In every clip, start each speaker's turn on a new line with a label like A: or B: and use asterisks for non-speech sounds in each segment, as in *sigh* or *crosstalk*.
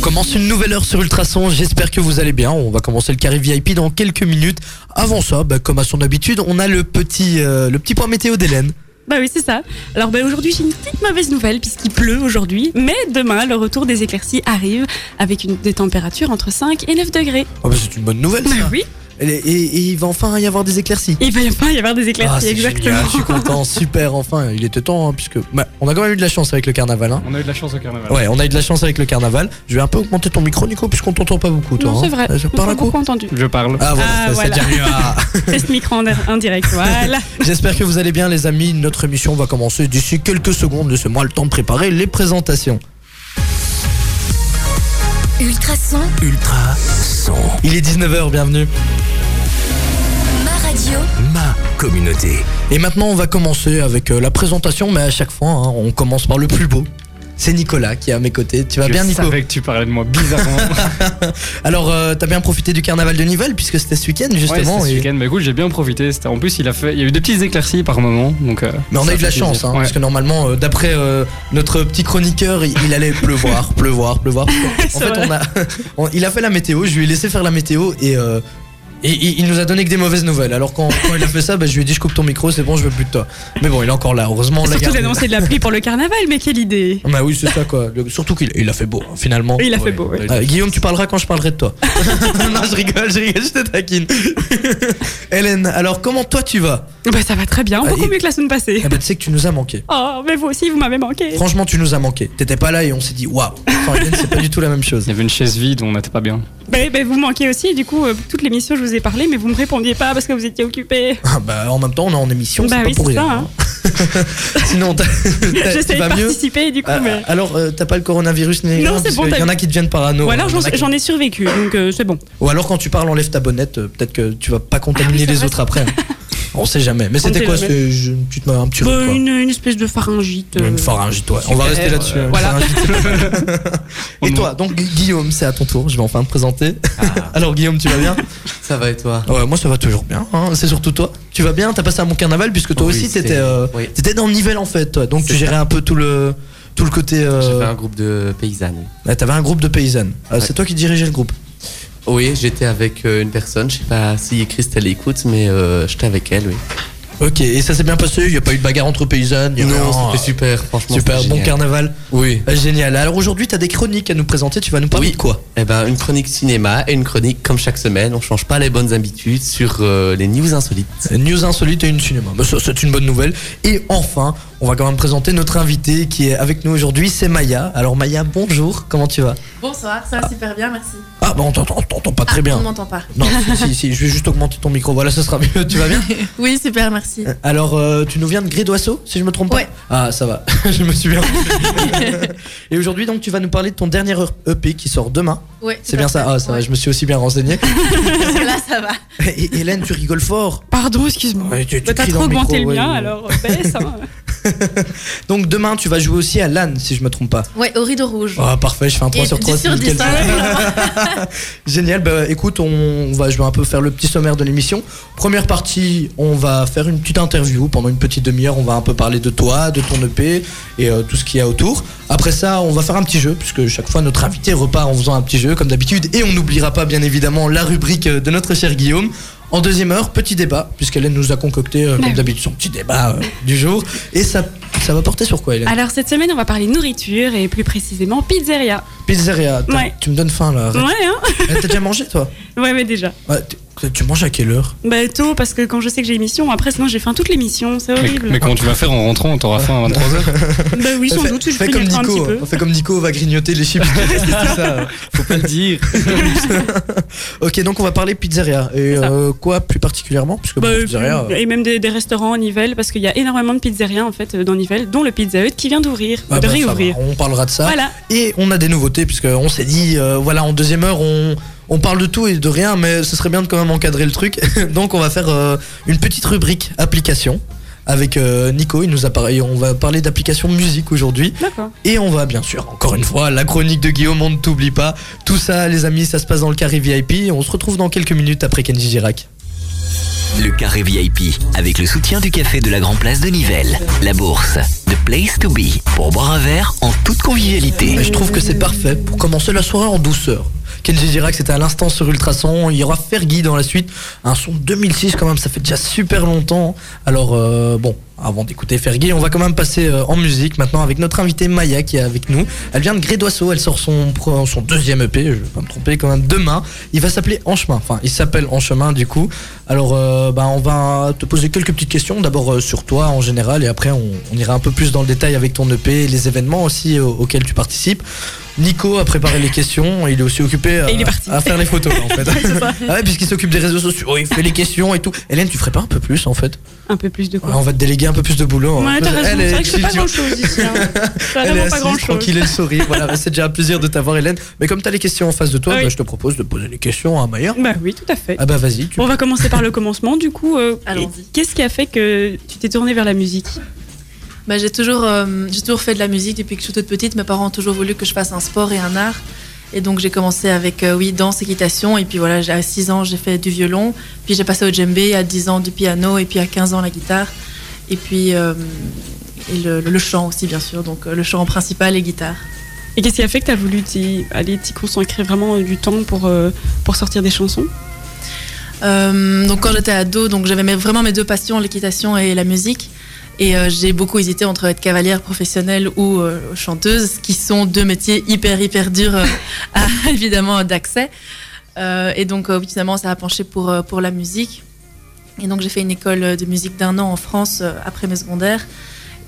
A: commence une nouvelle heure sur Ultrason, j'espère que vous allez bien. On va commencer le carré VIP dans quelques minutes. Avant ça, bah, comme à son habitude, on a le petit, euh, le petit point météo d'Hélène.
B: Bah oui, c'est ça. Alors bah, aujourd'hui, j'ai une petite mauvaise nouvelle puisqu'il pleut aujourd'hui, mais demain, le retour des éclaircies arrive avec une, des températures entre 5 et 9 degrés.
A: Ah bah, c'est une bonne nouvelle
B: Bah
A: ça.
B: oui,
A: Et, et- et il va enfin y avoir des éclaircies.
B: il va y avoir, il va y avoir des éclaircies,
A: Ah, c'est génial,
B: exactement.
A: je suis
B: *laughs*
A: content, super, enfin, il était temps, hein, puisque bah, on a quand même eu de la chance avec le carnaval. hein.
C: On a eu de la chance au carnaval.
A: Ouais, on a eu de la chance avec le carnaval. Je vais un peu augmenter ton micro, Nico, puisqu'on t'entend pas beaucoup, toi.
B: Non, c'est
A: hein.
B: vrai.
A: Euh,
B: Je
A: Parle un coup.
B: beaucoup entendu.
C: Je parle.
A: Ah, voilà,
B: Ah,
A: ça,
B: voilà.
A: ça tient
B: *laughs*
A: mieux. Ah.
B: Test micro en, en direct, voilà.
A: J'espère que vous allez bien les amis, notre émission va commencer d'ici quelques secondes, laissez-moi le temps de préparer les présentations.
D: Ultrason,
A: Ultra son. Il est 19h, bienvenue.
D: ma radio,
A: Ma communauté. Et maintenant on va commencer avec euh, la présentation, mais à chaque fois hein, on commence par le plus beau. C'est Nicolas qui est à mes côtés, tu vas
C: je
A: bien Nico
C: savais que tu parlais de moi bizarrement.
A: Alors euh, t'as bien profité du carnaval de Nivelles puisque c'était ce week-end
C: ouais,
A: *laughs* justement.
C: c'était ce
A: et-
C: week-end. Bah écoute, j'ai bien profité. C'était- En plus, il a fait, il y a eu des petites éclaircies par moment. Donc, euh,
A: Mais on
C: ça
A: a eu de la
C: fait
A: chance,
C: plaisir.
A: hein,
C: Ouais.
A: parce que normalement, euh, d'après euh, notre petit chroniqueur, il, il allait pleuvoir, *laughs* pleuvoir, pleuvoir. En fait,
B: vrai.
A: on a, *laughs* on- il a fait la météo, je lui ai laissé faire la météo et, euh, et- et il nous a donné que des mauvaises nouvelles. Alors quand, quand il a fait ça, bah, je lui ai dit je coupe ton micro, c'est bon, je veux plus de toi. Mais bon, il est encore là, heureusement. on l'a
B: Surtout
A: gardé.
B: d'annoncer de la pluie pour le carnaval, mais quelle idée.
A: Bah oui, c'est ça quoi. Le- Surtout qu'il il a fait beau, hein, finalement.
B: Il a fait beau, ouais.
A: Euh, Guillaume, tu parleras quand je parlerai de toi. *laughs* non, je rigole, je rigole, je te taquine. *laughs* Hélène, alors comment toi tu vas
B: Bah ça va très bien,
A: Ah,
B: beaucoup
A: et-
B: mieux que la semaine passée.
A: Eh ben, Tu sais que tu nous as manqué.
B: Oh, mais vous aussi, vous m'avez manqué.
A: Franchement, tu nous as manqué. T'étais pas là et on s'est dit waouh, sans Hélène, c'est pas du tout la même chose.
C: Il y avait une chaise vide, on n'était pas bien.
B: Bah, bah, vous manquez aussi, du coup, euh, toute l'émission, je vous ai parlé, mais vous me répondiez pas parce que vous étiez occupé.
A: Ah bah, en même temps, on est en émission, c'est
B: bah
A: pas
B: oui,
A: pour
B: c'est
A: rien.
B: ça. hein.
A: *laughs* Sinon,
B: *laughs*
A: t'as- *laughs* t'as- tu
B: J'essayais de
A: vas mieux.
B: participer, du coup,
A: Ah,
B: mais.
A: Alors, euh, t'as pas le coronavirus ni
B: Non,
A: rien,
B: c'est
A: parce
B: bon,
A: qu'il
B: t'as
A: y en a
B: vu.
A: qui deviennent parano. hein.
B: Ou alors
A: il y en
B: j'en
A: Ah a qui-
B: j'en ai survécu, donc euh, c'est bon.
A: Ou alors, quand tu parles, enlève ta bonnette. euh, Peut-être que tu vas pas
B: Ah oui,
A: contaminer
B: c'est
A: les
B: vrai.
A: autres après. hein.
B: *laughs*
A: On sait jamais. Mais c'était
B: sait
A: quoi
B: jamais.
A: ce- je- une petite- Un petit
B: Bah,
A: rhume, quoi.
B: une, une espèce de pharyngite. euh,
A: Une pharyngite, ouais. On va rester là-dessus. hein,
B: voilà. *laughs*
A: pharyngite. *laughs* et
C: On-
A: toi, donc Guillaume, c'est à ton tour. Je vais enfin te présenter.
C: Ah.
A: *laughs* Alors Guillaume, tu vas bien
E: *laughs* Ça va et toi
A: Ouais, moi ça va toujours bien. hein. C'est surtout toi. Tu vas bien T'as passé un bon carnaval puisque toi
E: Oui,
A: aussi
E: c'est-
A: t'étais euh,
E: oui.
A: t'étais dans le Nivelles en fait. Toi. Donc tu
E: C'est
A: gérais un peu tout le tout le côté. euh,
E: J'ai fait un groupe de paysannes.
A: ouais, T'avais un groupe de paysannes. Euh, C'est
E: Ouais.
A: toi qui dirigeais le groupe.
E: Oui, j'étais avec euh, une personne, je sais pas si Christelle écoute, mais euh, j'étais avec elle, oui.
A: Ok. Et ça s'est bien passé. Il y a pas eu de bagarre entre paysannes. y a rien.
E: c'était super, franchement.
A: euh, Super
E: c'était
A: bon
E: génial.
A: carnaval.
E: Oui.
A: Euh, Génial. Alors aujourd'hui t'as des chroniques à nous présenter. Tu vas nous parler
E: Oui.
A: de quoi
E: Eh ben, une chronique cinéma et une chronique, comme chaque semaine, on change pas les bonnes habitudes sur euh, les news insolites.
A: News insolite et une cinéma. Bah, ça, c'est une bonne nouvelle. Et enfin, on va quand même présenter notre invité qui est avec nous aujourd'hui. C'est Maya. Alors Maya, bonjour. Comment tu vas
F: Bonsoir, ça va super bien, merci.
A: Ah bah on t'entend on t'entend pas très
F: Ah,
A: bien.
F: On ne m'entend pas.
A: Non, si, si, si, je vais juste augmenter ton micro. Voilà, ça sera mieux. Tu vas bien
F: Oui, super, merci.
A: Alors, euh, tu nous viens de Grédoisseau, si je me trompe pas
F: Ouais.
A: Ah, ça va. *laughs* je me suis
F: *laughs*
A: bien. Et aujourd'hui, donc, tu vas nous parler de ton dernier EP qui sort demain.
F: Ouais,
A: C'est bien ça Ah, ça va, je me suis aussi bien
F: *laughs*
A: renseigné.
F: Là, ça va.
A: Et- Hélène, tu rigoles fort.
B: Pardon, excuse-moi.
A: Ouais, tu- tu
B: Bah, T'as
A: cries
B: trop
A: dans le
B: augmenté le
A: micro,
B: mien,
A: ouais.
B: alors
A: *laughs*
B: euh, baisse. hein.
A: Donc, demain, tu vas jouer aussi à l'âne, si je me trompe pas.
F: Ouais, au rideau rouge.
A: Ah, parfait, je fais un 3
F: Et
A: sur 3.
F: dix sur dix, hein, vraiment.
A: Génial, bah écoute, on, on va, je vais un peu faire le petit sommaire de l'émission. Première partie, on va faire une petite interview pendant une petite demi-heure. On va un peu parler de toi, de ton EP et euh, tout ce qu'il y a autour. Après ça, on va faire un petit jeu, puisque chaque fois notre invité repart en faisant un petit jeu, comme d'habitude. Et on n'oubliera pas, bien évidemment, la rubrique euh, de notre cher Guillaume. En deuxième heure, petit débat, puisqu'Hélène nous a concocté, euh,
B: Bah
A: comme
B: oui.
A: d'habitude, son petit débat euh, du jour. Et ça, ça va porter sur quoi, Hélène
B: Alors cette semaine, on va parler nourriture et plus précisément pizzeria.
A: Pizzeria, t'as-
B: Ouais.
A: tu me donnes faim là.
B: Ouais,
A: arrête.
B: hein
A: Eh, T'as déjà mangé, toi
B: Ouais, mais déjà.
A: Ouais, tu- Tu manges à quelle heure
B: Bah tôt, parce que quand je sais que j'ai émission, après sinon j'ai faim toute l'émission, c'est
C: Mais, mais
B: horrible.
C: comment tu vas faire en rentrant T'auras faim à 23h
B: *laughs* Bah oui, sans
A: Fais-
B: doute, je
A: fais
B: peux
A: comme
B: un petit
A: Nico.
B: peu.
A: hein. Fais comme Nico va grignoter
C: *laughs*
A: les chips.
C: Faut pas le dire.
A: *laughs* ok, donc on va parler pizzeria. Et
B: C'est ça.
A: euh, quoi plus particulièrement Puisque
B: Bah,
A: bon,
B: euh,
A: pizzeria. euh,
B: et même des, des restaurants en Nivelles, parce qu'il y a énormément de pizzerias en fait euh, dans Nivelles, dont le Pizza Hut qui vient d'ouvrir,
A: ah
B: de
A: bah, ça
B: réouvrir.
A: va, on parlera de ça.
B: Voilà,
A: Et on a des nouveautés, puisque on s'est dit, euh, voilà, en deuxième heure, on, on parle de tout et de rien, mais ce serait bien de quand même encadrer le truc. *laughs* donc on va faire euh, une petite rubrique application. Avec euh, Nico, il nous a parlé, on va parler d'application musique aujourd'hui.
B: d'accord.
A: Et on va bien sûr, encore une fois, la chronique de Guillaume, on ne t'oublie pas. Tout ça, les amis, ça se passe dans le carré VIP. On se retrouve dans quelques minutes après Kenji Girac.
G: Le carré VIP, avec le soutien du café de la Grand Place de Nivelles. La bourse, the place to be, pour boire un verre en toute convivialité.
A: Et je trouve que c'est parfait pour commencer la soirée en douceur. Kenji Girac, c'était à l'instant sur Ultrason. Il y aura Fergie dans la suite. Un son 2006, quand même, ça fait déjà super longtemps. Alors, euh, bon, avant d'écouter Fergie, on va quand même passer euh, en musique maintenant avec notre invitée Maya qui est avec nous. Elle vient de Grédoisseau. Elle sort son, pro- son deuxième EP, je vais pas me tromper quand même, demain. Il va s'appeler En chemin. Enfin, il s'appelle En chemin du coup. Alors, euh, bah, on va te poser quelques petites questions. D'abord euh, sur toi en général et après, on, on ira un peu plus dans le détail avec ton EP et les événements aussi au- auxquels tu participes. Nico a préparé les questions, il est aussi occupé à,
B: Et il est parti.
A: à faire les photos là, en
B: *laughs*
A: fait. ah ouais, puisqu'il s'occupe des réseaux sociaux, il fait les questions et tout. Hélène, tu ferais pas un peu plus en fait
B: Un peu plus de quoi.
A: Ouais, On va te déléguer un Ah, peu plus de boulot. hein.
B: Ouais, t'as raison.
A: Elle
B: C'est
A: est
B: vrai que je fais pas
A: exclusive.
B: grand chose ici. hein. Je fais
A: Elle est
B: vraiment pas
A: assise,
B: grand chose.
A: tranquille, elle sourit. voilà, bah, c'est déjà un plaisir de t'avoir, Hélène. Mais comme t'as les questions en face de toi,
B: Ah Oui.
A: bah, je te propose de poser les questions à Maya.
B: Bah oui, tout à fait.
A: Ah bah vas-y, tu
B: On va commencer par le commencement. Du coup, euh,
F: Allons-y.
B: qu'est-ce qui a fait que tu t'es tournée vers la musique
F: Bah, j'ai toujours, euh, j'ai toujours fait de la musique depuis que je suis toute petite. Mes parents ont toujours voulu que je fasse un sport et un art. Et donc j'ai commencé avec euh, oui danse, équitation. Et puis voilà, j'ai- à 6 ans, j'ai fait du violon. Puis j'ai passé au djembé, à 10 ans du piano. Et puis à 15 ans, la guitare. Et puis euh, et le, le chant aussi, bien sûr. Donc euh, le chant en principal et guitare.
B: Et qu'est-ce qui a fait que t'as voulu t'y- aller t'y consacrer vraiment euh, du temps pour, euh, pour sortir des chansons
F: Euh, donc quand j'étais ado, donc j'avais mes- vraiment mes deux passions, l'équitation et la musique. Et euh, j'ai beaucoup hésité entre être cavalière professionnelle ou euh, chanteuse, qui sont deux métiers hyper hyper durs euh, *laughs* à, évidemment d'accès. Euh, et donc euh, oui, finalement ça a penché pour euh, pour la musique. Et donc j'ai fait une école euh, de musique d'un an en France euh, après mes secondaires.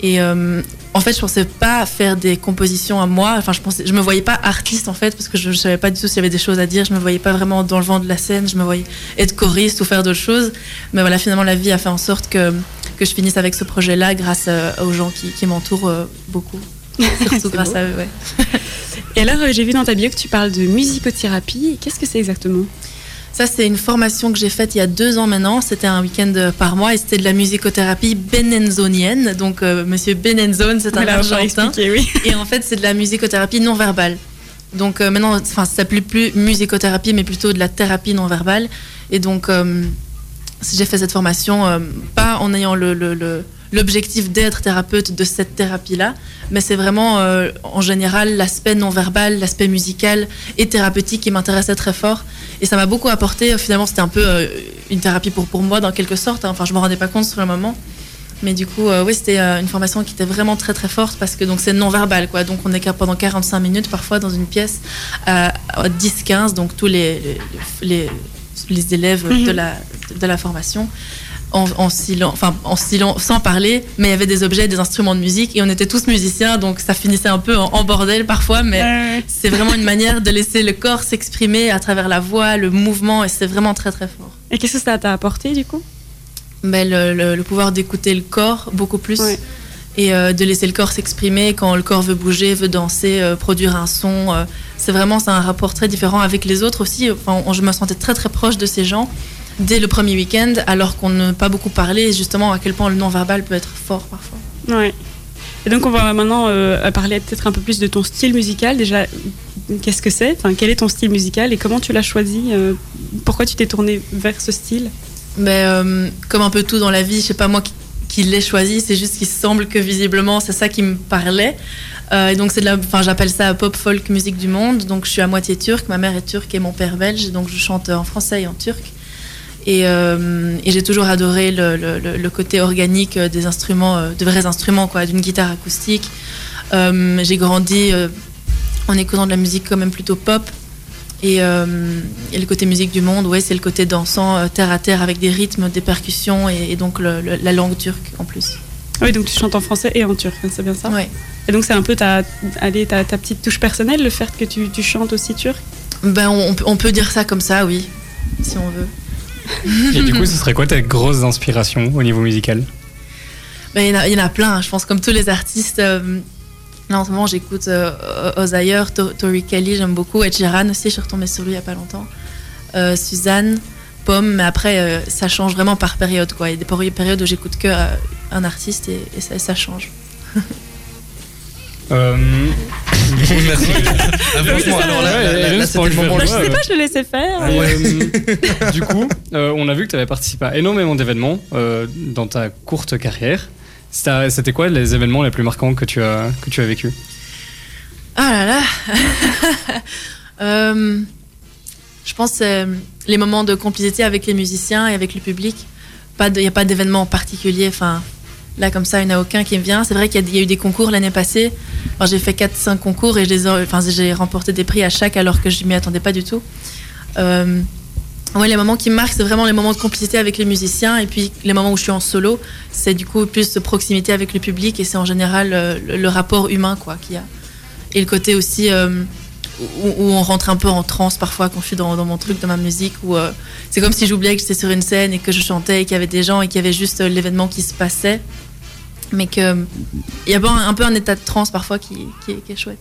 F: Et euh, en fait, je pensais pas faire des compositions à moi. Enfin, je pensais, je me voyais pas artiste en fait parce que je, je savais pas du tout s'il y avait des choses à dire. Je me voyais pas vraiment dans le vent de la scène. Je me voyais être choriste ou faire d'autres choses. Mais voilà, finalement, la vie a fait en sorte que, que je finisse avec ce projet-là grâce euh, aux gens qui, qui m'entourent euh,
B: *laughs*
F: beaucoup. Surtout
B: C'est
F: grâce
B: beau.
F: à eux, ouais.
B: Et alors, euh, j'ai vu dans ta bio que tu parles de musicothérapie. Qu'est-ce que c'est exactement
F: Ça, c'est une formation que j'ai faite il y a deux ans maintenant. C'était un week-end euh, par mois et c'était de la musicothérapie benenzonienne. Donc, euh, monsieur Benenzone, c'est un
B: Voilà, on va
F: argentin.
B: expliquer, oui.
F: Et en fait, c'est de la musicothérapie non verbale. Donc euh, maintenant, enfin, ça s'appelle plus musicothérapie, mais plutôt de la thérapie non verbale. Et donc, euh, j'ai fait cette formation, euh, pas en ayant le- le- le- l'objectif d'être thérapeute de cette thérapie-là, mais c'est vraiment, euh, en général, l'aspect non verbal, l'aspect musical et thérapeutique qui m'intéressait très fort. Et ça m'a beaucoup apporté. Finalement, c'était un peu euh, une thérapie pour, pour moi, dans quelque sorte. hein. Enfin, je ne me rendais pas compte sur le moment. Mais du coup, euh, oui, c'était euh, une formation qui était vraiment très très forte parce que donc c'est non verbal quoi. Donc on est pendant 45 minutes parfois dans une pièce à, à 10-15, donc tous les les, les- les élèves
B: Mhm.
F: de la de la formation en, en silence, enfin en silence, sans parler. Mais il y avait des objets, des instruments de musique et on était tous musiciens, donc ça finissait un peu en, en bordel parfois, mais
B: *laughs*
F: c'est vraiment une manière de laisser le corps s'exprimer à travers la voix, le mouvement et c'est vraiment très très fort.
B: Et qu'est-ce que ça t'a apporté du coup
F: Ben, le, le- le pouvoir d'écouter le corps beaucoup plus
B: Ouais.
F: et euh, de laisser le corps s'exprimer quand le corps veut bouger, veut danser, euh, produire un son. euh, c'est vraiment c'est un rapport très différent avec les autres aussi. Enfin, on- je me sentais très très proche de ces gens dès le premier week-end alors qu'on n'a pas beaucoup parlé et justement à quel point le non-verbal peut être fort parfois.
B: Ouais. Et donc, on va maintenant euh, parler peut-être un peu plus de ton style musical. Déjà, qu'est-ce que c'est Enfin, Quel est ton style musical et comment tu l'as choisi euh, Pourquoi tu t'es tournée vers ce style
F: Mais euh, comme un peu tout dans la vie, je sais pas moi qui, qui l'ai choisi, c'est juste qu'il semble que visiblement c'est ça qui me parlait. Euh, et donc c'est de la, enfin j'appelle ça pop folk musique du monde. Donc je suis à moitié turque, ma mère est turque et mon père belge, donc je chante en français et en turc. Et, euh, et j'ai toujours adoré le, le- le- le côté organique euh, des instruments, euh, de vrais instruments quoi, d'une guitare acoustique. Euh, j'ai grandi euh, en écoutant de la musique quand même plutôt pop. Et, euh, et le côté musique du monde, ouais, c'est le côté dansant, euh, terre à terre, avec des rythmes, des percussions et, et donc le- le- la langue turque en plus.
B: Ah Oui, donc tu chantes en français et en turc, hein, c'est bien ça
F: Ouais.
B: Et donc, c'est un peu ta, allez, ta, ta petite touche personnelle, le fait que tu, tu chantes aussi turc
F: Ben, on, on peut- on peut dire ça comme ça, oui, si on veut.
C: Et du coup, ce
F: *laughs*
C: serait quoi tes grosses inspirations au niveau musical
F: Ben, il, y en a, il y en a plein, je pense, comme tous les artistes. euh, là, en ce moment, j'écoute euh, Ozayer, To- Tori Kelly, j'aime beaucoup. Et Sheeran aussi, je suis retombée sur lui il n'y a pas longtemps. Euh, Suzanne, Pomme, mais après, euh, ça change vraiment par période. Quoi. Il y a des péri- périodes où j'écoute que euh, un artiste et, et ça, ça change.
A: *laughs*
C: Euh,
E: Merci. Ah,
C: Oui, c'est
E: franchement,
C: ça,
E: alors
C: ouais,
E: là, là,
C: ouais,
E: là,
C: juste
E: là,
C: pour
E: c'était le
C: que je
E: moment.
B: Bah, je
C: Ouais,
B: sais
C: ouais.
B: pas, je le laissais faire.
A: Ah
C: Et,
E: *laughs*
C: euh, du coup, euh, on a vu que tu avais participé à énormément d'événements euh, dans ta courte carrière. Ça- C'était quoi les événements les plus marquants que tu as, que tu as vécu
F: Ah là là *laughs* Euh, Je pense euh, les moments de complicité avec les musiciens et avec le public. Il n'y a pas d'événement en particulier. Enfin, là, comme ça, il n'y en a aucun qui me vient. C'est vrai qu'il y, a- il y a eu des concours l'année passée. Alors, j'ai fait 4-5 concours et je les ai- enfin, j'ai remporté des prix à chaque alors que je ne m'y attendais pas du tout. Euh, ouais, les moments qui me marquent, c'est vraiment les moments de complicité avec les musiciens. Et puis les moments où je suis en solo, c'est du coup plus de proximité avec le public et c'est en général euh, le, le rapport humain quoi qu'il y a et le côté aussi euh, où, où on rentre un peu en transe parfois quand je suis dans, dans mon truc, dans ma musique, où euh, c'est comme si j'oubliais que j'étais sur une scène et que je chantais et qu'il y avait des gens et qu'il y avait juste euh, l'événement qui se passait. Mais qu'il y a un, un peu un état de transe parfois qui, qui est, qui est chouette.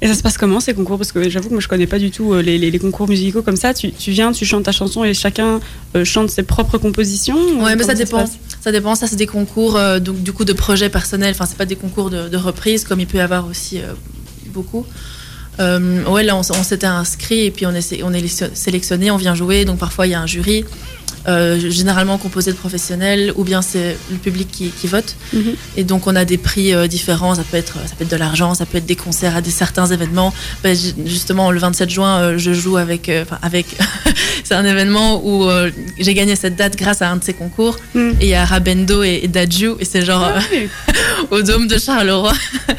B: Et ça se passe comment ces concours Parce que j'avoue que moi je connais pas du tout euh, les, les- les concours musicaux comme ça. Tu, tu viens, tu chantes ta chanson et chacun euh, chante ses propres compositions ou
F: Ouais, mais
B: comment se
F: ça dépend.
B: passe
F: Ça, dépend. Ça, c'est des concours euh, donc, du coup de projets personnels. Enfin, c'est pas des concours de, de reprise comme il peut y avoir aussi euh, beaucoup. Euh, ouais, là, on, s- on s'était inscrit et puis on est, sé- on est lé- sélectionné, on vient jouer. Donc parfois, il y a un jury, euh, g- généralement composé de professionnels ou bien c'est le public qui, qui vote.
B: Mhm.
F: Et donc, on a des prix euh, différents. Ça peut être, ça peut être de l'argent, ça peut être des concerts à des certains événements. Ben, ju- justement, le 27 juin, euh, je joue avec, euh, enfin, avec. *laughs* c'est un événement où euh, j'ai gagné cette date grâce à un de ces concours.
B: Mhm.
F: Et il y a Rabendo et, et Dadju, et c'est genre
B: Ah oui.
F: euh, *laughs* au dôme de Charleroi. *laughs*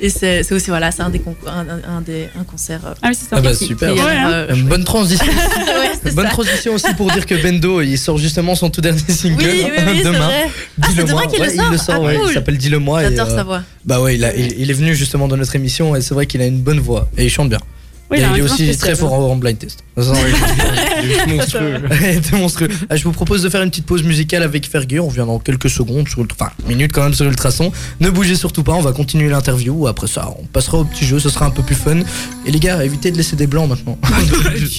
F: et c'est c'est aussi, voilà, c'est un des concours, un, un- un des, un concert. euh,
B: Ah oui, c'est ça.
A: Ah bah
F: qui-
A: super.
F: qui a
B: Ouais,
F: l'air,
B: hein.
F: euh,
A: Une bonne transition.
F: *laughs* ouais, c'est
A: bonne
F: ça.
A: transition aussi pour dire que Bendo, il sort justement son tout dernier
F: Oui,
A: single
F: oui, oui, c'est
A: demain.
F: vrai. Ah, c'est
A: Dis-le-moi.
F: demain qu'il le
A: Ouais,
F: sort
A: Il le sort,
F: Ah,
A: ouais,
F: cool.
A: il s'appelle Dis-le moi. et,
F: J'adore
A: euh,
F: sa voix.
A: Bah ouais, il, a- il- il est venu justement dans notre émission et c'est vrai qu'il a une bonne voix et il chante bien.
B: Oui,
A: et
B: a un
A: il est
B: grain
A: aussi
B: spécial.
A: très fort en blind test. Ça, c'est-
C: Il est
A: *laughs*
C: juste monstrueux.
A: Ouais, t'es monstrueux. Ah, je vous propose de faire une petite pause musicale avec Fergie. On revient dans quelques secondes, sur le- enfin minutes quand même sur Ultrason. Ne bougez surtout pas, on va continuer l'interview. Après ça, on passera au petit jeu, ce sera un peu plus fun. Et les gars, évitez de laisser des blancs maintenant.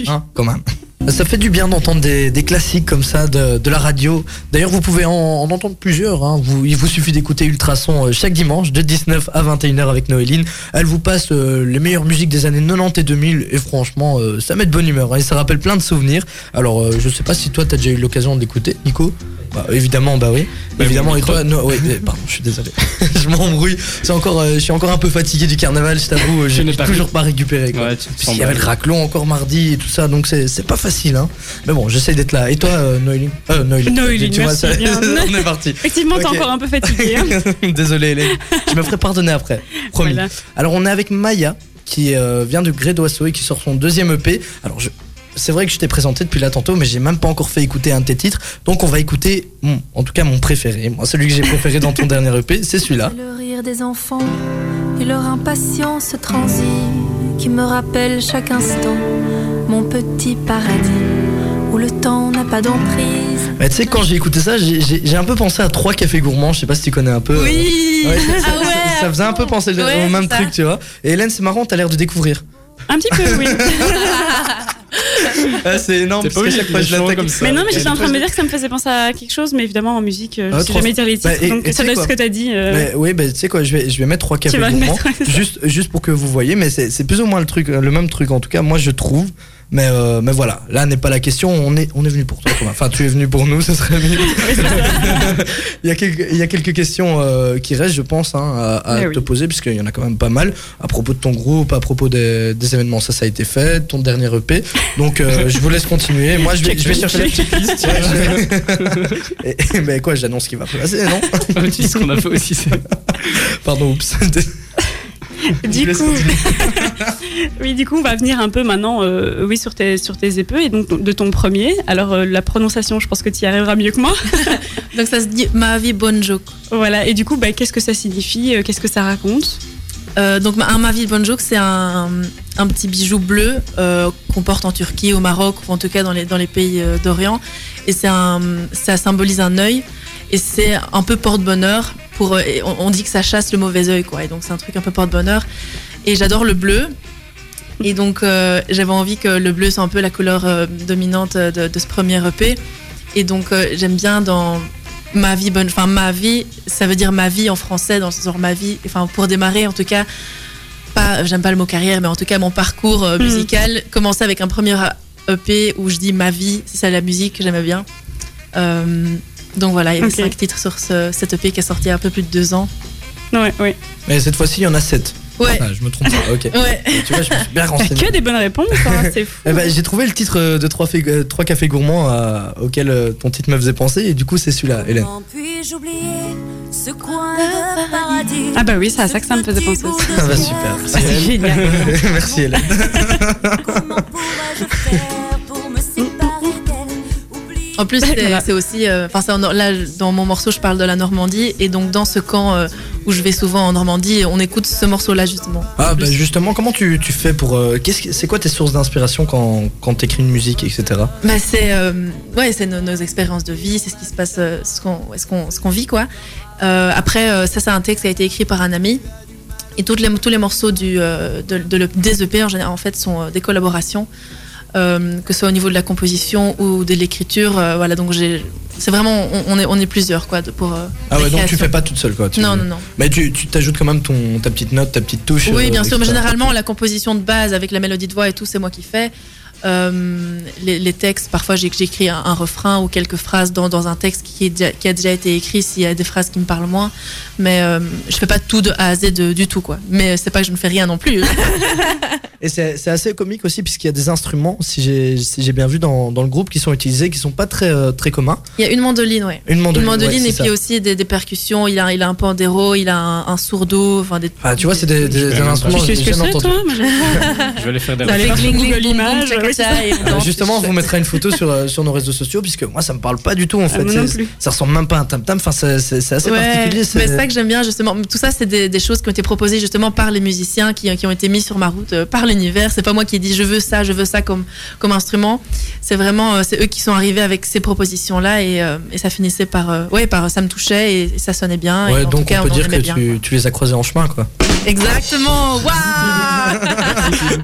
A: Hein, quand même. Ça fait du bien d'entendre des, des classiques comme ça de, de la radio. D'ailleurs, vous pouvez en, en entendre plusieurs. hein. Vous- il vous suffit d'écouter Ultrason euh, chaque dimanche de 19 à 21h avec Noéline. Elle vous passe euh, les meilleures musiques des années 90 et 2000 et franchement, euh, ça met de bonne humeur hein, et ça rappelle plein de souvenirs. Alors, euh, je sais pas si toi t'as déjà eu l'occasion d'écouter, Nico. Bah, évidemment, bah oui.
C: Bah,
A: évidemment,
C: mon
A: et toi, non, ouais, euh, pardon, je suis désolé. *laughs* je m'embrouille. C'est encore, euh, je suis encore un peu fatigué du carnaval, je t'avoue. euh,
C: Je
A: J'ai
C: n'ai pas
A: toujours pas récupéré. quoi.
C: Ouais, tu te
A: Puis
C: sens
A: il y avait le
C: mal.
A: raclon encore mardi et tout ça, donc c'est c'est pas facile. Hein. Mais bon, j'essaye d'être là. Et toi, euh, Noéline Euh, Noéline.
B: Noéline,
A: tu
B: merci
A: vois, ça-
B: bien.
A: *laughs* on est parti.
B: Effectivement, t'es
A: Ok.
B: encore un peu fatigué. hein.
A: *laughs* Désolé, Hélène. Je me ferai pardonner après. Promis.
B: Voilà.
A: Alors, on est avec Maya, qui euh, vient de Gré d'Oiseau et qui sort son deuxième EP. Alors, je- C'est vrai que je t'ai présenté depuis là tantôt, mais j'ai même pas encore fait écouter un de tes titres. Donc on va écouter, mon- en tout cas mon préféré, moi celui que j'ai préféré dans ton *laughs* dernier EP, c'est celui-là.
D: Le rire des enfants et leur impatience transie qui me rappelle chaque instant mon petit paradis où le temps n'a pas d'emprise.
A: Mais tu sais quand j'ai écouté ça, j'ai- j'ai j'ai un peu pensé à trois cafés gourmands. Je sais pas si tu connais un peu. euh,
F: Oui
A: Ouais, ça, ça-
F: Ah ouais,
A: ça- ça faisait un peu penser le-
F: Ouais,
A: au même
F: c'est ça.
A: truc, tu vois. Et Hélène, c'est marrant, t'as l'air de découvrir.
B: Un petit peu,
A: *laughs*
B: oui.
A: Ah, c'est énorme,
C: T'es
A: parce
C: pas
A: que
C: obligé
A: chaque
C: de
A: fois
C: les
A: je l'attaque
C: chaud comme ça.
B: mais non, mais
C: Et
B: j'étais
C: des
B: en train de
C: fois,
B: me dire que ça me faisait penser à quelque chose, mais évidemment en musique, euh,
A: Ah,
B: je sais
A: trop-
B: jamais dire les titres.
A: Bah, et-
B: donc
A: et
B: ça
A: tu sais
B: doit être ce
A: quoi
B: que t'as dit. euh,
A: Mais oui, bah, tu sais quoi, je vais, je vais mettre trois cafés
B: vas le
A: gourmands,
B: mettre, ouais, c'est ça.
A: juste, juste pour que vous voyez, mais c'est c'est plus ou moins le truc, le même truc en tout cas, moi je trouve. Mais, euh, mais voilà, là n'est pas la question, on est, on est venu pour toi Thomas. Enfin, tu es venu pour nous, ça serait mieux. *laughs* il, y a quelques, il y a quelques questions euh, qui restent, je pense, hein, à, à te
B: Mais Eh oui.
A: poser, puisqu'il y en a quand même pas mal, à propos de ton groupe, à propos des, des événements, ça, ça a été fait, ton dernier EP. Donc euh, je vous laisse continuer, moi je vais, je vais chercher la checklist.
C: *laughs*
A: Ouais, je- Et- mais quoi, j'annonce qu'il va passer, non
C: Ah, Tu sais ce qu'on a fait aussi, c'est.
A: *laughs* Pardon, oups. *laughs*
B: Du
A: Je laisse
B: coup, *laughs* oui, du coup, on va venir un peu maintenant, euh, oui, sur tes sur tes épeux et donc de ton premier. Alors euh, la prononciation, je pense que tu y arriveras mieux que moi.
F: *laughs* Donc ça se dit Mavi Bonjour.
B: Voilà. Et du coup, bah, qu'est-ce que ça signifie euh, Qu'est-ce que ça raconte
F: Euh, donc un Mavi Bonjour, c'est un, un petit bijou bleu euh, qu'on porte en Turquie, au Maroc, ou en tout cas dans les, dans les pays euh, d'Orient. Et c'est un, ça symbolise un œil. Et c'est un peu porte-bonheur. Pour, euh, et on, on dit que ça chasse le mauvais œil, quoi. Et donc c'est un truc un peu porte-bonheur. Et j'adore le bleu. Et donc euh, j'avais envie que le bleu soit un E peu la couleur euh, dominante de, de ce premier EP. Et donc euh, j'aime euh, bien dans ma vie bonne. Enfin, ma vie, ça veut dire ma vie en français, dans le sens genre ma vie. Enfin, pour démarrer, en tout cas, pas, j'aime pas le mot carrière, mais en tout cas, mon parcours euh,
B: Mhm.
F: musical, commencer avec un premier EP où je dis ma vie, c'est ça la musique, que j'aimais bien. Euh, donc voilà, il y avait
B: Ok.
F: cinq titres sur ce, cet EP qui est sorti il y a un peu plus de deux ans.
B: Ouais, ouais.
A: Mais cette fois-ci, il y en a 7.
F: Ouais,
A: je me trompe pas, ok.
F: ouais.
A: Tu vois, je me suis bien
B: T'as
A: renseigné.
B: que des bonnes réponses, hein, c'est fou.
A: Eh ben, j'ai trouvé le titre euh, de 3 cafés gourmands euh, auquel euh, ton titre me faisait penser, et du coup, c'est celui-là, *laughs* Hélène.
H: Comment puis-je oublier ce coin de paradis
B: Ah bah oui, c'est à ça que ça me faisait penser aussi.
A: Ah bah, super.
B: Ah, c'est génial.
A: *laughs* Merci, Hélène.
H: Comment
A: bah.
H: pourrais-je faire pour me séparer d'elle Oublier
F: En plus, c'est
B: Voilà.
F: c'est aussi. euh, Enfin, c'est en- là, dans mon morceau, je parle de la Normandie. Et donc, dans ce camp euh, où je vais souvent en Normandie, on écoute ce morceau-là, justement.
A: Ah,
F: En
A: bah
F: plus.
A: justement, comment tu, tu fais pour. euh, qu'est-ce que- c'est quoi tes sources d'inspiration quand, quand t'écris une musique, etc.
F: Bah, c'est euh, ouais, c'est nos, nos expériences de vie, c'est ce qui se passe, euh, ce qu'on ouais, ce qu'on ce qu'on vit quoi. Euh, après euh, ça c'est un texte qui a été écrit par un ami et toutes les tous les morceaux du euh, de, de le- des EP en général en fait sont euh, des collaborations euh, que ce soit au niveau de la composition ou de l'écriture euh, voilà donc j'ai c'est vraiment on, on est on est plusieurs quoi de- pour euh,
A: Ah,
F: la
A: ouais, donc tu
F: création.
A: fais pas toute seule, quoi. tu-
F: non non non
A: Mais tu tu t'ajoutes quand même ton, ta petite note, ta petite touche.
F: oui,
A: euh,
F: bien sûr, mais
A: etc.
F: généralement, la composition de base avec la mélodie de voix et tout, c'est moi qui fais. Euh, les, les textes, parfois j'ai- j'écris un, un refrain ou quelques phrases dans, dans un texte qui, est déjà- qui a déjà été écrit s'il y a des phrases qui me parlent moins. Mais euh, je fais pas tout de A à Z de- du tout, quoi. Mais c'est pas que je ne fais rien
B: *laughs*
F: non plus.
A: Et c'est c'est assez comique aussi, puisqu'il y a des instruments, si j'ai si j'ai bien vu dans, dans le groupe, qui sont utilisés, qui sont pas très, euh, très communs.
F: Il y a une mandoline, ouais.
A: Une
F: Une
A: mandoline.
F: mandoline
A: ouais,
F: et
A: c'est
F: puis
A: ça.
F: aussi des, des percussions. Il a, il a un pandéro, il a un, un sourdeau. Enfin, des, Oh,
A: Ah, tu vois, c'est des, des- des
C: même pas.
A: instruments.
B: Tu sais ce
A: j'ai
B: que
A: jamais
B: c'est,
A: entendu.
B: toi Moi, j'ai-
F: *laughs*
C: Je vais aller faire des
B: Allez,
C: recherches.
B: voir sur Google Images, oui, c'est ça.
A: Euh, justement, on vous mettra une photo sur, euh, sur nos réseaux sociaux, puisque moi, ça me parle pas du
F: Ah,
A: tout en fait.
B: moi non
A: C'est-
B: plus.
A: Ça ressemble même pas à un tam-tam, enfin, c'est c'est- c'est assez
F: Ouais,
A: particulier.
F: mais c'est ça que j'aime bien justement. Tout ça, c'est des, des choses qui ont été proposées justement par les musiciens, qui, qui ont été mis sur ma route euh, par l'univers. C'est pas moi qui ai dit je veux ça, je veux ça comme, comme instrument. C'est vraiment euh, c'est eux qui sont arrivés avec ces propositions là et, euh, et ça finissait par euh, ouais par ça me touchait et, et ça sonnait bien.
A: Ouais,
F: et en tout
A: donc
F: cas,
A: on peut
F: en
A: dire que
F: aimait bien.
A: tu, tu les as croisés en chemin,
F: *laughs*
A: quoi.
F: *laughs* Exactement. Waouh.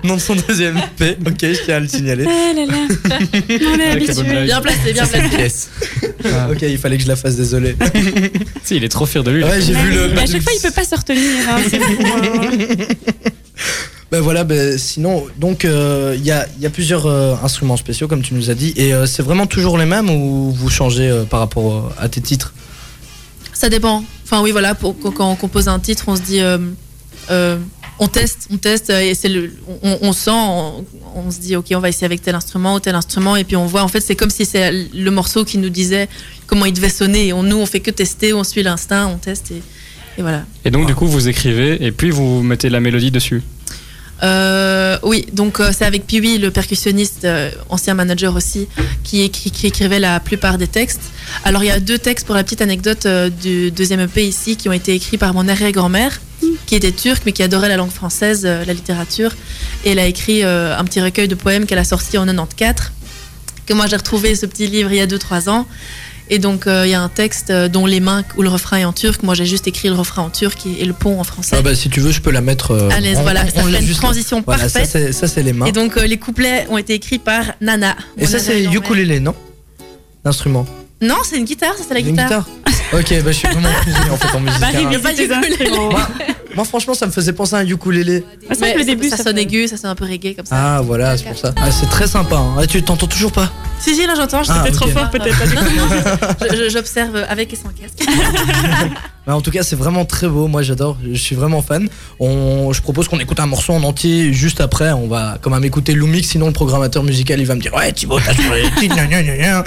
A: Nom de son deuxième P, ok, je tiens à le signaler.
B: Ah là là. On est
C: Avec la bonne
B: habitués.
C: blague.
F: bien placé, bien placé.
E: Yes.
C: Ah.
A: Ok, il fallait que je la fasse, désolé.
C: *laughs* Si, il est trop fier de lui. là.
A: Ouais, j'ai
F: Bah,
A: vu le.
B: À chaque fois, il peut pas se retenir. hein, c'est fou, hein.
A: Bah voilà, bah, sinon, donc euh, il y, a, il y a plusieurs euh, instruments spéciaux, comme tu nous as dit, et euh, c'est vraiment toujours les mêmes ou vous changez euh, par rapport euh, à tes titres
F: Ça dépend. Enfin oui, voilà, pour, quand- quand on compose un titre, on se dit, euh, euh, on teste, on teste, euh, et c'est le, on, on sent, on, on se dit, ok, on va essayer avec tel instrument ou tel instrument, et puis on voit. En fait, c'est comme si c'est le morceau qui nous disait comment il devait sonner. Et on, nous, on fait que tester, on suit l'instinct, on teste, et, et voilà.
C: Et donc, du coup, vous écrivez et puis vous mettez la mélodie dessus.
F: Euh, oui, donc euh, c'est avec Piwi, le percussionniste, euh, ancien manager aussi, qui, écrit, qui écrivait la plupart des textes. Alors il y a deux textes pour la petite anecdote euh, du deuxième EP ici qui ont été écrits par mon arrière-grand-mère, qui était turque mais qui adorait la langue française, euh, la littérature, et elle a écrit euh, un petit recueil de poèmes qu'elle a sorti en 94, que moi j'ai retrouvé ce petit livre il y a 2-3 ans. Et donc euh, il y a un texte euh, dont les mains où le refrain est en turc. Moi j'ai juste écrit le refrain en turc et, et le pont en français.
A: Ah bah si tu veux, je peux la mettre. euh,
F: À l'aise,
A: on-
F: voilà,
A: on-
F: ça
A: on l'a
F: fait une
A: juste-
F: transition
A: Voilà, ça
F: parfaite.
A: c'est ça, c'est les mains.
F: Et donc euh, les couplets ont été écrits par Nana.
A: Et
F: Mon
A: ça c'est
F: nana grand-mère.
A: ukulélé, non L'instrument.
F: Non, c'est une guitare, ça c'est la
A: Une
F: guitare.
A: Ok, bah je suis vraiment cousu en
F: *laughs*
A: fait en musique.
B: Bah, il
A: hein. Bah,
B: y a pas
F: du
B: des instruments.
A: Moi franchement, ça me faisait penser à un ukulélé.
B: Ah, C'est vrai que
F: Mais
B: le début,
F: ça, sonne aigu, ça sonne un peu reggae comme ça.
A: Ah voilà, c'est pour ça. Ah, c'est très sympa. hein. Ah, tu t'entends toujours pas
F: Si, si, là j'entends, je
A: Ah,
F: c'était
A: ok.
F: trop fort
B: peut-être pas du
F: Je- je- J'observe avec et
A: *laughs*
F: sans casque.
A: Mais Bah, en tout cas, c'est vraiment très beau. Moi, j'adore. Je suis vraiment fan. On, je propose qu'on écoute un morceau en entier juste après. On va quand même écouter Lumix. Sinon, le programmateur musical, il va me dire Ouais, Thibaut, t'as sur les titres, gna, gna, gna, gna.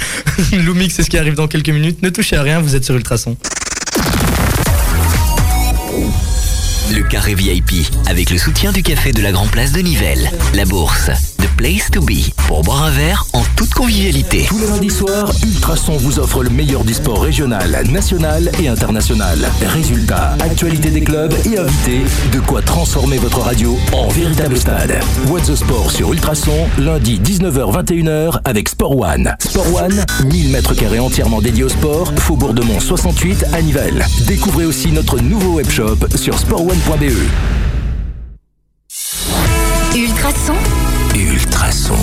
A: *laughs* Lumix, c'est ce qui arrive dans quelques minutes. Ne touchez à rien, vous êtes sur Ultrason. *laughs*
G: Le carré VIP avec le soutien du café de la Grand Place de Nivelles, la bourse, The Place to Be pour boire un verre en toute convivialité.
I: Tous les lundis soirs, Ultrason vous offre le meilleur du sport régional, national et international. Résultats, actualité des clubs et invités, de quoi transformer votre radio en véritable stade. What the Sport sur Ultrason, lundi 19h-21h avec Sport One. Sport One, 1000 mètres carrés entièrement dédiés au sport, Faubourg de Mont 68 à Nivelles. Découvrez aussi notre nouveau webshop sur sportone.be.
H: Ultrason
I: Ultrason.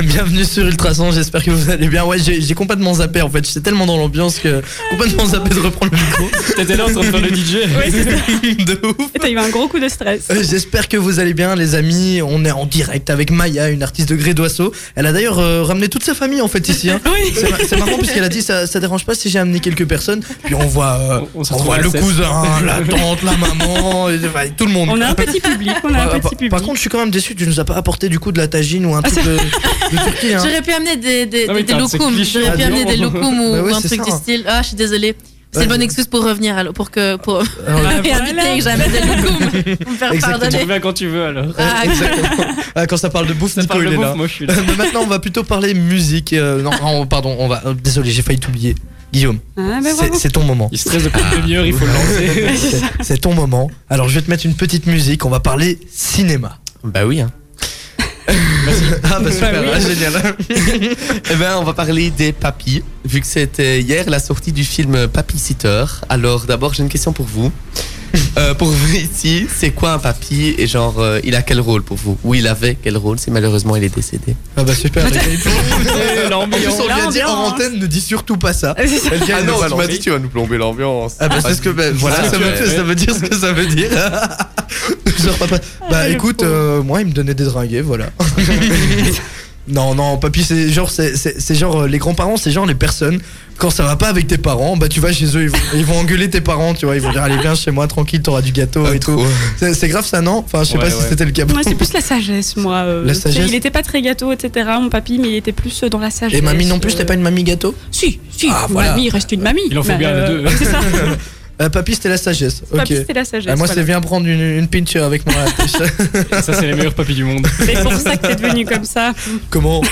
A: Bienvenue sur Ultrason, j'espère que vous allez bien. Ouais, j'ai j'ai complètement zappé en fait, j'étais tellement dans l'ambiance que complètement zappé de reprendre le micro.
C: T'étais là en train de faire
A: *laughs*
C: le DJ.
B: Ouais, c'est ça.
A: de ouf.
B: Et T'as eu un gros coup de stress.
A: Euh, J'espère que vous allez bien, les amis. On est en direct avec Maya, une artiste de Gré d'Oiseau. Elle a d'ailleurs euh, ramené toute sa famille en fait ici. hein.
B: *laughs* Oui.
A: C'est ma- C'est marrant puisqu'elle a dit ça, ça dérange pas si j'ai amené quelques personnes. Puis on voit, euh,
C: On- on se
A: on
C: retrouve
A: voit
C: à
A: le
C: la cesse.
A: cousin, la tante, la maman, et- enfin, tout le monde.
B: On a un petit public,
A: *laughs*
B: on a
A: Ouais,
B: un
A: Ah, par,
B: petit public. Ah,
A: par contre, je suis quand même déçu. Tu nous as pas apporté du coup de la tagine ou un truc
B: c'est
A: de, de Turquie.
B: *laughs*
A: hein.
F: J'aurais pu amener des, des,
C: Ah
F: des,
C: oui,
F: des
C: t'as- c'est
F: loukoums.
C: cliché,
F: J'aurais pu
A: ah,
F: amener des
C: non.
F: loukoums ou,
A: Bah oui,
F: ou un
A: c'est
F: truc
A: ça.
F: du style. Ah, je suis désolée. C'est
A: Ouais,
F: une bonne
A: je-
F: excuse pour revenir alors, pour que *laughs* pour
A: Ah, ouais.
B: Ah,
F: pour
B: voilà.
F: éviter
A: *laughs*
F: que j'amène des loukoums. Pour me
A: Exactement.
F: faire
C: Tu
F: pardonner.
C: reviens quand tu veux alors.
F: Ah,
A: Exactement. Euh, Ah, quand ça parle de bouffe,
C: Ça
A: Nico,
C: parle
A: il
C: de
A: est là. Euh,
C: bouffe, moi je suis là.
A: Mais maintenant, on va plutôt parler musique. Euh, non, non, pardon, on va. euh, désolé, j'ai failli t'oublier. Guillaume,
B: Ah, ben
A: c'est-
B: bravo.
A: c'est ton moment. Ah.
C: Il stresse depuis une demi-heure, il faut le
A: *laughs*
B: *laughs*
E: Ah,
C: lancer.
A: C'est- C'est ton moment. Alors, je vais te mettre une petite musique. On va parler cinéma.
E: Bah oui, hein. *laughs*
A: Ah, bah super,
C: oui.
A: ah,
B: *laughs*
A: génial.
E: hein. Eh ben, on va parler des papis, vu que c'était hier la sortie du film Papy Sitter. Alors, d'abord, j'ai une question pour vous. Euh, pour vous ici, c'est quoi un papy et genre, euh, il a quel rôle pour vous Ou il avait quel rôle si malheureusement il est décédé
A: Ah, bah *laughs* super. les gars, ils font-
C: Eh,
A: En plus,
C: L'ambiance.
A: on lui a dit en
B: L'ambiance.
A: antenne, ne dis surtout pas ça.
B: Ah, c'est ça.
A: Elle vient de balancer.
E: tu vas nous plomber l'ambiance.
A: Ah bah c'est ce que bah, voilà
E: Ah,
A: ça
E: tu
A: veut,
E: as-
A: ça veut dire ce que ça veut dire. Genre, papa- bah
B: Ah, le
A: écoute
B: pauvre.
A: euh, moi il me donnait des dringuets voilà. non non papy c'est genre c'est, c'est, c'est genre euh, les grands-parents c'est genre les personnes quand ça va pas avec tes parents bah tu vas chez eux ils vont, ils vont engueuler tes parents tu vois ils vont dire allez viens chez moi tranquille t'auras du gâteau et tout. C'est, c'est grave ça non enfin je sais
C: Ouais,
A: pas si
C: ouais.
A: c'était le cas.
B: Moi, c'est plus la sagesse, moi. euh,
A: La
B: tu sais,
A: sagesse.
B: Il était pas très gâteau, etc. Mon papy, mais il était plus euh, dans la sagesse.
A: Et mamie non plus
B: euh,
A: t'es pas une mamie gâteau.
B: Si, si.
A: Ah,
B: une
A: voilà.
B: Mamie reste une mamie.
C: Il en faut
B: Bah,
C: bien les
B: euh,
C: deux.
B: C'est ça.
A: *laughs* Euh, papy c'était la sagesse. Ok.
B: Papy, c'était la sagesse.
A: Ah, moi c'est
B: voilà.
A: viens prendre une, une pinche avec moi.
C: Ça, c'est les meilleurs papis du monde.
B: *laughs* C'est pour ça que t'es devenu comme ça.
A: Comment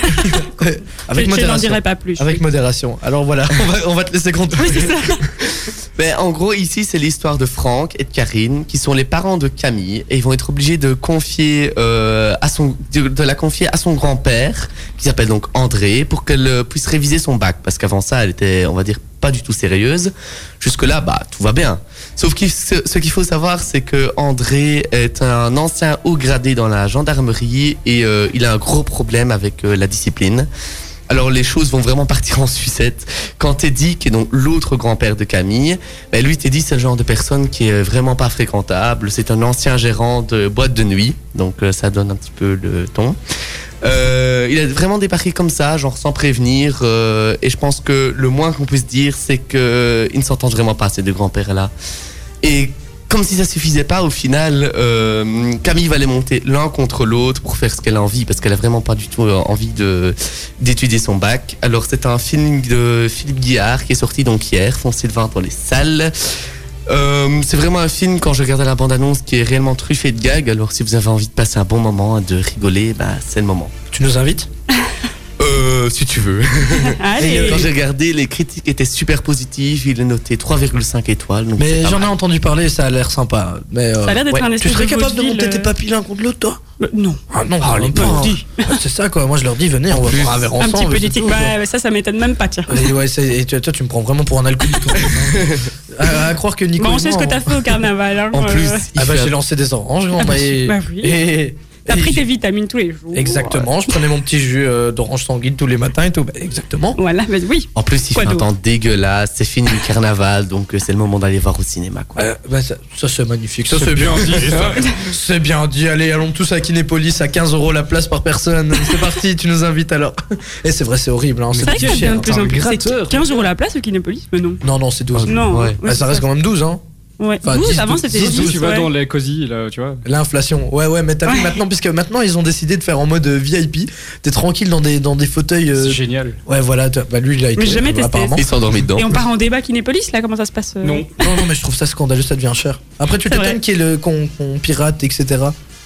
A: Avec
B: je je n'en
A: modération.
B: dirai pas plus.
A: Avec modération. Alors voilà, on va, on va te laisser compter.
B: Oui, c'est ça.
E: *laughs* Ben, en gros, ici, c'est l'histoire de Franck et de Karine, qui sont les parents de Camille, et ils vont être obligés de confier euh, à son, de, de la confier à son grand-père, qui s'appelle donc André, pour qu'elle euh, puisse réviser son bac, parce qu'avant ça, elle était, on va dire, pas du tout sérieuse. Jusque là, bah, tout va bien. Sauf que ce, ce qu'il faut savoir, c'est que André est un ancien haut gradé dans la gendarmerie et euh, il a un gros problème avec euh, la discipline. Alors les choses vont vraiment partir en sucette. Quand Teddy, qui est donc l'autre grand-père de Camille, bah, lui Teddy c'est le genre de personne qui est vraiment pas fréquentable. C'est un ancien gérant de boîte de nuit, donc euh, ça donne un petit peu le ton. Euh, il a vraiment débarqué comme ça, genre sans prévenir. euh, et je pense que le moins qu'on puisse dire, c'est que ils ne s'entendent vraiment pas ces deux grands-pères là. Et comme si ça suffisait pas, au final, euh, Camille va les monter l'un contre l'autre pour faire ce qu'elle a envie, parce qu'elle a vraiment pas du tout euh, envie de d'étudier son bac. Alors c'est un film de Philippe Guillard qui est sorti donc hier, foncé de 20 dans les salles. Euh, c'est vraiment un film quand je regardais la bande-annonce qui est réellement truffé de gags. Alors si vous avez envie de passer un bon moment, et de rigoler, bah c'est le moment.
A: Tu nous invites
E: Euh, si tu veux.
B: Allez.
E: Quand j'ai regardé, les critiques étaient super positives. Il est noté 3,5 étoiles. donc c'est
A: Mais
E: pas
A: j'en ai
E: mal.
A: entendu parler, ça a l'air sympa. Mais, euh,
B: Ça a l'air d'être
E: Ouais.
B: un
A: tu
B: espèce
A: serais capable de
B: vaudeville,
A: monter
B: euh,
A: tes papilles l'un contre l'autre, toi
B: euh, Non.
A: Ah non,
E: Ah, les
A: pas.
E: petits.
A: Ah, C'est ça quoi, moi je leur dis, venez, on va
E: plus,
A: boire un verre
B: Un
A: ensemble.
B: petit peu
A: c'est
B: d'éthique.
A: tout, hein. quoi.
B: Ouais, ouais, ça, ça m'étonne même pas, tiens.
A: Et, ouais, c'est- et toi, toi, tu me prends vraiment pour un alcoolique.
B: *laughs*
A: en fait, hein. à, à croire que Nico.
B: Bon, on
A: et
B: sait ce
A: moi,
B: que t'as fait au carnaval. hein,
E: En
B: euh,
E: plus, il
A: Ah bah
E: fait
A: j'ai
E: un-
A: lancé des oranges, grand,
B: Ah bah,
A: et-
B: bah oui.
A: et-
B: T'as
A: et
B: pris
A: j'ai-
B: tes vitamines tous les jours.
A: Exactement, je prenais mon petit jus euh, d'orange sanguine tous les matins et tout. Bah, exactement.
B: Voilà, mais oui.
E: En plus, il
B: Quoi
E: fait un
B: d'autre
E: temps dégueulasse. C'est fini le carnaval, donc euh, c'est le moment d'aller voir au cinéma. Quoi.
A: Euh, bah, ça, ça, c'est magnifique, ça c'est bien dit. ça. *laughs* C'est bien dit, allez, allons tous à Kinépolis à 15 euros la place par personne. C'est parti, tu nous invites alors. *laughs* Et c'est vrai, c'est horrible. Hein,
B: C'est vrai que ça
A: cher,
B: devient de plus
A: enfin,
B: en plus.
A: gratteur.
B: C'est 15 euros la place au Kinépolis Mais non.
A: Non, non, c'est 12.
B: Non.
E: ouais.
B: oui,
A: Bah, ça
B: c'est
A: reste quand même 12, hein.
B: Ouais.
A: Enfin,
B: 12,
A: 10,
B: avant c'était
A: 12,
B: 10.
A: Juste,
C: Tu vas
B: ouais.
C: dans les cosy, là, tu vois.
A: L'inflation. Ouais, ouais, mais t'as vu
B: Ouais.
A: maintenant, puisque maintenant ils ont décidé de faire en mode euh, VIP. T'es tranquille dans des, dans des fauteuils. euh,
C: C'est génial.
A: ouais, voilà, t'as- bah lui il a été.
B: Mais j'ai jamais
A: euh,
B: testé.
A: apparemment.
E: Il s'est endormi dedans.
B: Et on part en débat Kinépolis là Comment ça se passe euh
C: Non.
A: Non, non, mais je trouve ça scandaleux, ça devient cher. Après, tu
B: C'est vrai.
A: t'étonnes qu'il y ait le- qu'on qu'on pirate, etc.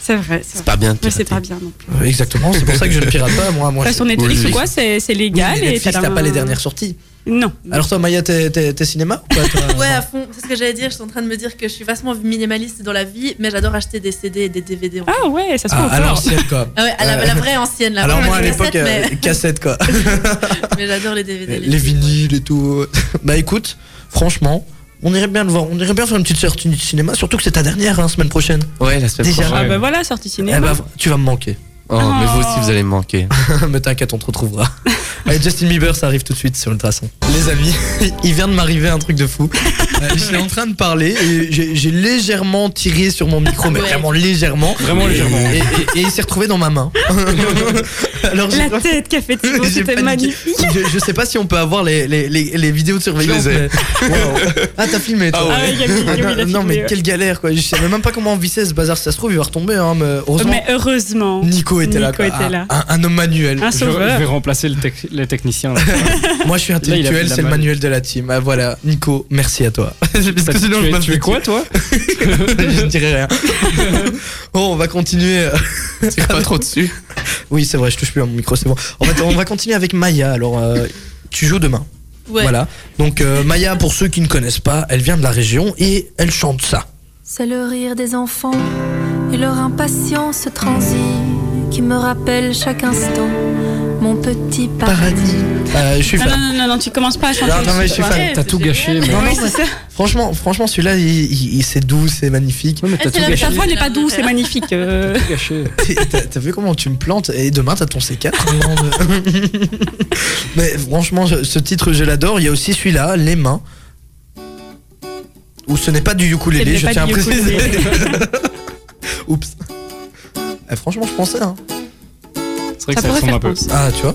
B: C'est vrai. C'est
E: C'est
B: vrai.
E: pas bien. de
B: Mais c'est
E: pirater.
B: pas bien non plus.
A: Euh, Exactement, c'est pour ça que je ne pirate pas, moi. moi
B: Là,
A: je-
B: sur Netflix
E: Oui.
B: ou quoi, c'est c'est
A: Oui,
B: légal
A: mais
B: et
A: Netflix, t'as
B: un-
A: pas les dernières sorties.
B: Non.
A: Alors toi, Maya, t'es, t'es- t'es cinéma ou pas toi Ah,
F: Ouais, à fond. C'est ce que j'allais dire. Je suis en train de me dire que je suis vachement minimaliste dans la vie, mais j'adore acheter des CD et des DVD. en fait.
B: Ah ouais, ça se
A: Ah,
B: trouve
A: à
B: encore.
A: l'ancienne,
B: *laughs*
A: quoi.
F: Ah ouais, à la,
A: Ouais.
F: la vraie ancienne, la
A: Alors
F: vraie
A: moi à
F: cassette,
A: l'époque euh,
F: mais,
A: cassette quoi, *laughs*
F: mais j'adore les DVD.
A: Eh, les
F: films.
A: vinyles et tout. *laughs* Bah écoute, franchement, on irait bien le voir, on irait bien faire une petite sortie de cinéma, surtout que c'est ta dernière hein, semaine prochaine.
E: Ouais, la semaine
A: Déjà.
E: prochaine.
B: Ah bah voilà, sortie
A: Eh
B: cinéma.
A: bah, tu vas me manquer.
E: Oh, mais vous aussi,
B: Oh.
E: vous allez me manquer.
A: *laughs* Mais t'inquiète, on te
B: *laughs*
A: retrouvera. Allez, Justin Bieber, ça arrive tout de suite sur Ultrason. Les amis, *laughs* il vient de m'arriver un truc de *laughs* fou. Euh, J'étais en train de parler et j'ai j'ai légèrement tiré sur mon micro, mais
F: Ouais.
A: vraiment légèrement.
C: Vraiment légèrement.
A: Et, et- et il s'est retrouvé dans ma
B: *laughs*
A: main. Alors j'ai
B: La tête qu'a fait
A: *laughs*
B: Thibaut,
A: j'ai
B: c'était
A: paniqué.
B: magnifique.
A: Je, je sais pas si on peut avoir les, les, les, les vidéos de surveillance.
E: Je les ai.
A: mais- Wow. Ah, t'as filmé toi.
B: Ah ouais, Camille, Camille
A: *laughs*
B: l'a
A: non,
B: filmé,
A: mais
B: ouais.
A: quelle galère quoi. Je savais même pas comment on vissait ce bazar. Ça se trouve, il va retomber. Hein, mais heureusement,
B: Mais heureusement.
A: Nico était là.
B: Nico
A: quoi. Ah,
B: était là.
A: Un, un- un homme manuel.
B: Un
C: Je, vais- je
B: sauveur.
C: vais remplacer le tec- les techniciens. là.
A: *laughs* Moi, je suis
C: il a pris
A: intellectuel,
C: la
A: c'est le
C: malle.
A: manuel de la team. Ah, voilà, Nico, merci à toi. Parce que
C: Ça, tu,
A: sinon, je
C: es,
A: me
C: tu
A: fais
C: es quoi, toi
A: *laughs* Je ne dirai rien. bon, on va continuer. euh, *laughs*
E: C'est pas trop dessus.
A: Oui, c'est vrai, je touche plus à mon micro, c'est bon. En fait, on va continuer avec Maya. Alors, euh, tu joues demain.
F: Ouais.
A: Voilà. Donc, euh, Maya, pour ceux qui ne connaissent pas, elle vient de la région et elle chante ça.
D: C'est le rire des enfants et leur impatience transie qui me rappelle chaque instant mon petit paradis.
A: Euh, je suis
B: Ah non,
A: fan.
B: non, non, non, tu commences pas à chanter.
A: Non, non, mais je suis
B: Ouais.
A: fan.
C: T'as tout gâché. mais-
A: Non, non,
B: Oui, c'est ça.
A: Franchement, franchement celui-là, il, il- il- c'est doux, c'est magnifique.
C: Non, mais t'as
F: c'est
C: tout
F: la
B: Mais
C: gâché.
B: Ah, ta voix n'est pas douce, c'est magnifique. euh.
C: Tout
A: *laughs*
C: gâché. Ah,
A: T'as t'as vu comment tu me plantes Et demain, t'as ton C4. grande. *laughs* Mais franchement, je- ce titre, je l'adore. Il y a aussi celui-là, Les Mains. Où ce n'est pas du
B: Ce
A: ukulélé,
B: n'est
A: je
B: pas
A: tiens à
B: du
A: préciser. *laughs* Oups. Eh, franchement, je pensais. hein.
C: C'est vrai que
B: Ça
C: ça
B: pourrait
C: ressemble un
B: faire
C: peu.
B: penser.
A: Ah, tu vois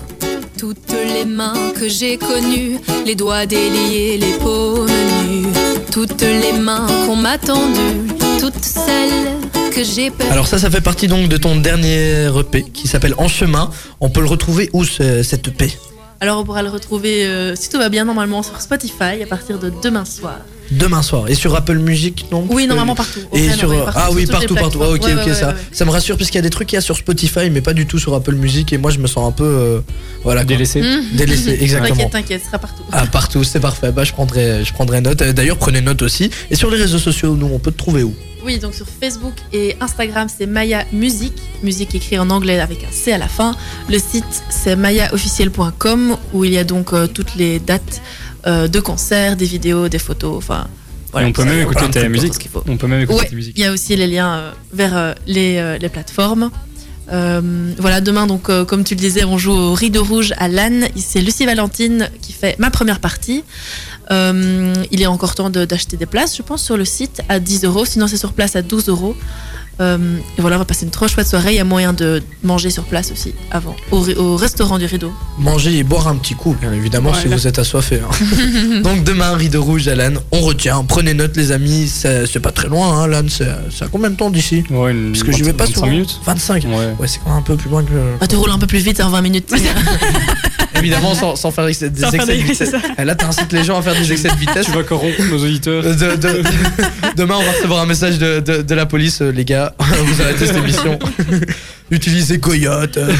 H: Toutes les mains que j'ai connues, les doigts déliés, les paumes nues. Toutes les mains qu'on m'a tendues, toutes celles que j'ai perdues.
A: Alors, ça, ça fait partie donc de ton dernier EP qui s'appelle En chemin. On peut le retrouver où ce- cette EP
F: Alors on pourra le retrouver, euh, si tout va bien, normalement sur Spotify à partir de demain soir.
A: Demain soir. Et sur Apple Music, non Euh,
F: Oui, normalement partout. Au
A: Et
F: Fred,
A: sur
F: ouais,
A: ah oui
F: sur toutes
A: partout
F: les
A: partout Ah, ok
F: plateformes.
A: ok
F: Ouais, ouais,
A: ça
F: ouais, ouais.
A: ça me rassure puisqu'il y a des trucs qu'il y a sur Spotify mais pas du tout sur Apple Music et moi je me sens un peu euh, voilà quoi.
C: Délaissé.
F: Mhm. *laughs*
A: Délaissé, exactement.
F: T'inquiète, t'inquiète, ce sera partout.
A: ah partout c'est parfait bah je prendrai je prendrai note Euh, d'ailleurs prenez note aussi et sur les réseaux sociaux nous on peut te trouver où
F: Oui, donc sur Facebook et Instagram, c'est Maya Music, musique écrite en anglais avec un C à la fin. Le site, c'est mayaofficiel.com où il y a donc euh, toutes les dates euh, de concerts, des vidéos, des photos, enfin.
C: Et on peut
F: ça,
C: même
A: Ah,
F: il y a
C: écouter
F: plein de
C: ta
F: trucs pour
C: musique.
F: tout ce qu'il faut.
C: On peut même écouter
F: Ouais,
C: tes musiques.
F: il y a aussi les liens euh, vers euh, les, euh, les plateformes. Euh, voilà, demain, donc, euh, comme tu le disais, on joue au Rideau Rouge à Lannes. Et C'est Lucie Valentine qui fait ma première partie. Euh, il est encore temps de- d'acheter des places, je pense, sur le site à 10 euros. Sinon, c'est sur place à 12 euros. Euh, et voilà, on va passer une trop chouette soirée. Il y a moyen de manger sur place aussi, avant, au, ri- au restaurant du Rideau.
A: manger et boire un petit coup bien évidemment si
B: Voilà.
A: vous êtes assoiffé hein. *laughs* donc demain rideau rouge à Lannes on retient prenez note les amis c'est c'est pas très loin hein, Lannes c'est c'est à combien de temps d'ici
C: Ouais, une
A: parce que j'y vais pas
C: 25
A: souvent
C: minutes.
A: 25
C: Ouais.
A: ouais c'est quand même un peu plus loin que
F: On va te rouler un peu plus vite, en 20 minutes.
A: *laughs* évidemment sans, sans faire ex- des
B: Sans faire
A: excès de
B: des- c'est
A: vitesse
B: ça.
A: Eh, là t'incites les gens à faire des excès de vitesse
C: Tu vas corrompre nos auditeurs.
A: Euh, de- de- *laughs* demain, on va recevoir un message de, de- de la police, euh, les gars. *laughs* Vous arrêtez cette
C: *laughs*
A: émission. Utilisez Coyote. euh.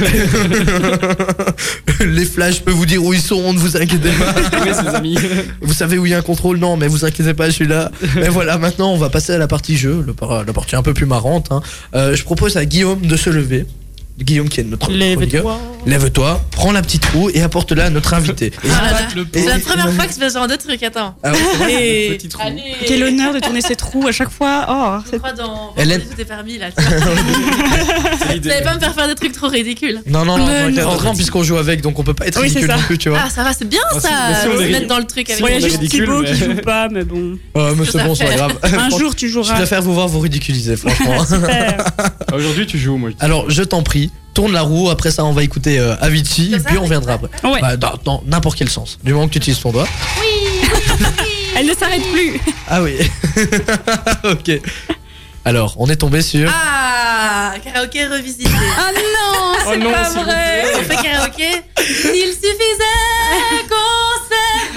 A: *laughs* les flashs, je peux vous dire où ils sont, ne vous inquiétez pas.
C: Mes amis.
A: *laughs* Vous savez où il y a un contrôle Non, mais vous inquiétez pas, je suis là. Mais voilà, maintenant, on va passer à la partie jeu, le par- la partie un peu plus marrante. hein. Euh, je propose à Guillaume de se lever. Guillaume qui est notre chroniqueur.
B: Lève-toi.
A: Lève-toi, prends la petite roue et apporte-la à notre invité. Et-
F: Ah là là.
C: Le
F: C'est la
A: et-
F: première fois que je fais ce genre de truc, attends.
A: Ah ouais, c'est vrai
B: Et
C: Petite roue.
F: Allez.
B: quel honneur de tourner cette roue à chaque fois. Oh,
F: Je
B: c'est-
F: crois dans
A: Hélène-
F: Tout est permis, là.
A: *laughs*
F: tu vois.
C: C'est
F: Vous allez
C: l'idée.
F: pas me faire faire des trucs trop ridicules.
A: non, non, non,
B: Mais
A: non,
B: non.
A: heureusement, puisqu'on joue avec, donc on peut pas être
B: Oui, c'est
A: ridicule
B: ça.
A: non plus, tu vois.
F: Ah, ça va, c'est bien
C: Ah, si, mais
F: ça.
C: si, on
F: se
C: est
F: mettre
C: ri-
F: dans le truc avec
B: Bon, il y a
C: C'est
B: juste
C: ridicule,
B: Thibaut
C: mais-
B: qui joue pas,
A: *laughs*
B: mais bon.
A: Ouais, Oh, mais
F: Chose
A: c'est
F: à
A: bon, c'est pas
F: faire.
A: grave.
B: Un
A: Franchement,
B: jour, tu
A: je
B: joueras. Ah,
A: préfère vous voir vous
B: *laughs*
A: ridiculiser, franchement.
B: Super.
C: Ah, Aujourd'hui, tu joues, moi.
A: Alors, je t'en prie, tourne la roue. Après ça, on va écouter euh, Avicii,
F: Comme ça,
A: puis on
F: avec-
A: reviendra après.
B: Ouais,
A: Bah, dans- dans n'importe quel sens. Du moment que tu utilises ton doigt.
B: elle ne s'arrête plus.
A: Ah oui. *laughs* ok. Alors, on est tombé sur.
F: Ah, karaoké revisité.
B: Ah non,
C: Oh non, s'il vous plaît.
F: On fait karaoké. S'il suffisait qu'on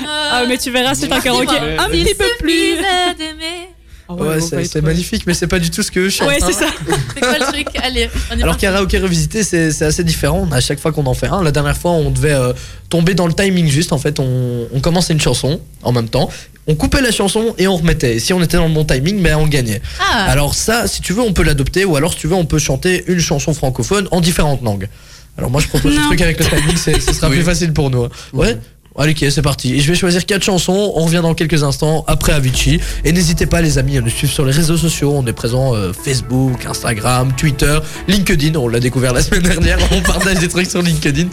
F: s'aime.
B: Ah, mais tu verras, c'est un karaoké
C: Dis-moi.
B: un petit peu plus.
F: suffisait d'aimer.
B: Ah
A: ouais,
B: bon, bah,
A: c'est- c'est magnifique, mais c'est pas du tout ce que je chante.
B: Ouais,
A: hein.
B: c'est ça.
F: C'est quoi le truc Allez, on y
A: Alors
F: va.
A: karaoké revisité, c'est c'est assez différent. À chaque fois qu'on en fait un, la dernière fois, on devait euh, tomber dans le timing juste. En fait, on, on commençait une chanson en même temps, on coupait la chanson et on remettait. Et si on était dans le bon timing, ben on gagnait.
F: Ah,
A: Alors ça, si tu veux, on peut l'adopter, ou alors si tu veux, on peut chanter une chanson francophone en différentes langues. Alors moi, je propose ce
B: Non.
A: truc avec le timing, c'est- ce sera
E: Oui.
A: plus facile pour nous. hein. Ouais. Allez, ok, c'est parti. Et je vais choisir quatre chansons. On revient dans quelques instants après Avicii. Et n'hésitez pas, les amis, à nous suivre sur les réseaux sociaux. On est présent euh, Facebook, Instagram, Twitter, LinkedIn. On l'a découvert la semaine dernière. On partage des trucs sur LinkedIn.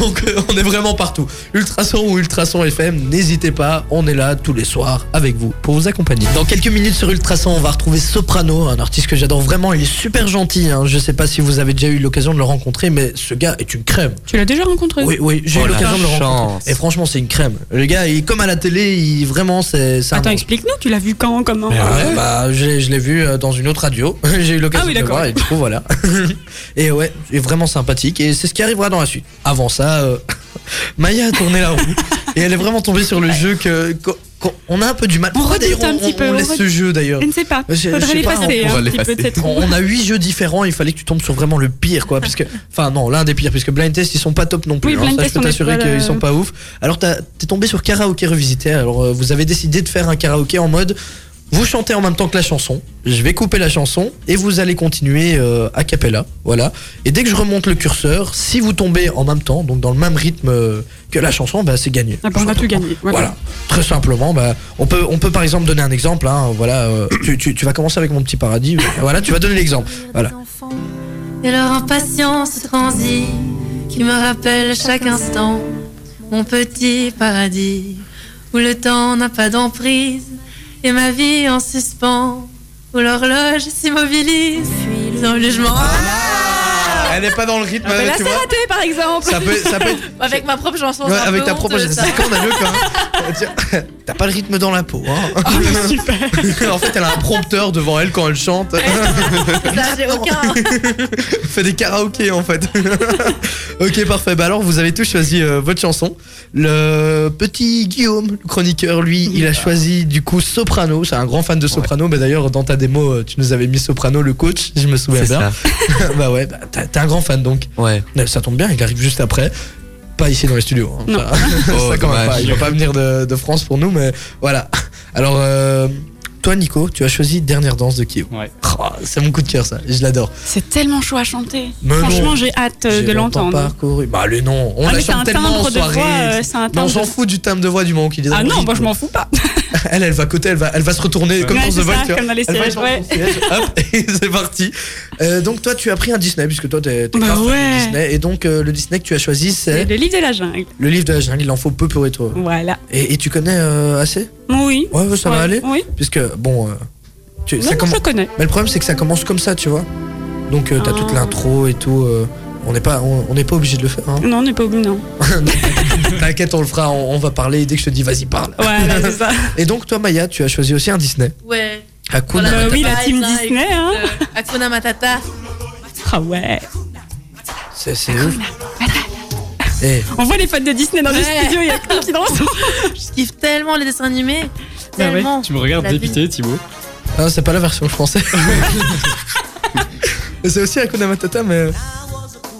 A: Donc, euh, on est vraiment partout. Ultrason ou Ultrason FM, n'hésitez pas. On est là tous les soirs avec vous pour vous accompagner. Dans quelques minutes sur Ultrason, on va retrouver Soprano, un artiste que j'adore vraiment. Il est super gentil. Hein. Je sais pas si vous avez déjà eu l'occasion de le rencontrer, mais ce gars est une crème.
B: Tu l'as déjà rencontré
A: Oui, oui, j'ai
E: Oh,
A: eu
E: la
A: l'occasion de le rencontrer.
E: chance.
A: Et franchement, c'est une crème. Le gars, il, comme à la télé, il, vraiment, c'est c'est un
B: Attends,
A: monstre.
B: explique-nous, tu l'as vu quand, comment
A: Ah ouais, bah, je l'ai- je l'ai vu euh, dans une autre radio. *laughs* J'ai eu l'occasion
B: Ah oui,
A: de le
B: d'accord.
A: voir et du coup, voilà. *laughs* et ouais, il est vraiment sympathique et c'est ce qui arrivera dans la suite. Avant ça, euh, *laughs* Maya a tourné la roue et elle est vraiment tombée sur le jeu que. qu'on- qu'on- on a un peu du mal.
B: On
A: Pourquoi
B: redoute
A: d'ailleurs
B: un petit
A: on-
B: peu,
A: on
B: on
A: laisse ce
B: redoute.
A: jeu d'ailleurs
B: Je ne sais pas.
A: Je- je
B: Faudrait
A: sais
B: les
A: pas,
B: passer
E: on
B: hein,
E: va
B: un
E: les
B: petit peu
E: passer.
B: de cette
A: on on a huit jeux différents, il fallait que tu tombes sur vraiment le pire, quoi. Parce que, enfin, non, l'un des pires, puisque Blind Test, ils sont pas top non plus. hein,
B: Oui, Blind
A: ça,
B: Test,
A: je
B: euh, on
A: peux
B: est
A: t'assurer
B: pas
A: qu'ils
B: là.
A: sont pas ouf. Alors, t'as- t'es tombé sur Karaoké Revisité. Alors, euh, vous avez décidé de faire un karaoké en mode. Vous chantez en même temps que la chanson. Je vais couper la chanson et vous allez continuer euh, a cappella. Voilà. Et dès que je remonte le curseur, si vous tombez en même temps, donc dans le même rythme euh, que la chanson, bah, c'est gagné.
B: Ah bah, on a tout gagné.
A: Voilà.
B: Voilà.
A: Très simplement, bah, on, peut, on peut par exemple donner un exemple. hein, voilà, euh, tu, tu- tu vas commencer avec mon petit paradis. voilà, tu vas donner l'exemple. Voilà.
D: Des enfants Et leur impatience transie qui me rappelle chaque instant mon petit paradis où le temps n'a pas d'emprise et ma vie en suspens où l'horloge s'immobilise sans jugement.
B: Ah,
A: Elle n'est pas dans le rythme,
B: bah
F: Mais là,
A: Ah, tu
F: c'est
A: vois.
F: raté, par exemple.
A: Ça peut, ça peut être-
F: *laughs* Avec ma propre chanson.
A: Ouais,
F: c'est un
A: avec
F: peu
A: ta propre,
F: honteux, ça.
A: c'est scandaleux quand même. Tiens, T'as pas le rythme dans la peau. hein. *laughs* en fait, elle a un prompteur devant elle quand elle chante.
F: Ça, j'ai aucun.
A: fait des karaokés en fait. *laughs* ok, parfait. Bah alors, vous avez tous choisi euh, votre chanson. Le petit Guillaume, le chroniqueur, lui, il a choisi du coup Soprano. C'est un grand fan de Soprano. Mais d'ailleurs, dans ta démo, euh, tu nous avais mis Soprano, le coach. Je me souviens
E: C'est
A: bien.
E: ça.
A: *laughs* bah ouais, bah, t'es t'es un grand fan donc.
E: Ouais.
A: Mais Ça tombe bien, il arrive juste après. Pas ici dans les studios. hein.
B: Non.
A: *laughs* Ça,
E: Oh,
A: ça, quand même
E: dommage.
A: pas. Il va pas venir de, de France pour nous, mais voilà. Alors, euh, toi, Nico, tu as choisi Dernière danse de Kyo.
C: Ouais.
A: Oh, c'est mon coup de cœur, ça. Je l'adore.
B: C'est tellement chaud à chanter.
A: Mais non.
B: Franchement, j'ai hâte euh,
A: J'ai
B: de
A: longtemps
B: l'entendre.
A: Parcouru. Bah, le nom. On
B: Ah,
A: la
B: mais c'est
A: chante
B: un
A: tellement en
B: timbre de
A: soirée.
B: voix. euh, C'est un
A: Non,
B: timbre.
A: j'en
B: de-
A: fous du timbre de voix du moment qu'il est dans
B: Ah
A: le
B: non,
A: rythme.
B: moi je m'en fous pas.
A: *laughs* Elle, elle va côté, elle va, elle va se retourner comme
B: Ouais,
A: dans The
B: c'est ça,
A: Voice. tu vois.
B: comme dans les
A: Elle va
B: sièges,
A: être dans son siège, hop, *laughs* et c'est parti. Euh, donc toi, tu as pris un Disney puisque toi, t'es t'es
B: Bah
A: grave fan de
B: ouais.
A: Disney. Et donc euh, le Disney que tu as choisi, c'est
B: Le livre de la jungle.
A: le livre de la jungle. Il en faut peu pour être heureux.
B: Voilà.
A: Et, et tu connais euh, assez
B: Oui.
A: Ouais, ouais, ça va
B: Ouais.
A: aller.
B: Oui.
A: Puisque bon, euh, tu-
B: Non,
A: ça
B: non,
A: commence.
B: je connais.
A: Mais le problème, c'est que ça commence comme ça, tu vois. Donc euh, t'as
B: Ah.
A: toute l'intro et tout. euh, on n'est pas, on on n'est pas obligé de le faire. hein.
B: Non, on n'est pas obligé, non.
A: T'inquiète, on le fera, on, on va parler dès que je te dis vas-y parle.
B: Voilà, c'est ça.
A: *laughs* Et donc toi Maya, tu as choisi aussi un Disney.
F: *laughs* Ouais.
A: Hakuna
F: Voilà.
B: Bah oui, la
F: Pareil,
B: team
F: ça,
B: Disney,
F: écoute,
B: hein.
F: euh, Hakuna Matata.
B: Ah ouais.
A: C'est c'est ouf. Eh,
B: On voit les fans de Disney dans le
F: Ouais.
B: studio, il y a que nous qui dansent.
F: *laughs* Je kiffe tellement les dessins animés.
C: Ah ouais,
F: Tellement.
C: tu me regardes
F: La vie.
C: dépité, Thibaut.
A: non, Ah, c'est pas la version
C: *laughs*
A: française. c'est aussi Hakuna Matata, mais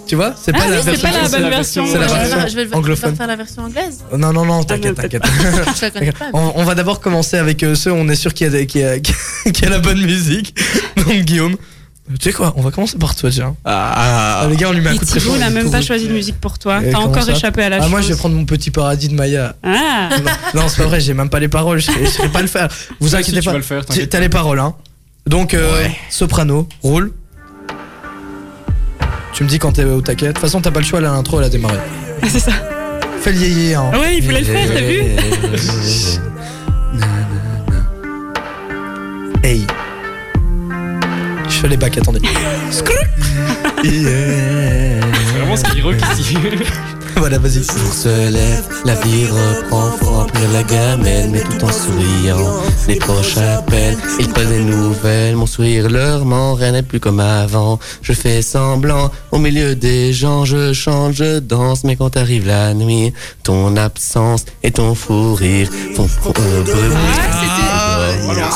A: tu vois, c'est pas
B: Ah
A: la
B: oui, c'est
A: version.
B: pas la
C: c'est
B: bonne
C: la
B: version.
A: version- c'est la
F: Ouais,
A: version
F: je vais- je vais- Je
A: anglophone.
F: vais faire la version
A: *laughs*
F: anglaise.
A: Non, non, non,
B: Ah non,
A: t'inquiète,
B: peut-être
A: t'inquiète.
F: Je la connais pas.
A: On, on va d'abord commencer avec euh, ceux, on est sûr qu'il y, a des- qu'il y a- *laughs* qu'il y a la bonne
B: *laughs*
A: musique. Donc Guillaume, tu sais quoi, on va commencer par toi, tiens.
E: Ah,
A: Ah, les gars, on lui met un
B: Et
A: coup de pression.
B: Thibaut n'a
A: il est
B: même
A: tout
B: pas
A: rouge.
B: choisi de musique pour toi.
A: Et
B: T'as
A: comment
B: encore
A: ça
B: échappé à la
A: Ah,
B: chose.
A: moi, je vais prendre mon petit paradis de Maya. *laughs*
B: Ah,
A: Non, c'est pas vrai, j'ai même pas les paroles, je, je sais pas le faire. Vous
C: Toi aussi,
A: inquiétez
C: tu
A: pas.
C: vas le faire, t'inquiète.
A: T'as les paroles, hein. Donc, euh,
E: Ouais.
A: soprano, roule. Tu me dis quand t'es au taquet. De toute façon, t'as pas le choix, là, l'intro, elle a démarré.
B: Ah, c'est ça.
A: Fais le yéyé, hein.
B: Ah Ouais, il voulait le faire, t'as vu
A: Hey. Je fais les bacs, attendez.
C: C'est vraiment ce qui rock ici.
A: *laughs* voilà, vas-y.
E: Le jour se lève, la vie reprend pour remplir la gamelle, mais tout en souriant. Les proches appellent, ils prennent des nouvelles, mon sourire leur ment, rien n'est plus comme avant. Je fais semblant, au milieu des gens, je chante, je danse, mais quand arrive la nuit, ton absence et ton fou rire font pro- euh, bruit.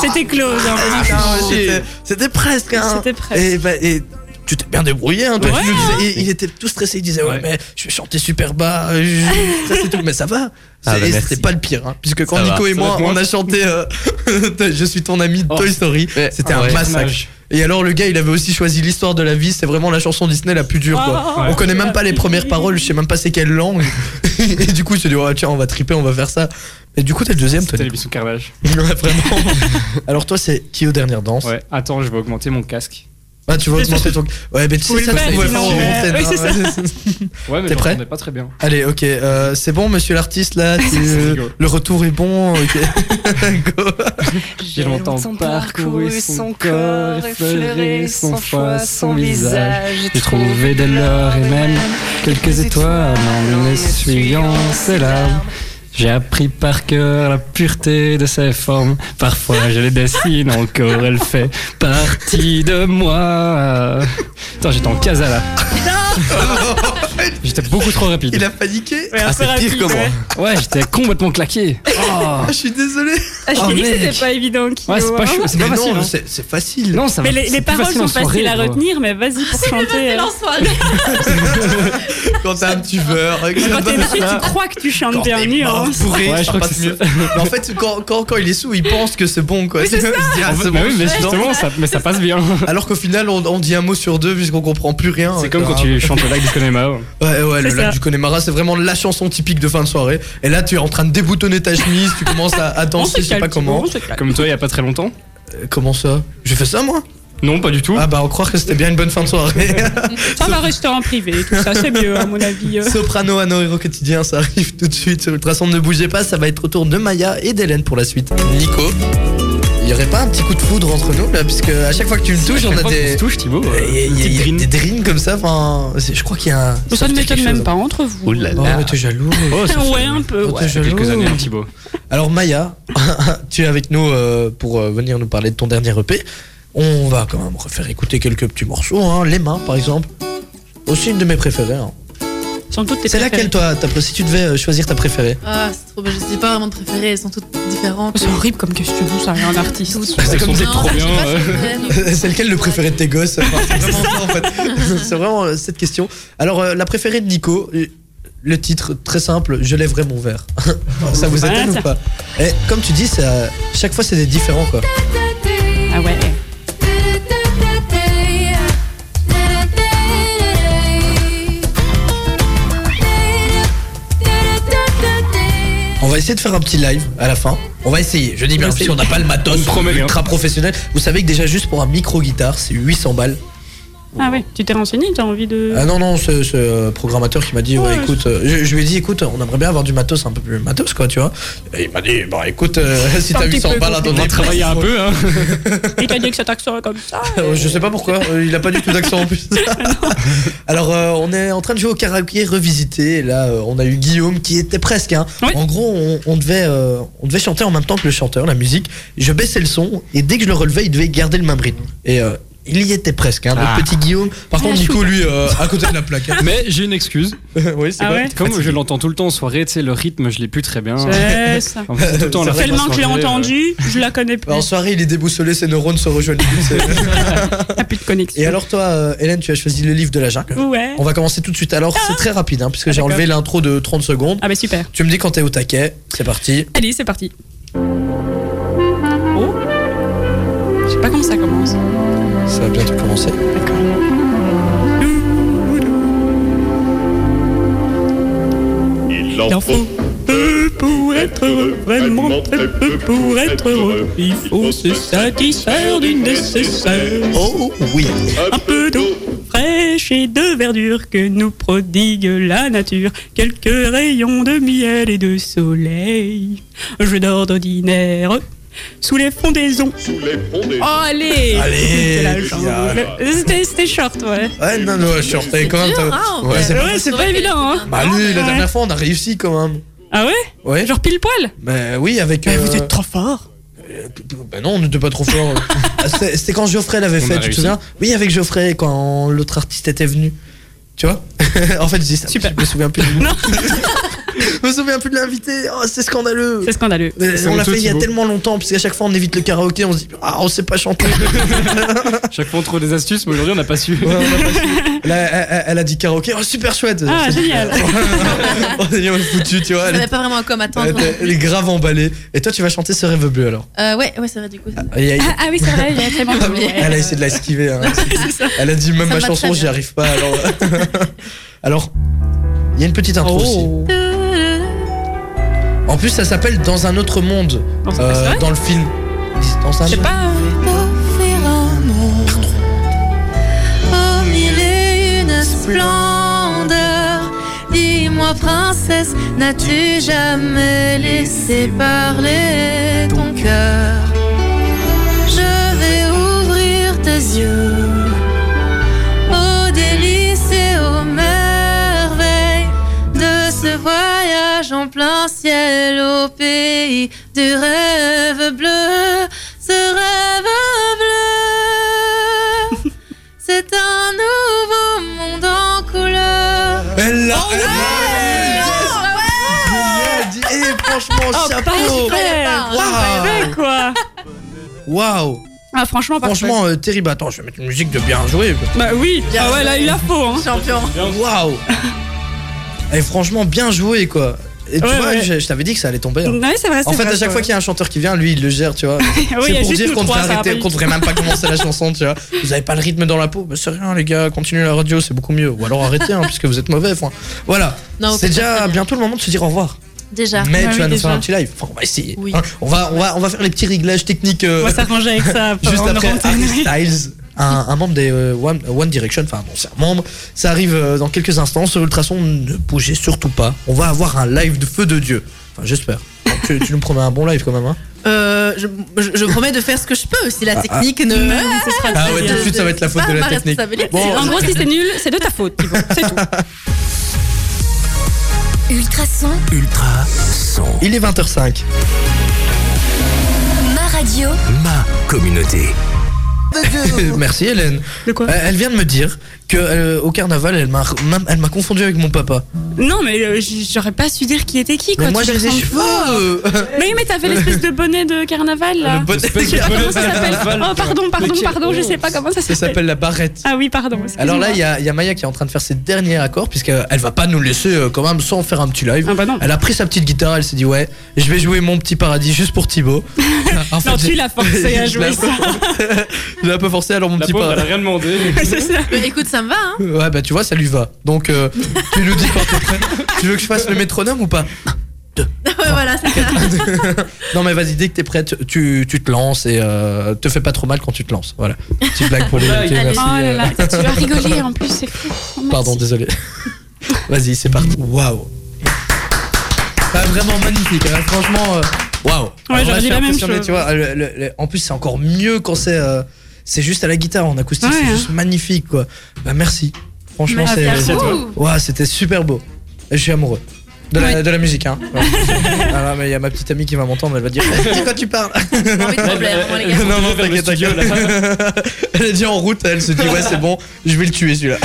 B: C'était close. hein.
A: Ah,
B: Ah,
A: C'était- C'était presque, hein.
B: C'était presque.
A: Et, bah, et tu t'es bien débrouillé. hein, toi.
C: Ouais,
A: Il nous disait- il, il était tout stressé. Il disait, ouais,
C: Ouais.
A: mais je chantais super bas. euh, je- ça, c'est tout. Mais ça va.
E: Ah,
A: C'est-
E: bah,
A: et
E: merci.
A: C'était pas le pire. hein, puisque quand
E: Ça va,
A: Nico et
C: ça
A: moi,
C: va, moi.
A: on a chanté euh, *laughs* Je suis ton ami de
C: Oh.
A: Toy Story,
E: Ouais,
A: c'était
E: ouais.
A: un massacre.
C: Dommage.
A: Et alors, le gars, il avait aussi choisi l'histoire de la vie. C'est vraiment la chanson Disney la plus dure. Quoi.
B: Oh,
A: On connaît même
B: la
A: pas les
B: plus
A: premières
B: dure.
A: paroles. Je sais même pas c'est quelle langue. *laughs* et du coup, je me dit, oh, tiens, on va triper, on va faire ça. Et du coup, t'es le deuxième, toi.
C: C'était les
A: Nico.
C: bisous Carvage.
A: *laughs* Ouais, vraiment. *laughs* alors, toi, c'est qui aux dernières danses
C: Ouais. Attends, je vais augmenter mon casque.
A: Ah, tu veux
B: Mais
A: augmenter
B: *laughs*
A: ton. Ouais, mais tu
B: Faut
A: sais,
B: le
A: ça, tu
B: faire,
A: pouvais
B: sinon,
A: faire en
B: ouais.
A: antenne,
B: Oui, c'est
A: hein, ouais, c'est-
C: *laughs* Ouais, mais
A: T'es prêt
C: j'entendais pas très bien.
A: Allez, ok, euh, c'est bon, monsieur l'artiste, là. tu-
C: *laughs* C'est rigolo.
A: Le retour est bon.
C: *laughs*
A: ok. Go.
C: J'ai longtemps parcouru son corps, effleuré son foie, son visage. J'ai trouvé de l'or et même quelques étoiles en essuyant ses larmes. J'ai appris par cœur la pureté de ses formes. Parfois, je les dessine encore, elle fait partie de moi. Attends, j'étais en casa là. J'étais beaucoup trop rapide.
A: Il a paniqué.
B: Ouais,
E: Ah,
B: un peu
E: c'est pire
B: rapide,
E: que moi.
B: ouais.
C: Ouais, j'étais complètement claqué. Oh.
A: Je suis désolé.
B: Ah, je
A: Oh,
B: t'ai dit que
A: mec.
B: c'était pas évident, Kyo,
C: Ouais, c'est pas
B: hein.
C: chou- c'est
A: Mais
C: pas facile.
A: non,
C: hein.
A: c'est c'est facile.
C: Non, ça va-
B: Mais les,
C: c'est
B: les
C: plus
B: paroles
C: facile en
B: sont
C: soirée,
B: faciles à
C: quoi.
B: retenir, mais vas-y
C: *laughs*
B: pour chanter. hein.
A: Quand t'as un petit beurre, que ça
B: Quand t'es
A: va
B: dessus,
A: ça.
C: *laughs*
B: tu crois que tu chantes
A: Quand
B: bien
A: t'es
B: mieux.
A: mort,
B: hein.
A: bourré,
C: Ouais,
A: ça
C: je crois que
A: passe
C: c'est
A: mieux. *laughs* Mais en fait, quand, quand, quand il est sous, il pense que c'est bon, quoi. *laughs* Il se dit, ah, c'est
C: Bah
A: bon,
C: oui, mais
A: je suis
C: justement, ça, mais ça passe bien.
A: dedans. *laughs* Alors qu'au final, on, on dit un mot sur deux, puisqu'on comprend plus rien. hein,
C: C'est comme quand tu chantes le
A: *laughs*
C: lac du Connemao.
A: Ouais, ouais, le
B: C'est
A: lac
B: ça.
A: du Connemara, c'est vraiment la chanson typique de fin de soirée. Et là, tu es en train de déboutonner ta chemise, tu commences
B: *laughs*
A: à, à
B: On
A: danser,
B: se
A: je sais
B: calme,
A: pas comment.
B: on se calme.
C: Comme toi, il y a pas très longtemps.
A: Euh, Comment ça J'ai fait ça, moi
C: Non, pas du tout.
A: Ah, bah, on croire que c'était bien une bonne fin de soirée.
C: *laughs*
B: Ça va rester en privé, tout ça, c'est mieux à mon avis. euh.
A: Soprano à nos héros quotidiens, ça arrive tout de suite sur Ultrason. Ne bougez pas, ça va être au tour de Maya et d'Hélène pour la suite. Nico, il y aurait pas un petit coup de foudre entre nous là, puisque à chaque fois que tu me touches, on a des.
C: touches, Thibaut. euh,
A: Il y a-
C: une
A: il y a-
C: petite
A: il y a
C: green.
A: des drines comme ça, enfin. c'est- Je crois qu'il y a un.
B: Mais ça ne m'étonne même pas entre vous.
E: là
A: Oh, mais t'es jaloux.
C: Oh,
A: *laughs*
C: ça fait-
B: Ouais, un peu.
A: Oh,
B: ouais.
A: t'es
C: ça fait
A: jaloux.
C: quelques années, hein, Thibaut.
A: Alors Maya, *laughs* tu es avec nous euh, pour euh, venir nous parler de ton dernier EP. On va quand même refaire écouter quelques petits morceaux, hein. Les mains par exemple. Aussi une de mes préférées. hein.
B: Sans doute tes
A: C'est laquelle
B: préférées.
A: toi, ta- si tu devais euh, choisir ta préférée
F: Ah, c'est trop bien. Je sais pas vraiment de préférées, elles sont toutes différentes.
B: C'est
F: *laughs*
B: horrible comme question, ça, un artiste. Ah,
C: C'est
A: comme
C: c'est
A: des-
C: trop bien.
F: Non, je
C: euh.
F: sais pas, je sais pas.
A: *laughs* C'est lequel le préféré de tes gosses Enfin, C'est vraiment ça, *laughs* en fait. C'est vraiment euh, cette question. Alors, euh, la préférée de Nico, euh, le titre très simple Je lèverai mon verre. *laughs* ça vous
B: Voilà,
A: étonne
B: ça.
A: ou pas Et Comme tu dis, ça, chaque fois c'est différent quoi.
B: *laughs* Ah
F: *laughs*
B: ouais.
A: On va essayer de faire un petit live à la fin. On va essayer. Je dis bien,
B: On essaie.
A: si on n'a pas le matos
C: On promet rien.
A: ultra professionnel. Vous savez que déjà, juste pour un micro-guitare, c'est 800 balles.
B: Ah ouais, tu t'es renseigné, t'as envie de.
A: Ah non, non, ce, ce, euh, programmateur qui m'a dit, ouais,
B: Ouais,
A: écoute, euh, je, je lui ai dit, écoute, on aimerait bien avoir du matos un peu plus matos, quoi, tu vois. Et il m'a dit, bah écoute, euh, *laughs* si
B: C'est un
A: t'as
B: petit
A: 800
B: peu
A: balles à
C: On
A: donner,
C: va travailler un peu, hein.
B: *laughs* Il t'a dit que cet accent est comme ça.
A: *laughs* Euh, Je sais pas pourquoi, euh, il a pas du tout d'accent en plus. Alors, euh, on est en train de jouer au karaoké revisité. Et là, euh, on a eu Guillaume qui était presque. Hein.
B: Oui.
A: En gros, on, on devait, euh, on devait chanter en même temps que le chanteur, la musique. Je baissais le son et dès que je le relevais, il devait garder le même rythme. Et euh, il y était presque, hein, notre
C: Ah.
A: petit Guillaume. Par contre, Nico, lui, euh, à côté de la plaque. hein.
C: Mais j'ai *laughs* une excuse.
A: *laughs* oui, c'est
B: Ah
A: vrai.
B: ouais
C: Comme je l'entends tout le temps en soirée, tu sais, le rythme, je l'ai plus très bien.
B: C'est ça.
C: En fait, tout le temps, à la
A: C'est
C: fin de la
B: Tellement que je l'ai
C: soirée, euh,
B: entendu, je la connais plus.
A: Bah, En soirée, il est déboussolé, ses neurones se
B: *laughs*
A: rejoignent. C'est-
B: T'as plus de connexion.
A: et alors, toi, euh, Hélène, tu as choisi le livre de la jungle.
B: Ouais.
A: On va commencer tout de suite. Alors, c'est très rapide, hein, puisque
B: Ah,
A: j'ai
B: d'accord.
A: enlevé l'intro de 30 secondes.
B: Ah bah super.
A: Tu me dis quand t'es au taquet, c'est parti.
B: Allez, c'est parti. Oh. Je sais pas comment ça commence.
A: Ça va bientôt commencer.
B: D'accord.
J: Il en
B: Il en faut peu pour être heureux, vraiment très peu pour être heureux. Il faut se satisfaire du nécessaire.
A: Oh oui.
B: Un peu d'eau fraîche et de verdure que nous prodigue la nature. Quelques rayons de miel et de soleil. Je dors d'ordinaire sous les fondaisons.
J: sous les fondés.
B: Oh, allez
A: Allez,
B: C'est la
A: bien.
B: jungle. C'était c'était short, ouais.
A: Ouais, non, non, je suis en retard quand même.
F: dur,
A: t'as-
F: hein, en
A: Ouais,
F: fait.
A: c'est pas-
B: Ouais, c'est pas évident, hein.
A: Bah, lui, la
B: Ouais.
A: dernière fois, on a réussi quand même.
B: Ah ouais
A: Ouais.
B: Genre pile poil
A: Bah oui, avec.
B: Mais
A: euh,
B: vous êtes trop fort
A: Bah non, on n'était pas trop
B: *laughs*
A: fort. Ah, C'était c'était quand Geoffrey l'avait
C: On
A: fait,
C: a
A: tu te
C: réussi.
A: souviens Oui, avec Geoffrey, quand l'autre artiste était venu. Tu vois *laughs* En fait, je dis ça.
B: Super.
A: Je me souviens plus.
B: Non
A: *laughs* Je me souviens plus de l'invité. Oh, c'est scandaleux.
B: C'est scandaleux.
A: Mais On l'a fait il y a tellement longtemps, parce qu'à chaque fois on évite le karaoké, on se dit ah on sait pas
B: *laughs*
A: chanter.
C: euh, *laughs* Chaque fois on trouve des astuces, mais aujourd'hui on n'a pas su.
A: Ouais, on a pas su. Là, elle, elle- elle a dit karaoké, oh, super chouette.
B: Ah, génial.
A: *laughs* on s'est dit on est foutu, tu vois.
F: Je
A: Elle,
F: savais pas vraiment à quoi m'attendre.
A: elle- elle est grave emballée. Et toi tu vas chanter ce rêve bleu alors.
F: Euh, ouais, ouais, c'est vrai, du coup. ça-
A: Aïe, aïe.
B: Ah, ah oui, c'est vrai, il y
A: *laughs*
B: a
F: *laughs*
B: très bon
A: Elle a essayé de la esquiver. hein. Elle a dit même
F: Ça
A: ma
F: me va
A: chanson,
F: très
A: j'y
F: bien.
A: arrive pas. Alors, *laughs* alors, il y a une petite intro aussi.
B: Oh.
A: En plus, ça s'appelle Dans un autre monde
B: Dans-
A: euh,
B: c'est vrai
A: dans le film. Dans un
B: Je sais pas. hein.
D: Offrir un monde aux mille et une splendeurs. Dis-moi, princesse, n'as-tu jamais laissé parler ton cœur Je vais ouvrir tes yeux aux délices et aux merveilles de ce voyage en plein ciel au pays du rêve bleu. Ce
B: *laughs*
D: rêve bleu, c'est un nouveau monde en couleur.
A: Elle l'a.
D: Oh,
I: Eh,
A: elle l'a dit. Et franchement,
D: Oh,
A: chapeau.
B: Super.
A: Waouh.
B: Ouais, quoi.
A: Waouh.
B: Ah, franchement, parfait.
A: Franchement, euh, terrible. Attends, je vais mettre une musique de bien joué.
B: Bah oui. Ah ouais, là, il a faux, hein.
F: Champion.
B: *laughs*
A: Waouh. Et franchement, bien joué quoi. Et tu
B: Ouais,
A: vois,
B: ouais.
A: je, je t'avais dit que ça allait tomber. hein.
B: Ouais, c'est vrai,
A: En
B: c'est
A: fait, à
B: vrai,
A: chaque
B: quoi.
A: fois qu'il y a un chanteur qui vient, lui, il le gère, tu vois.
B: *laughs* Oui, il y
A: c'est
B: a
A: pour
B: juste
A: dire
B: nous
A: qu'on devrait
B: trois, ça va
A: arrêter,
B: pas
A: qu'on
B: vite.
A: devrait même pas commencer la chanson, tu vois. Vous avez pas le rythme dans la peau. Bah, c'est rien, les gars, continuez la radio, c'est beaucoup mieux. Ou alors arrêtez, hein, puisque vous êtes mauvais. enfin. Voilà.
F: Non,
A: C'est
F: au contraire,
A: déjà
F: très bien.
A: bientôt le moment de se dire au revoir.
F: Déjà.
A: Mais
B: Ah
A: tu
B: oui,
A: vas nous
B: déjà.
A: faire un petit live. Enfin, on va essayer.
F: Oui.
A: hein. on, va, on, va, on va faire les petits réglages techniques euh,
B: On va s'arranger avec
A: *laughs*
B: ça.
A: juste
B: en
A: après
B: rentrant.
A: Harry Styles. Un, un membre des euh, One, One Direction, enfin bon, c'est un membre. Ça arrive euh, dans quelques instants sur Ultrason. Ne bougez surtout pas. On va avoir un live de feu de Dieu. Enfin, j'espère. tu, tu nous promets un bon live quand même, hein
F: Euh, je, je- je promets de faire ce que je peux. Si la technique ne. Bah,
B: Non, mais ce sera
A: Ah
B: très
A: ouais,
B: bien.
A: tout de suite, ça va être la faute
F: C'est
A: de la
F: pas ma
A: technique.
F: responsabilité.
A: Bon,
B: En gros, si c'est nul,
F: *laughs*
B: c'est de ta faute, Thibaut. C'est tout.
H: Ultrason,
I: Ultra son.
A: Il est 20h05.
H: ma radio,
I: Ma communauté.
A: *laughs* Merci Hélène.
B: De quoi
A: Euh, Elle vient de me dire que euh, au carnaval, elle m'a même- elle m'a confondu avec mon papa.
B: Non, mais euh, j- j'aurais pas su dire qui était qui, quoi.
A: Mais moi
B: tu
A: j'ai
B: les
A: les
B: ressembles
A: cheveux.
B: pas. Mais oui, mais t'avais l'espèce de bonnet de carnaval, là.
A: bonnet
C: espèce
A: de
C: de
A: carnaval.
B: Comment ça s'appelle Oh, pardon, pardon, pardon, je sais pas comment ça
A: Ça
B: s'appelle.
A: s'appelle la barrette.
B: Ah oui, pardon.
A: Alors là, il
B: excuse-moi.
A: y, a- il y a Maya qui est en train de faire ses derniers accords, puisqu'elle va pas nous laisser euh, quand même sans faire un petit live.
B: Ah bah non.
A: Elle a pris sa petite guitare, elle s'est dit ouais, je vais jouer mon petit paradis juste pour
B: *laughs*
A: Thibaut. En fait,
B: Non, tu
A: j'ai-
B: l'as forcé
A: *laughs*
B: à
A: je
B: jouer
A: l'ai
B: ça.
A: *laughs* je l'ai un peu forcé alors mon
C: La
A: petit
C: pauvre, elle a
A: paradis.
C: rien demandé.
B: C'est ça.
F: Mais écoute, ça me va. Hein.
A: Ouais bah tu vois ça lui va. Donc euh, tu nous dis quand t'es prêt. Tu veux que je fasse le métronome ou pas
B: *laughs*
F: Ouais, voilà, c'est ça.
A: Non mais vas-y, dès que t'es prête, tu, tu te lances et euh, te fais pas trop mal quand tu te lances. Voilà. Petite blague pour les
C: Blague.
A: ok, merci,
B: Oh là
A: euh,
B: là,
A: *laughs*
B: tu vas rigoler en plus, c'est fou. Oh, merci.
A: Pardon, désolé. *laughs* vas-y, c'est parti. Waouh. Ah, vraiment magnifique. hein, Franchement, euh, waouh. Alors,
B: j'aurais
A: là,
B: dit
A: je suis
B: la même
A: impressionné,
B: chose.
A: Tu vois, le- le- le- en plus, c'est encore mieux quand c'est euh, c'est juste à la guitare en acoustique.
B: Ouais,
A: c'est
B: hein.
A: juste magnifique, quoi. Bah merci. Franchement,
F: Merci
A: c'est
F: à
C: c'est
F: vous.
C: toi.
A: Waouh, c'était super beau. Et je suis amoureux. De la, de la musique,
B: *laughs*
A: hein. Ouais. ah là, mais il y a ma petite amie qui va m'entendre, elle va dire *laughs* De quoi tu parles *laughs*
F: J'ai envie de vous plaire, moi, les gars.
A: Non, non,
C: vers le
A: t'inquiète,
C: studio,
A: t'inquiète. *laughs* Elle est déjà en route, elle se dit Ouais, c'est bon, je vais le tuer celui-là.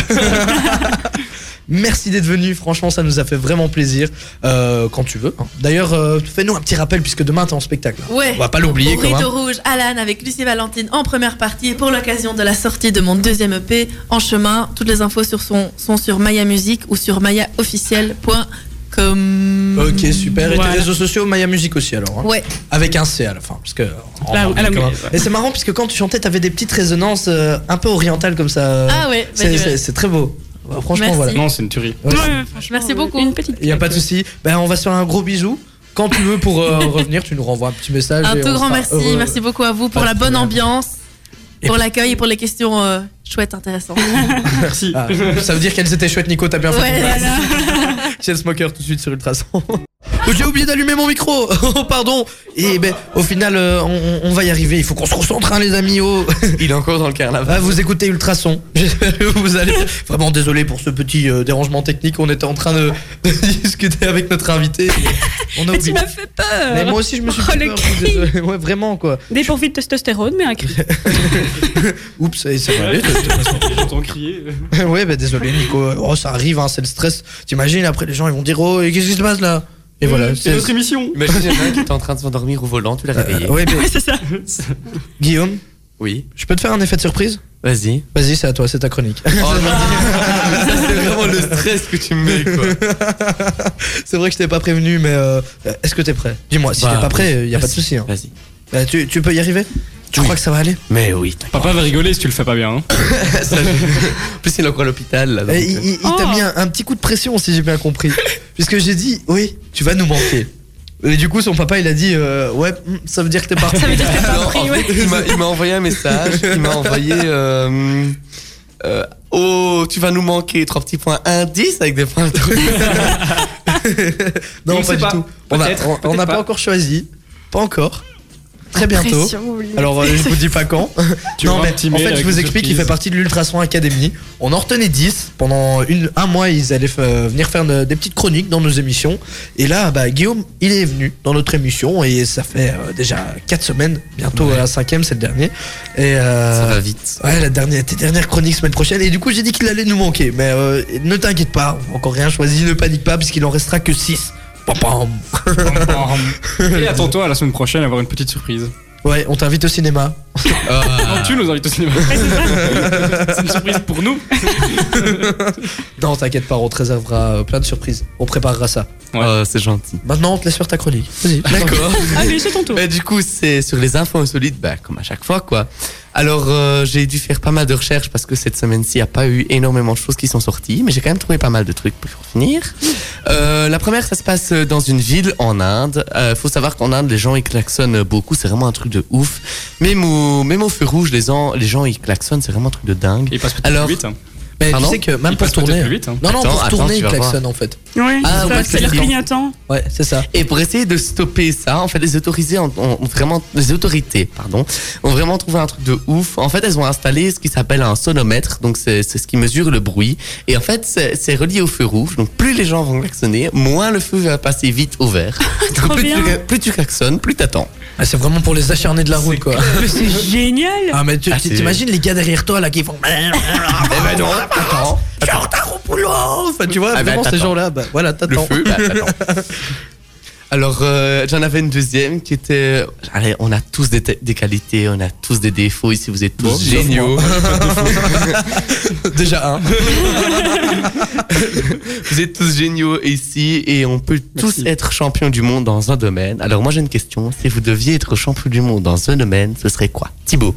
A: Merci d'être venu, franchement, ça nous a fait vraiment plaisir. Euh, quand tu veux. hein. D'ailleurs, euh, fais-nous un petit rappel, puisque demain t'es en spectacle. hein.
F: Ouais.
A: On va pas l'oublier
F: Au
A: quand même.
F: rideau rouge, Alan avec Lucie Valentine en première partie pour l'occasion de la sortie de mon deuxième EP en chemin. Toutes les infos sur son, sont sur Maya Music ou sur mayaofficiel.com.
A: Ok, super. Et
B: Voilà.
A: tes réseaux sociaux, Maya Music aussi alors. hein.
F: Ouais,
A: Avec un C à la fin. Parce que, en-
B: Là,
A: en-
B: à la
A: quand même.
B: maison,
A: Et c'est marrant, puisque quand tu chantais, t'avais des petites résonances euh, un peu orientales comme ça.
F: Ah ouais, bah,
A: c'est,
F: du-
A: c'est- c'est très beau. Bah, franchement,
F: Merci.
A: voilà.
C: Non, c'est une tuerie.
A: Ouais,
B: Ouais, ouais, franchement, euh,
F: Merci beaucoup.
B: Une petite.
A: Il n'y a pas de souci. Ben, on va se faire un gros bisou. Quand tu veux pour
F: *laughs*
A: euh, revenir, tu nous renvoies un petit message.
F: un
A: et
F: tout
A: Ah, on
F: grand
A: sera
F: merci.
A: heureux.
F: Merci beaucoup à vous
A: Pas
F: pour
A: de
F: la bonne
A: problème.
F: ambiance,
A: Et
F: pour
A: puis-
F: l'accueil et pour les questions euh,
A: *laughs*
F: chouettes, intéressantes.
C: Merci.
A: Ah, *laughs* ça veut dire qu'elles étaient chouettes, Nico. T'as bien fait.
F: Ouais.
A: Michel Smoker tout de suite sur Ultrason. *laughs* J'ai oublié d'allumer mon micro. *laughs* Oh, pardon. Et ben, au final, euh, on, on va y arriver. Il faut qu'on se concentre, hein, les amis. Oh.
E: Il est encore dans le
A: *laughs* Ah,
E: carnaval.
A: vous écoutez Ultrason. *laughs* J'espère que vous allez. Vraiment désolé pour ce petit euh, dérangement technique. On était en train de, *laughs* de discuter avec notre invité. On a
B: Mais tu
A: oublié.
B: m'as fait peur.
A: Mais moi aussi, je me suis
B: Oh,
A: fait
B: le
A: peur, je suis
B: cri.
A: désolé. Ouais, vraiment quoi.
B: Des pourvues de testostérone, mais un cri.
A: Oups, eh, ça ça va aller. de toute façon.
C: *laughs* J'entends crier.
A: *laughs* ouais, bah désolé, Nico. Oh, ça arrive, hein, c'est le stress. T'imagines, après les gens ils vont dire Oh, et qu'est-ce qui se passe là Et voilà.
C: C'est notre émission.
E: Imagine il y en a un qui était en train de s'endormir au volant, tu l'as réveillé.
A: Ouais, Euh, Ah,
B: *laughs*
A: mais-
B: Oui, c'est ça.
A: *laughs* Guillaume,
E: Oui.
A: je peux te faire un effet de surprise
E: Vas-y.
A: Vas-y, c'est à toi, c'est ta chronique. *laughs*
E: Oh, non. Ça, c'est vraiment le stress que tu me mets, quoi.
A: c'est vrai que je t'ai pas prévenu, mais euh, est-ce que t'es prêt Dis-moi, si
E: Bah,
A: t'es pas prêt,
E: oui.
A: y a pas de
E: Vas-y,
A: souci. hein.
E: Vas-y.
A: Bah, tu, tu peux y arriver Tu crois que ça va aller
E: Mais oui. t'inquiète.
C: Papa va rigoler si tu le fais pas bien. hein.
E: *laughs* Ça, je- en plus, il est encore à l'hôpital, là. donc,
A: Eh, Il, il- il t'a
B: Oh.
A: mis un, un petit coup de pression, si j'ai bien
B: *laughs*
A: compris. Puisque j'ai dit, oui, tu vas nous manquer. Et du coup, son papa, il a dit, euh, ouais, hmm, ça veut dire que t'es parti.
B: Ça veut dire que t'es pas
E: euh. Non,
B: pris,
E: en
B: ouais.
E: fait, il m'a- il m'a envoyé un message. Il m'a envoyé. euh, euh, oh, tu vas nous manquer. Trois petits points. Un 10 avec des points.
C: On
A: non, pas
C: sait
A: du
C: pas.
A: tout. On a-
C: Peut-être,
A: on- on n'a
C: peut-être
A: pas.
C: pas.
A: encore choisi. Pas encore. Très bientôt. Alors, euh, je vous dis pas quand.
C: *laughs* Tu
A: non,
C: auras un
A: mais
C: petit
A: en
C: mail
A: fait, je
C: avec
A: vous
C: une
A: explique, il
C: surprise.
A: fait partie de l'Ultrason Academy. On en retenait 10. Pendant une, un mois, ils allaient fa- venir faire de- des petites chroniques dans nos émissions. Et là, bah, Guillaume, il est venu dans notre émission et ça fait euh, déjà 4 semaines. Bientôt la cinquième, c'est le dernier. Et, euh,
E: Ça va vite.
A: Ouais, la dernière, tes dernières chroniques semaine prochaine. Et du coup, j'ai dit qu'il allait nous manquer. Mais euh, ne t'inquiète pas, on n'a encore rien choisi, ne panique pas, puisqu'il en restera que 6. Pam, pam. *laughs*
C: *laughs* Et attends-toi à la semaine prochaine à avoir une petite surprise.
A: Ouais, on t'invite au cinéma.
C: *laughs* Non, tu nous invites au cinéma. C'est une surprise pour nous.
A: *laughs* Non, t'inquiète pas, on te réservera euh, plein de surprises. On préparera ça.
E: Oh, c'est gentil.
A: Maintenant, on te laisse faire ta chronique. Vas-y.
E: D'accord.
B: *laughs* Allez, c'est ton tour.
E: Et du coup, c'est sur les infos insolites, bah, comme à chaque fois, quoi. Alors, euh, j'ai dû faire pas mal de recherches parce que cette semaine-ci, il n'y a pas eu énormément de choses qui sont sorties, mais j'ai quand même trouvé pas mal de trucs pour finir. Euh, la première, ça se passe dans une ville en Inde. Euh, faut savoir qu'en Inde, les gens, ils klaxonnent beaucoup, c'est vraiment un truc de ouf. Même au, même au feu rouge, les gens, les gens, ils klaxonnent, c'est vraiment un truc de dingue.
C: Il passe peut-être
E: Alors, ben,
C: plus vite. hein.
A: Mais tu
E: Pardon
A: sais que
C: Il
A: même pour
C: passe peut-être
A: tourner.
C: plus vite. hein.
A: Non, non,
E: Attends,
A: pour
E: attends,
A: tourner,
E: tu
A: il
E: vas voir.
A: klaxonne en fait.
B: Oui,
E: Ah,
B: c'est
E: ouais,
B: ça, c'est l'air
E: c'est
B: clignotant.
A: Ouais, c'est ça.
E: Et pour essayer de stopper ça, en fait, les autorités ont, ont vraiment, les autorités, pardon, ont vraiment trouvé un truc de ouf. En fait, elles ont installé ce qui s'appelle un sonomètre, donc c'est c'est ce qui mesure le bruit. Et en fait, c'est c'est relié au feu rouge. Donc plus les gens vont klaxonner, moins le feu va passer vite au
B: *laughs*
E: vert. Donc, plus,
B: bien.
E: tu, plus tu klaxonnes, plus t'attends.
A: Ah, c'est vraiment pour les acharnés de la route quoi.
B: Ah,
A: *laughs*
B: Mais c'est génial.
A: Ah, mais tu-
E: Ah,
A: tu-
E: c'est-
A: t'imagines les gars derrière toi là qui font.
E: Eh ben non, attends.
A: Je suis en retard au boulot Enfin, tu vois,
E: Ah, bah,
A: vraiment ces
E: t'attends.
A: gens-là, bah voilà,
E: Le
A: t'attends. *laughs*
E: feu, bah, t'attends. Alors, euh, j'en avais une deuxième qui était. Allez, on a tous des, des qualités, on a tous des défauts ici, vous êtes tous
A: Bon,
E: géniaux. *laughs*
A: Déjà, hein.
E: Vous êtes tous géniaux ici et on peut
C: Merci.
E: tous être champions du monde dans un domaine. Alors moi j'ai une question, si vous deviez être champion du monde dans un domaine, ce serait quoi
A: *laughs*
E: Thibaut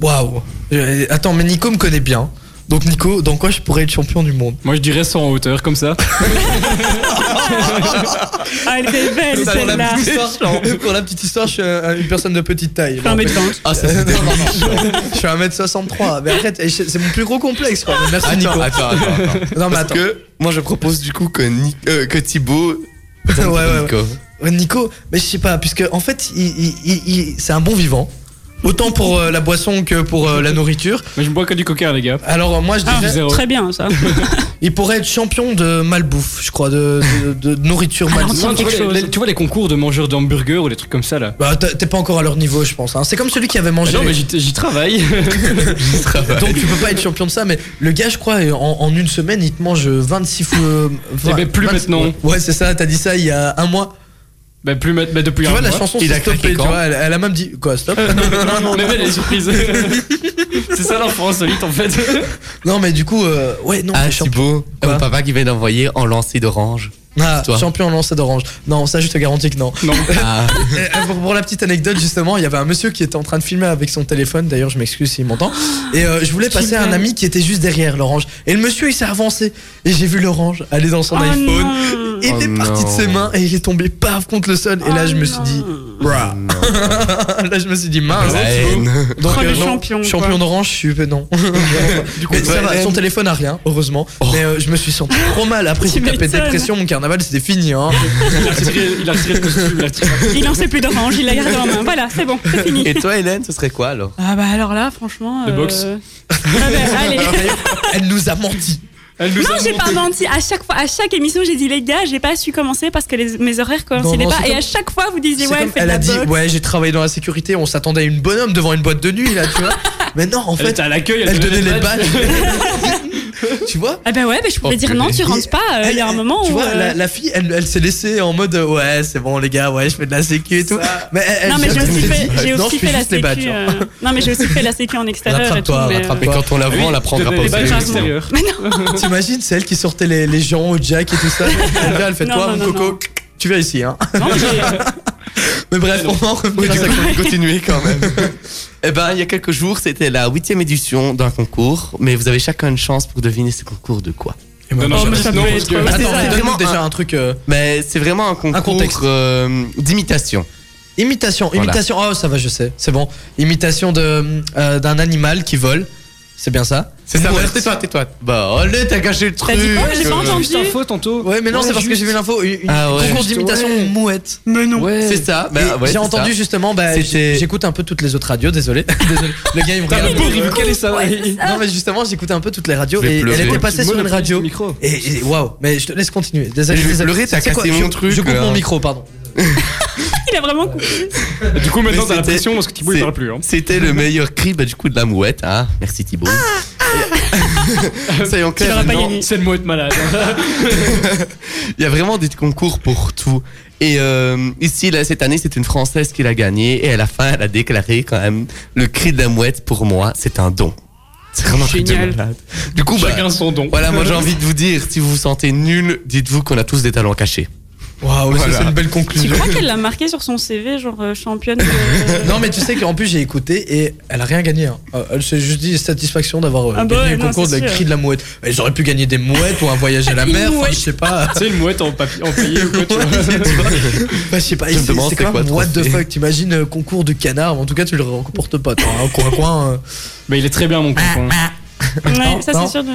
A: Waouh. Euh, Attends, mais Nico me connaît bien. Donc, Nico, dans quoi je pourrais être champion du monde
C: *laughs* Moi je dirais 100 en hauteur comme ça.
B: *laughs* Ah, elle est belle celle-là.
A: histoire, pour la petite histoire, je suis euh, une personne de petite taille.
B: Fin mètre vingt.
E: Ah ça
A: Non, non,
C: *laughs*
A: non. Je suis à 1m63. Mais arrête, c'est mon plus gros complexe. quoi. Mais Merci Nico.
E: Attends, attends, attends, attends.
A: Non, mais
E: Parce
A: attends.
E: que moi je propose du coup que, Ni- euh, que Thibaut...
A: *laughs* Ouais, ouais, ouais.
E: Nico.
A: Ouais, Euh, Nico, mais je sais pas, puisque en fait, il- il- il- il- c'est un bon vivant. Autant pour euh, la boisson que pour euh, la nourriture.
C: Mais je bois que du coca, les gars.
A: Alors, euh, moi, je
B: Ah,
A: dirais.
C: zéro.
B: très bien ça.
A: il pourrait être champion de malbouffe, je crois, de, de- de- de
B: Ah,
A: nourriture
C: Tu
A: malbouffe.
C: vois, tu,
B: quelque
C: vois, les-
B: chose.
C: les, tu vois les concours de mangeurs d'hamburgers ou les trucs comme ça là
A: Bah, t'as- t'es pas encore à leur niveau, je pense. hein. C'est comme celui qui avait
C: Bah
A: mangé.
C: Non, mais j'y j'y
A: *laughs*
C: travaille.
E: *laughs*
C: *laughs*
A: Donc, tu peux pas être champion de ça, mais le gars, je crois, en, en une semaine, il te mange 26 fois. euh, vingt-
C: ben, plus maintenant.
A: Ouais, Ouais, c'est ça, t'as dit ça il y a un mois.
C: bah, plus ma- bah, depuis
A: Tu
C: un
A: vois, la
C: mois.
A: chanson
E: il
A: s'est
E: a craqué
A: stoppée, tu
E: quand
A: vois, elle, elle a même dit
C: *laughs*
A: quoi, stop
C: Mais belle les surprises. C'est ça l'enfant insolite en fait.
A: *laughs* Non, mais du coup, euh, ouais, non,
E: Ah
A: mais champion.
E: Thibaut,
A: Quoi
E: mon papa qui vient d'envoyer en lancer d'orange.
A: Ah,
E: toi.
A: champion en lancer d'orange. Non, ça, je te garantis que non.
C: Non.
E: Ah,
A: *laughs* Et, euh, pour, pour la petite anecdote, justement, il y avait un monsieur qui était en train de filmer avec son téléphone. D'ailleurs, je m'excuse s'il m'entend. Et euh, je voulais passer à un
B: Génial.
A: ami qui était juste derrière l'orange. Et le monsieur, il s'est avancé. Et j'ai vu l'orange aller dans son
B: Oh
A: iPhone.
B: non.
A: était
E: Oh
A: parti de ses
E: non.
A: mains et il est tombé paf contre le sol. Et là,
B: Oh
A: je me suis
B: non.
A: dit, Bruh. *laughs* là, je me suis dit, mince.
E: La
A: let's go.
E: haine.
A: *laughs* Donc, euh,
B: Oh, le
A: non,
B: champion, quoi.
A: champion d'orange, je suis
C: *laughs*
A: non. *laughs*
C: bah,
A: Mais ça
E: ouais,
A: va,
E: Hélène.
A: son téléphone a rien, heureusement.
C: Oh.
A: Mais euh, je me suis senti trop
C: *laughs*
A: mal. Après,
B: Tu
A: j'ai tapé de
B: m'étonnes.
A: dépression, mon carnaval, c'était fini. Hein.
C: Il a retiré, il a retiré le costume, il a retiré.
B: Il en sait plus d'orange, il la garde en main. Voilà, c'est bon, *laughs* c'est fini.
E: Et toi, Hélène, ce serait quoi alors
B: Ah bah alors là, franchement.
C: Le box.
B: Ah bah, allez.
A: Elle nous a menti.
C: Elle nous
B: Non,
C: a
B: j'ai pas
C: monté.
B: menti. À chaque fois, à chaque émission, j'ai dit les gars, j'ai pas su commencer parce que les- mes horaires
A: Non,
B: coïncidaient
A: non,
B: pas.
A: c'est
B: Et
A: comme-
B: à chaque fois, vous disiez
A: C'est
B: ouais,
A: comme-
B: faites
A: elle
B: la
A: a dit,
B: boxe. *laughs*
A: ouais, j'ai travaillé dans la sécurité, on s'attendait à une bonhomme devant une boîte de nuit, là, tu vois. Mais non, en
C: Elle
A: fait,
C: était à l'accueil,
A: elle donnait les
C: balles.
A: badges.
C: *laughs*
A: tu vois
B: Ah bah ouais, mais je pouvais
E: Oh,
B: dire
E: purée.
B: non, tu
A: Et-
B: rentres pas. euh, Il y a un moment
A: tu
B: où.
A: vois,
B: euh,
A: la, la fille, elle, elle s'est laissée en mode euh, ouais, c'est bon les gars, ouais, je fais de la sécu et tout. Mais elle,
B: Non
A: elle
B: mais j'ai
A: s'est
B: aussi
A: dit,
B: fait, j'ai
A: euh, non,
B: aussi
A: je fais
B: fait la
A: juste les badges,
B: sécu.
A: hein.
B: euh, Non mais j'ai aussi fait la sécu en extérieur et tout.
A: Rattrape-toi,
B: mais, euh,
A: rattrape-toi.
E: Mais quand on la voit, on la prendra pas au
C: les balles
E: sérieux.
C: à l'extérieur.
B: *laughs* Mais non,
A: *laughs* T'imagines, c'est elle qui sortait les, les gens au Jack et tout
B: *laughs*
A: ça. Elle vient, elle fait
B: Non,
A: toi,
B: non,
A: mon
B: non,
A: coco. Tu viens ici, hein.
B: non, j'ai-
A: *laughs* Mais bref, on va en revenir à ça.
E: Continuez quand même. Eh ben, il y a quelques jours, c'était la huitième édition d'un concours, mais vous avez chacun une chance pour deviner ce concours de quoi.
A: Eh ben,
C: Non, non,
B: Oh, mais
C: mais
B: ça
C: sinon,
B: peut
C: parce
B: être-
C: que-
E: Ah, c'est
A: Attends,
E: ça,
A: mais donne-nous
E: vraiment
A: déjà un truc. euh,
E: Mais c'est vraiment un concours
A: contexte.
E: euh, d'imitation.
A: imitation,
E: Voilà.
A: imitation. Oh, ça va, je sais, c'est bon. Imitation de, euh, d'un animal qui vole. C'est bien ça
E: C'est ça,
A: Mouette.
E: mais tais-toi, tais-toi. Bah, allez, t'as gâché le truc.
B: T'as dit quoi J'ai pas entendu.
C: Juste info tantôt.
A: Euh, Ouais, mais non,
C: Ouais,
A: c'est parce que
C: juste-
A: j'ai vu l'info. Une, une-
E: Ah ouais.
A: concours
C: Juste,
A: d'imitation
C: ouais.
A: mouette.
B: mais non.
C: Ouais.
E: C'est ça.
A: Et
E: bah, ouais, c'est
A: j'ai entendu
E: ça.
A: justement, bah,
E: C'était-
A: j'- j'écoute un peu toutes les autres radios, désolé. *laughs* Désolé. Le gars, il me
C: Putain,
A: regarde.
C: le pauvre, il veut caler ça.
A: Non, mais justement, j'écoutais un peu toutes les radios
E: Je vais
A: et
E: pleurer.
A: elle était passée sur une radio.
C: Micro.
A: Et, et waouh, mais je te laisse continuer. Désolé,
E: Je vais
A: désolé.
E: pleurer, t'as
A: Tu sais quoi,
E: cassé
A: je-
E: mon truc, hein.
A: Je coupe
E: là.
A: mon micro, pardon.
B: *laughs* Il a vraiment coupé.
C: Et Du coup, maintenant,
E: Mais
C: t'as la
E: c'était-
C: pression parce que Thibaut, il
E: c'est-
C: parle plus. hein.
E: C'était le meilleur cri bah, du coup de la mouette. Ah, merci Thibaut. Soyons
B: Ah. Tu
E: clairs,
B: l'auras pas
E: maintenant,
B: gagné.
C: C'est le
B: *laughs*
C: mot de malade.
E: *laughs* il y a vraiment des concours pour tout. Et euh, ici, là, cette année, c'est une Française qui l'a gagné. Et à la fin, elle a déclaré quand même le cri de la mouette, pour moi, c'est un don. C'est vraiment un truc de
B: Génial.
E: malade. Du coup, bah,
C: Chacun son don.
E: voilà, moi j'ai envie de vous dire, si vous vous sentez nul, dites-vous qu'on a tous des talents cachés.
A: Waouh,
E: Voilà.
A: c'est une belle
B: Tu
A: conclusion. *laughs*
B: crois qu'elle l'a marqué sur son CV, genre euh, championne de...
A: Non, mais tu sais qu'en plus, j'ai écouté et elle a rien gagné. hein. Euh, Elle s'est juste dit satisfaction d'avoir euh,
B: Ah bah
A: gagné
B: ouais,
A: le
B: non,
A: concours de
B: c'est
A: la
B: sûr.
A: cri de
E: *laughs*
A: la mouette. Ils auraient pu gagner des mouettes ou un
C: *laughs*
A: voyage à la
B: Une
A: mer, enfin,
B: mouette.
A: je sais pas.
C: C'est une mouette en papier, en papier ou quoi, tu vois.
A: *laughs* Bah, je sais pas,
E: Je me
A: c'est
E: demande
A: c'est
E: c'est
A: quand même
E: quoi,
A: what the
E: trophée.
A: fuck. T'imagines euh, concours de canard, en tout cas, tu le remportes pas. T'as un coin coin. euh,
C: Mais il est très bien, mon copain.
A: Ah,
B: Ouais,
A: Non,
B: ça
A: non.
B: c'est sûr. de-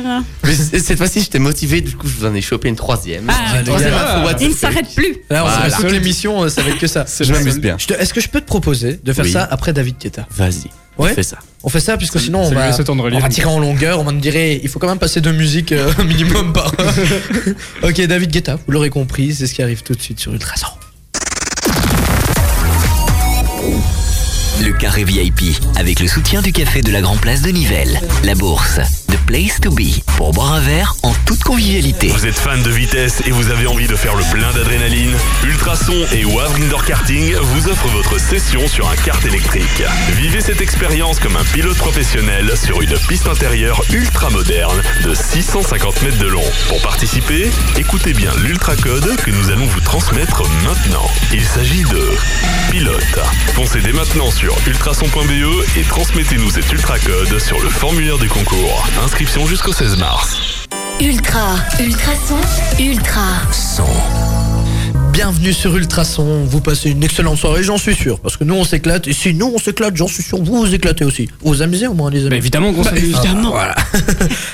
E: Mais c- cette fois-ci, j'étais motivé, du coup, je vous en ai chopé une troisième.
B: Ah,
A: Ah, les
E: troisième
A: gars.
E: info, what the
B: Il ne
E: fuck.
B: s'arrête plus.
A: Là, on
E: Voilà.
A: se passe toute l'émission, euh, ça va être que ça.
E: *laughs* Je m'amuse bien.
A: Je te- Est-ce que je peux te proposer de faire
E: Oui.
A: ça après David Guetta
E: Vas-y,
A: Ouais.
E: fais ça.
A: On fait ça, puisque sinon
C: Ça
A: on
C: lui
A: va,
C: laisse le temps de
A: on
C: relire.
A: va tirer en longueur, on va me dire eh, il faut quand même passer deux musiques euh, *laughs* minimum par.
C: *laughs*
A: ok, David Guetta, vous l'aurez compris, c'est ce qui arrive tout de suite sur Ultrason.
G: Le carré VIP avec le soutien du café de la Grand Place de Nivelles. La bourse, The Place to Be pour boire un verre en toute convivialité.
J: Vous êtes fan de vitesse et vous avez envie de faire le plein d'adrénaline Ultrason et Wavre Indoor Karting vous offrent votre session sur un kart électrique. Vivez cette expérience comme un pilote professionnel sur une piste intérieure ultra moderne de 650 mètres de long. Pour participer, écoutez bien l'ultra code que nous allons vous transmettre maintenant. Il s'agit de pilote. Foncez dès maintenant sur ultrason.be E et transmettez-nous cet ultra code sur le formulaire du concours. Inscription jusqu'au 16 mars.
H: Ultra, ultrason, ultra.
A: Bienvenue sur Ultrason, vous passez une excellente soirée, j'en suis sûr, parce que nous on s'éclate, et si nous on s'éclate, j'en suis sûr, vous vous éclatez aussi. Vous vous amusez au moins, les amis
C: Mais Bah, évidemment
D: Bah,
E: Bah,
C: qu'on s'amuse.
A: Ah,
E: *laughs*
A: voilà.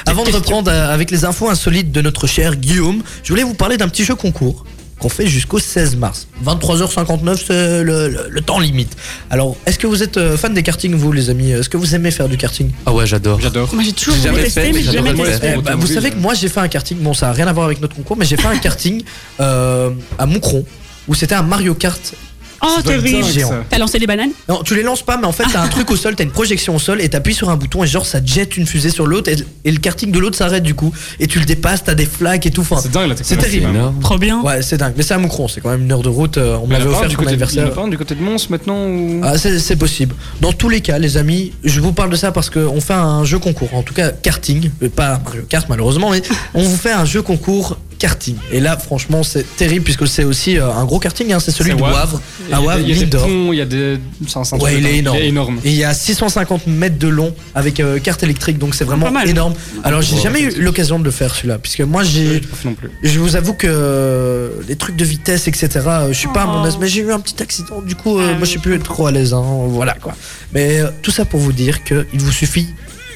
A: Avant de reprendre euh, avec les infos insolites de notre cher Guillaume, je voulais vous parler d'un petit jeu concours qu'on fait jusqu'au 16 mars. 23h59, c'est le, le- le temps limite. Alors, est-ce que vous êtes euh, fan des kartings, vous, les amis Est-ce que vous aimez faire du karting
E: Ah ouais, j'adore. Bah,
C: J'adore.
B: Moi j'ai toujours
E: J'ai
B: voulu
E: jamais fait,
B: tester, mais
E: mais
B: j'ai jamais
E: j'adorerais
B: testé.
E: faire.
A: Eh ben, Vous
C: automobile,
A: savez que moi, j'ai fait un karting. Bon, ça n'a rien à voir avec notre concours, mais j'ai fait un karting euh, à Moucron, où c'était un Mario Kart
B: Oh,
C: C'est
B: terrible.
A: géant.
C: ça.
B: T'as lancé des bananes
A: Non, tu les lances pas, mais en fait, t'as un truc au sol, t'as une projection au sol, et t'appuies sur un bouton, et genre, ça jette une fusée sur l'autre, et, et le karting de l'autre s'arrête du coup, et tu le dépasses, t'as des flaques et tout. Enfin,
C: C'est dingue la
A: C'est
C: technologie. hein.
A: terrible.
B: Trop bien.
A: Ouais, c'est dingue. Mais c'est à Moucron, c'est quand même une heure de route, euh, on me
C: Mais
A: l'avait
C: la part
A: offert
C: du
A: comme
C: côté de
A: anniversaire.
C: la part du côté de Mons maintenant ou
A: Ah, c'est c'est possible. Dans tous les cas, les amis, je vous parle de ça parce qu'on
B: *laughs*
A: fait un jeu concours, en tout cas karting, euh, pas Mario Kart malheureusement, mais on vous fait un jeu concours karting. Et là, franchement, c'est terrible puisque c'est aussi euh, un gros karting. hein, c'est celui
C: C'est
A: de
C: Wavre. Il
A: Wavre.
C: y a
A: À
C: des-
A: Wavre,
C: il y a
A: mine
C: des
A: d'or.
C: ponts, il y a des. c'est un- c'est un
A: Ouais,
C: truc
A: il est énorme.
C: Il est énorme.
A: Et il y a 650 mètres de long avec euh, carte électrique, donc c'est vraiment
C: Pas mal.
A: énorme. Alors j'ai
C: Ouais,
A: jamais eu
C: c'est-
A: l'occasion de le faire celui-là, puisque moi j'ai,
C: J'ai pas fait non plus.
A: je vous avoue que euh, les trucs de vitesse, etc. euh, Je suis pas à
C: Oh.
A: mon aise, mais j'ai eu un petit accident. Du coup,
C: Ah
A: euh, moi je suis plus trop à l'aise. hein, voilà quoi. Mais euh, tout ça pour vous dire que il vous suffit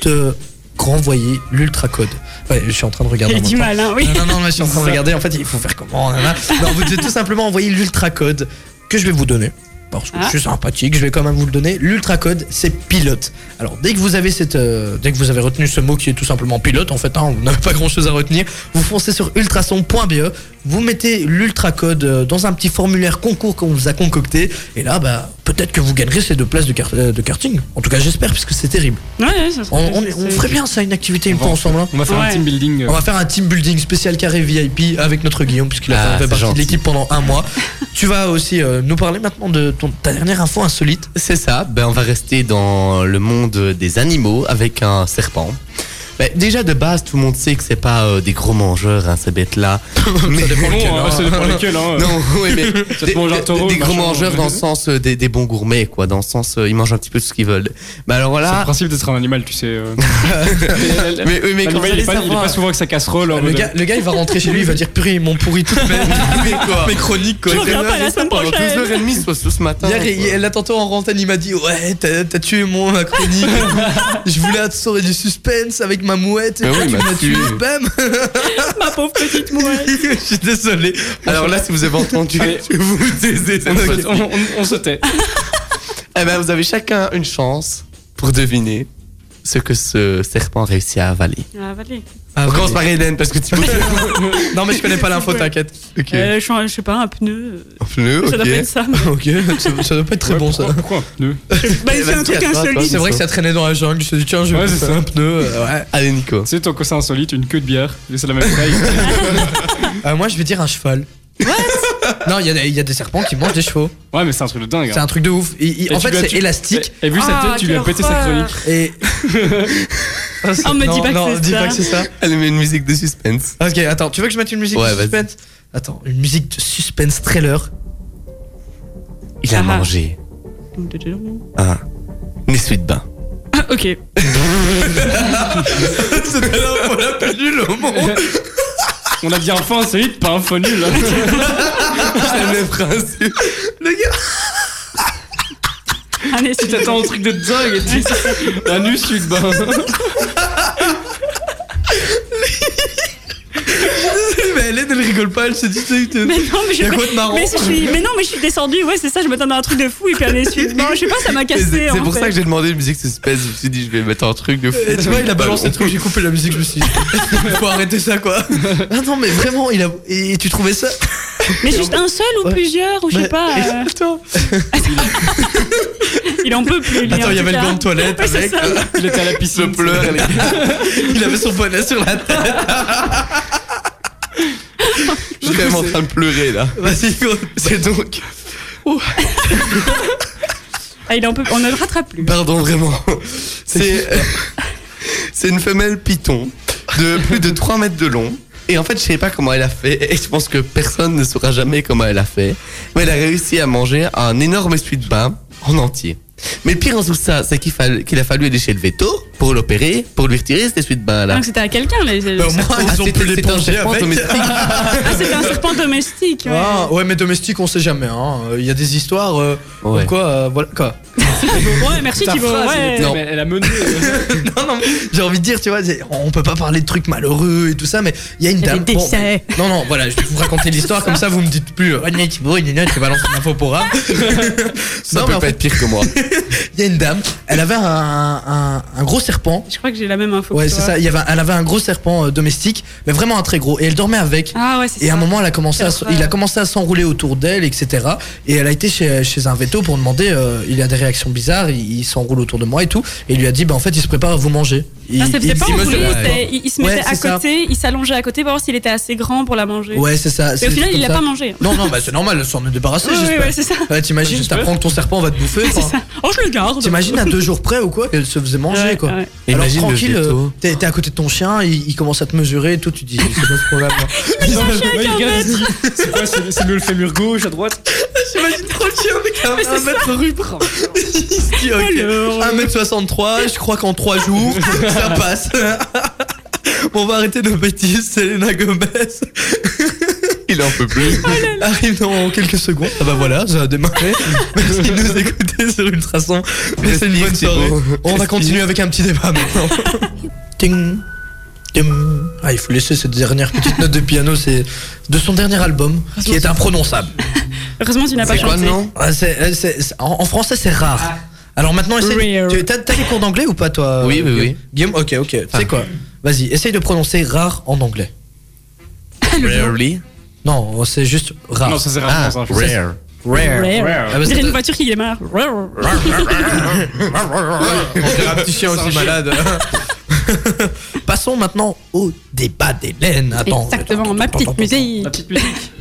A: de renvoyer l'ultra code. Ouais, je suis en train de regarder.
B: Il
A: en
B: est
A: même
B: du
A: temps.
C: hein,
B: malin, oui.
A: *laughs* Non, non, non, mais je suis en train
C: *laughs*
A: de regarder. En fait, il faut faire comment nanana. hein, Non, Vous devez tout simplement envoyer l'ultra code que je vais vous donner. Parce que
B: Ah.
A: je suis sympathique, je vais quand même vous le donner. L'ultra code, c'est pilote. Alors, dès que vous avez cette, euh, dès que vous avez retenu ce mot qui est tout simplement pilote, en fait, hein, vous n'avez pas grand chose à retenir, vous foncez sur ultrason.be, E, vous mettez l'ultra code euh, dans un petit formulaire concours qu'on vous a concocté, et là, bah, peut-être que vous gagnerez ces deux places de, kart- euh, de karting. En tout cas, j'espère, puisque c'est terrible.
B: Ouais, ouais, ça serait-
A: On, on- on
B: c'est-
A: ferait bien ça, une activité une
C: va
A: fois
C: en
A: ensemble. hein.
C: On va faire un
B: Ouais.
C: team building. euh,
A: On va faire un team building spécial carré VIP avec notre Guillaume, puisqu'il a
E: Ah,
A: fait
E: c'est
A: partie de
E: gentil.
A: l'équipe pendant un mois. tu vas aussi euh, nous parler maintenant de ton, ta dernière info
C: *laughs*
A: insolite.
E: C'est ça, ben on va rester dans le monde des animaux avec un serpent. Ben, déjà de base, tout le monde sait que c'est pas euh, des gros mangeurs, hein, ces bêtes-là. Mais-
C: bon, hein, ça dépend lesquels, hein.
E: Non, *laughs* oui, mais
C: te
E: des,
C: mange un
E: des-
C: taureau,
E: des gros
C: machin.
E: mangeurs dans le sens euh, des, des bons gourmets, quoi. Dans le sens, euh, ils mangent un petit peu tout ce qu'ils veulent. Mais alors
C: C'est le
E: voilà.
C: principe d'être un animal, tu sais.
E: *laughs*
C: euh.
E: Mais, oui,
C: L'animal,
E: mais quand vous
C: il,
E: allez
C: est pas, il est
E: savoir-
C: pas souvent avec sa casserole. hein, en
A: Le
C: mode- euh.
A: gars, le gars, il va rentrer chez lui, il va dire purée, ils m'ont pourri toute ma
E: *laughs* Ah, mais quoi
A: mes chroniques. quoi.
B: Tu reviens pas la semaine
E: Pendant
B: prochaine.
E: 2h30, soit ce matin.
A: Hier, il-
E: quoi.
A: il- là, tantôt en rentable, il m'a dit Ouais, t'as t'as tué mon ma
C: *laughs*
A: chronique. Je voulais instaurer du suspense avec ma mouette.
E: Mais oui, bah,
A: tu
E: il
A: m'as
E: m'a
C: *laughs*
A: tué,
E: tué.
A: bam
B: Ma pauvre petite
E: *laughs*
B: mouette.
A: Je suis désolé.
E: Alors là, si vous avez entendu,
C: Allez.
E: je vous taisez. cette fois-ci.
C: On, on- on se tait.
E: *laughs* Eh ben, vous avez chacun une chance pour deviner ce que ce serpent réussit à avaler.
B: Ah, Valérie.
E: on commence par Hélène parce que tu
B: *laughs*
A: *laughs* Non, mais je connais pas l'info, t'inquiète.
E: Ok.
B: Euh, je suis un- je sais pas, un pneu. *laughs* euh,
E: Un pneu,
B: Ça doit pas
E: ok.
B: être ça. mais-
A: Ok, ça, ça doit pas être très
C: Ouais,
A: bon ça.
C: pourquoi- pourquoi un pneu
B: Bah, c'est un
E: vas-y,
B: truc
E: à toi,
B: insolite.
A: C'est vrai que ça traînait dans la jungle, je me suis dit tiens, je vais
C: Ouais, c'est
A: faire
C: ça.
A: un pneu. euh, ouais.
E: Allez, Nico.
C: Tu sais, ton c'est insolite, une queue de bière, et c'est la
A: *laughs*
C: même taille.
A: Euh, moi, je vais dire un cheval. non, il y, a- il y a des serpents qui mangent des chevaux.
C: Ouais, mais c'est un truc de dingue. hein.
A: C'est un truc de ouf. Il- il-
C: Et
A: en
C: tu
A: fait,
C: lui as-
A: c'est
C: tu- Eh,
A: élastique
C: Et vu sa
B: Ah,
C: tête, tu lui as
B: quelle
C: pété sa
B: horreur.
C: chronique.
A: *laughs* et. Ah, c'est-
B: Oh, me dis
A: non,
B: pas que
A: non,
B: c'est
A: dis
B: ça.
A: pas que c'est ça.
E: Allez, mets une musique de suspense.
A: Ok, attends, tu veux que je mette une musique
E: Ouais,
A: de
E: vas-y.
A: suspense Attends, une musique de suspense
B: *laughs*
A: trailer.
E: Il a
B: Ah.
E: mangé un essuie de bain.
B: Ah,
C: *laughs*
B: ok.
A: C'était l'info la plus nulle au monde.
C: *laughs* On a dit un faux insolite, pas un faux nul.
E: C'est le même principe.
B: Allez,
C: Tu t'attends au truc de dingue et
B: *laughs*
C: tu un nu sud bain.
A: *laughs* Mais Hélène, elle rigole pas, elle se dit c'est que-
B: Mais non, mais je
A: Y'a quoi de marrant
B: mais, je suis... mais non, mais je suis descendue, ouais, c'est ça, je m'attendais à un truc de fou et puis un essuie. Non, je sais pas, ça m'a
E: C'est
B: cassé. hein,
E: c'est
B: en
E: pour
B: fait.
E: ça que j'ai demandé une musique suspense. Je me suis dit, je vais mettre un truc de fou.
A: Et Euh, tu vois, il a
E: Bah,
A: balancé
E: on-
A: le truc, j'ai coupé la musique, je me suis dit, *laughs* faut arrêter ça
E: *laughs*
A: quoi. Ah non, mais vraiment, il a. Et tu trouvais ça
B: Mais juste un seul ou
A: Ouais.
B: plusieurs, ou je
A: Mais-
B: sais pas. euh,
A: Attends,
B: Il en peut plus. lui,
A: Attends,
B: en
A: il y
B: tout
A: avait le
B: cas.
A: gant de toilette
B: Ouais, c'est
A: avec. euh,
B: ça.
C: Il était à
E: *laughs*
C: la piscine.
E: Je pleure, elle est-
A: *laughs* Il avait son bonnet sur la tête.
E: *laughs* je suis quand même en train de pleurer là.
A: Vas-y, go. C'est donc.
B: Ah, il en peut... On ne le rattrape plus.
E: Pardon, vraiment. C'est c'est une femelle python de plus de 3 mètres de long. Et en fait, je sais pas comment elle a fait. Et je pense que personne ne saura jamais comment elle a fait. Mais elle a réussi à manger un énorme essuie de bain en entier. Mais le pire en tout ça, c'est qu'il fall- qu'il a fallu aller chez le veto pour l'opérer, pour lui retirer cet essuie de bain là.
B: Donc c'était à quelqu'un, les...
A: Bah, au moins,
E: Ah,
A: ils ont
E: c'était-
A: pu
E: c'était un
A: l'éponger
E: serpent
A: avec.
E: domestique.
B: Ah, c'était un serpent domestique. ouais.
A: Ah, ouais, mais domestique, on sait jamais. hein. Il y a des histoires. euh, comme
E: Ouais.
A: quoi, euh, voilà. Quoi.
B: Ouais, merci
C: Ta
B: Thibaut.
C: phrase, elle
B: Ouais.
C: était-
E: Non.
C: mais elle a mené. euh,
A: *laughs* non, non, mais j'ai envie de dire, tu vois, c'est- on peut pas parler de trucs malheureux et tout ça, mais il y a une
B: Il y a
A: dame.
B: des décès.
A: non, non, voilà, je vais vous raconter l'histoire, comme ça vous me dites plus. euh, Oh, gna, Thibaut, gna, gna, tu balances une info pour un.
E: *laughs* Ça
A: Non, mais
E: peut
A: en
E: pas
A: fait,
E: être pire
A: *laughs*
E: que moi.
A: il y a une dame, elle avait un- un- un gros serpent
B: Je crois que j'ai la même info.
A: Ouais,
B: que
A: c'est
B: toi.
A: ça. Il y avait, un- elle avait un gros serpent euh, domestique, mais vraiment un très gros. Et elle dormait avec.
B: Ah ouais, c'est ça.
A: Et à un moment, elle a commencé à, s- il a commencé à s'enrouler autour d'elle, etc. Et elle a été chez, chez un veto pour demander euh, il a des réactions bizarres, il, il s'enroule autour de moi et tout. Et il lui a dit bah, en fait, il se prépare à vous manger. Il,
B: Ah, ça faisait
A: il-
B: pas
A: il me-
B: enrouler, c'était- il, il se mettait
A: Ouais,
B: à
A: c'est ça.
B: côté, il s'allongeait à côté pour voir s'il était assez grand pour la manger.
A: Ouais, c'est ça.
B: Et
A: c'est
B: au final,
A: comme
B: il l'a
A: ça.
B: pas mangé.
A: Non, non, bah, c'est normal, elle s'en est débarrassée,
B: Oui, oui,
A: j'espère.
B: ouais, c'est ça.
A: Ouais, T'imagines, t'apprends que ton serpent va te bouffer. enfin,
B: Oh, je le garde.
A: T'imagines à deux jours près ou quoi qu'elle se faisait manger
B: Ouais,
A: quoi.
B: ouais.
A: Alors
E: Imagine le
A: tranquille,
E: veto.
A: euh, t'es t'es à côté de ton chien, il, il commence à te mesurer et tout, tu dis c'est pas ce problème.
B: *laughs* avec un
C: C'est quoi C'est c'est mieux le fémur gauche, à droite
A: J'imagine trop le chien avec un,
B: Mais c'est
A: un mètre rubre. *laughs* il se dit
B: Alors.
A: ok, 1m63, je crois qu'en 3
B: *laughs*
A: jours, ça passe. *laughs* Bon, on va arrêter nos bêtises, Selena Gomez
E: Il en peut plus.
A: arrive dans quelques secondes. Ah bah voilà, ça a
B: *laughs*
A: démarré. Merci de nous écouter sur Ultrason. Passez une bonne
E: Respire,
A: soirée.
E: Thibaut.
A: On va continuer avec un petit débat maintenant. *laughs* Ting. ting. Ah, il faut laisser cette dernière petite note de piano, c'est de son dernier album, qui est imprononçable.
B: *laughs* Heureusement, tu n'as pas
E: C'est quoi le
B: chanté. Ah.
E: nom
A: Ah, c'est- euh, c'est- c'est- en, en français, c'est rare. Alors maintenant, essaye.
B: Rare.
A: tu- T'as t'as des cours d'anglais ou pas, toi
E: Oui, oui,
A: Guillaume
E: oui.
A: Guillaume, ok, ok. Tu
E: Ah.
A: sais quoi Vas-y, essaye de prononcer rare en anglais.
E: Rarely.
A: Non, c'est juste rare.
C: Non, ça c'est
E: Ah,
C: rarement ça.
E: rare.
A: rare.
B: Rare.
C: Rare.
A: Ah, bah,
B: On
A: ça
B: dirait une
A: donne-
B: voiture qui démarre. Rare.
A: On dirait un petit chien aussi malade. *laughs* Passons maintenant au débat d'Hélène. Attends.
B: Exactement, ma petite musique.
C: La petite musique.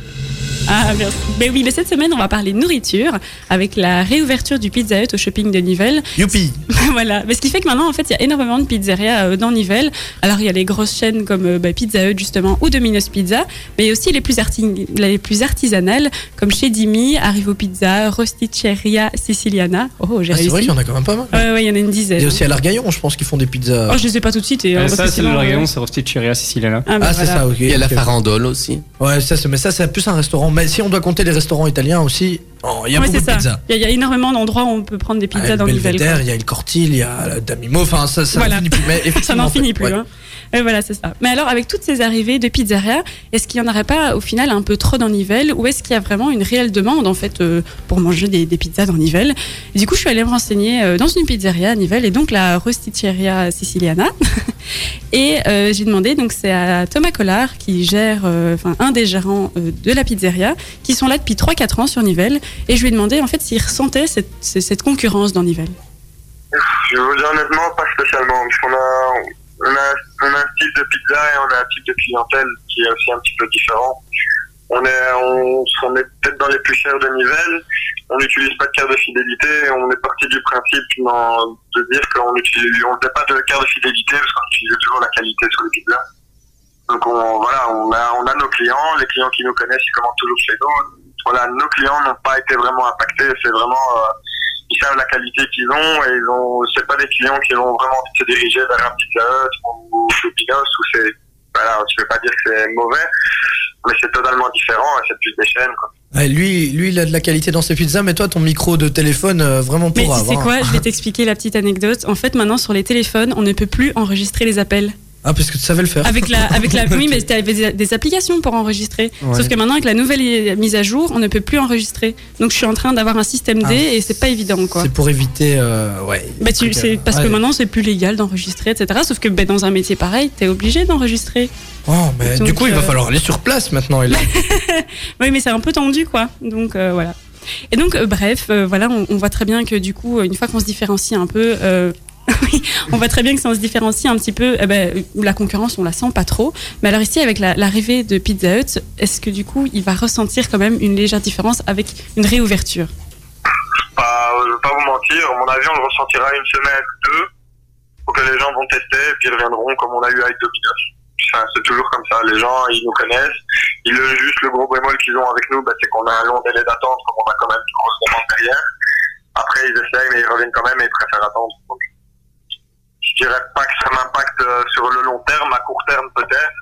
B: Ah, merci. Ben oui, mais cette semaine, on va parler nourriture avec la réouverture du Pizza Hut au shopping de Nivelles.
A: Youpi.
B: *laughs* voilà. Mais ce qui fait que maintenant, en fait, il y a énormément de pizzerias euh, dans Nivelles. Alors, il y a les grosses chaînes comme euh, bah, Pizza Hut, justement, ou Domino's Pizza, mais il y a aussi les plus, arti- les plus artisanales, comme chez Dimi, Arrivo Pizza, Rosticceria Siciliana. Oh, j'ai
A: Ah, c'est
B: réussi.
A: vrai qu'il y en a quand même pas mal.
B: Ouais, ouais, il y en a une dizaine.
A: Il y a
B: hein.
A: aussi à l'Argaillon, je pense qu'ils font des pizzas.
B: Oh, je ne sais pas tout de suite. Et, euh,
C: Euh,
B: parce
C: Ça,
B: que
C: c'est le
B: sinon,
C: dragon,
B: euh,
C: c'est Rosticceria Siciliana.
B: Ah,
A: Ah, c'est ça, ok.
E: Il y a la
A: ok.
E: farandole aussi.
A: Ouais, ça, c'est- mais ça, c'est plus un restaurant. Mais si on doit compter les restaurants italiens aussi, oh, il y a beaucoup de pizzas.
B: Il y, a- il y a énormément d'endroits où on peut prendre des pizzas
A: Ah,
B: dans
A: le
B: Nivelles. quoi.
A: Belvedere, il y a le Cortil, il y a le Damimo, enfin ça, ça
B: Voilà.
A: n'en finit plus. Mais
B: *laughs* Ça
A: effectivement,
B: n'en
A: en fait,
B: finit plus.
A: ouais.
B: hein. Et voilà, c'est ça. Mais alors, avec toutes ces arrivées de pizzerias, est-ce qu'il n'y en aurait pas au final un peu trop dans Nivelles ou est-ce qu'il y a vraiment une réelle demande en fait euh, pour manger des, des pizzas dans Nivelles Et Du coup, je suis allée me renseigner euh, dans une pizzeria à Nivelles et donc la Rosticceria Siciliana. *laughs* et euh, j'ai demandé, donc c'est à Thomas Collard qui gère, euh, enfin un des gérants euh, de la pizzeria, qui sont là depuis 3-4 ans sur Nivelles et je lui ai demandé en fait s'il ressentait cette, cette concurrence dans Nivelles.
K: Je vous dis honnêtement, pas spécialement. Parce qu'on a, on a, on a un style de pizza et on a un type de clientèle qui est aussi un petit peu différent. On est, on, on est peut-être dans les plus chers de Nivelles. On n'utilise pas de carte de fidélité. et On est parti du principe dans- de dire qu'on utilise- on ne fait pas de carte de fidélité parce qu'on utilisait toujours la qualité sur les pizzas. Donc on, voilà, on a, on a nos clients. Les clients qui nous connaissent, ils commandent toujours chez nous. Voilà, nos clients n'ont pas été vraiment impactés. C'est vraiment, euh, ils savent la qualité qu'ils ont et ils ont c'est pas des clients qui ont vraiment envie de se diriger vers un Pizza Hut ou ou Pinos ou c'est voilà je veux pas dire que c'est mauvais mais c'est totalement différent et c'est plus des chaînes quoi.
A: Ouais, lui, lui, il a de la qualité dans ses pizzas, mais toi, ton micro de téléphone, euh, vraiment pour
B: Mais tu sais
A: avoir.
B: quoi, je
A: *laughs*
B: vais t'expliquer la petite anecdote. En fait, maintenant sur les téléphones, on ne peut plus enregistrer les appels.
A: Ah, parce que tu savais le faire.
B: Avec la, avec
A: *laughs*
B: la, oui, mais t'avais des- des applications pour enregistrer. Sauf que maintenant, avec la nouvelle mise à jour, on ne peut plus enregistrer. Donc, je suis en train d'avoir un système D
A: Ah.
B: et c'est pas évident, quoi.
A: C'est pour éviter. euh, ouais. euh,
B: Bah, tu, c'est parce que
A: Ouais.
B: maintenant, c'est plus légal d'enregistrer, etc. Sauf que bah, dans un métier pareil, t'es obligé d'enregistrer.
A: Oh, mais
B: Donc,
A: du coup, il va
B: euh,
A: falloir aller sur place maintenant.
B: *laughs*
A: Et là,
B: Oui, mais c'est un peu tendu, quoi. Donc, euh, voilà. Et donc, euh, bref, euh, voilà, on, on voit très bien que du coup, euh, une fois qu'on se différencie un peu, euh, *laughs* oui, on voit très bien que si on se différencie un petit peu, eh ben, la concurrence, on la sent pas trop. Mais alors ici, avec la- l'arrivée de Pizza Hut, est-ce que du coup, il va ressentir quand même une légère différence avec une réouverture
K: pas, Bah, euh, je vais pas vous mentir, à mon avis, on le ressentira une semaine, deux, pour que les gens vont tester, puis ils reviendront comme on a eu avec Domino's. Enfin, c'est toujours comme ça. Les gens, ils nous connaissent. Ils le, juste le gros bémol qu'ils ont avec nous, bah, c'est qu'on a un long délai d'attente, comme on a quand même une grosse demande derrière. Après, ils essayent, mais ils reviennent quand même et ils préfèrent attendre. Donc, je dirais pas que ça m'impacte euh, sur le long terme, à court terme peut-être,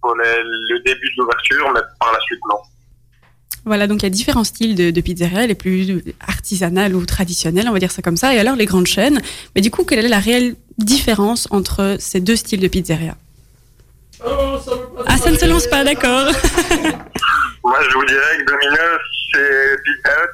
K: pour les- le début de l'ouverture, mais par la suite, non.
B: Voilà, donc il y a différents styles de, de pizzeria, les plus artisanales ou traditionnelles, on va dire ça comme ça, et alors les grandes chaînes. Mais du coup, quelle est la réelle différence entre ces deux styles de pizzeria Ah, ça ne se lance pas, d'accord. *laughs*
K: Moi, je vous dirais que Domino's, c'est Pizza Hut.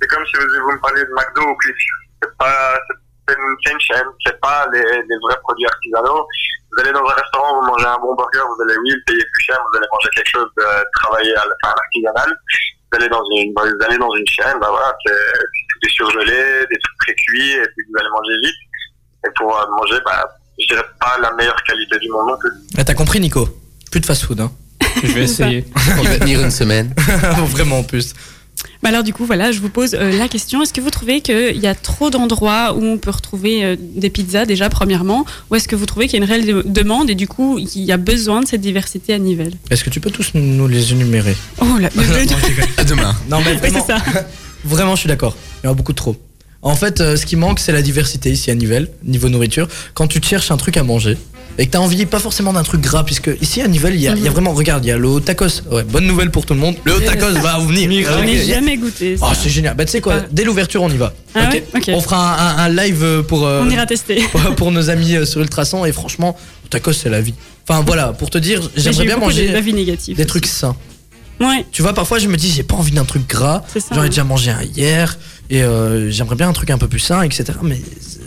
K: C'est comme si vous, vous me parliez de McDo ou Cliff. C'est pas, c'est- c'est une, c'est une chaîne, c'est pas les, les vrais produits artisanaux. Vous allez dans un restaurant, vous mangez un bon burger, vous allez oui, le payer plus cher, vous allez manger quelque chose de travaillé à, la- à l'artisanal. Vous allez dans une, vous allez dans une chaîne, bah voilà, c'est c'est tout est surgelé, des trucs pré-cuits, et puis vous allez manger vite. Et pour euh, manger, bah, je dirais pas la meilleure qualité du monde non plus.
A: Ah, T'as compris, Nico Plus de fast-food. Hein.
C: Je vais
A: *laughs*
C: essayer.
E: Il va tenir une semaine.
A: Vraiment, en plus.
B: Bah alors du coup, voilà, je vous pose euh, la question. Est-ce que vous trouvez qu'il y a trop d'endroits où on peut retrouver euh, des pizzas déjà, premièrement, ou est-ce que vous trouvez qu'il y a une réelle de- demande et du coup, il y a besoin de cette diversité à Nivelles
A: Est-ce que tu peux tous nous les énumérer
B: Oh là, le
A: *laughs* Non,
B: but-
A: je rigole.
E: À demain.
A: Non, mais
B: Oui,
A: vraiment,
B: c'est ça.
A: *laughs* Vraiment, je suis d'accord. Il y en a beaucoup trop. En fait, euh, ce qui manque, c'est la diversité ici à Nivelles, niveau nourriture. Quand tu te cherches un truc à manger et que t'as envie pas forcément d'un truc gras, puisque ici à Nivelles, il y, a- il
B: Mhm.
A: y a vraiment, regarde, il y a le haut tacos. Ouais, bonne nouvelle pour tout le monde. Le haut tacos va venir.
B: Je
A: Ok.
B: n'ai jamais goûté. ça.
A: Oh, c'est génial. Bah, tu sais quoi,
B: Ah.
A: dès l'ouverture, on y va.
B: Ah
A: Ok
B: ouais Ok.
A: On fera un, un- un live euh, pour, euh,
B: On ira tester.
A: *laughs* pour, pour nos amis euh, sur Ultrason et franchement, le tacos, c'est la vie. Enfin, voilà, pour te dire,
B: J'ai
A: j'aimerais
B: eu
A: bien
B: beaucoup
A: manger
B: d'avis négatifs
A: des
B: aussi.
A: trucs sains.
B: Ouais,
A: Tu vois, parfois je me dis, j'ai pas envie d'un truc gras.
B: C'est ça,
A: J'en ai
B: ouais.
A: déjà mangé un hier et euh, j'aimerais bien un truc un peu plus sain, etc. Mais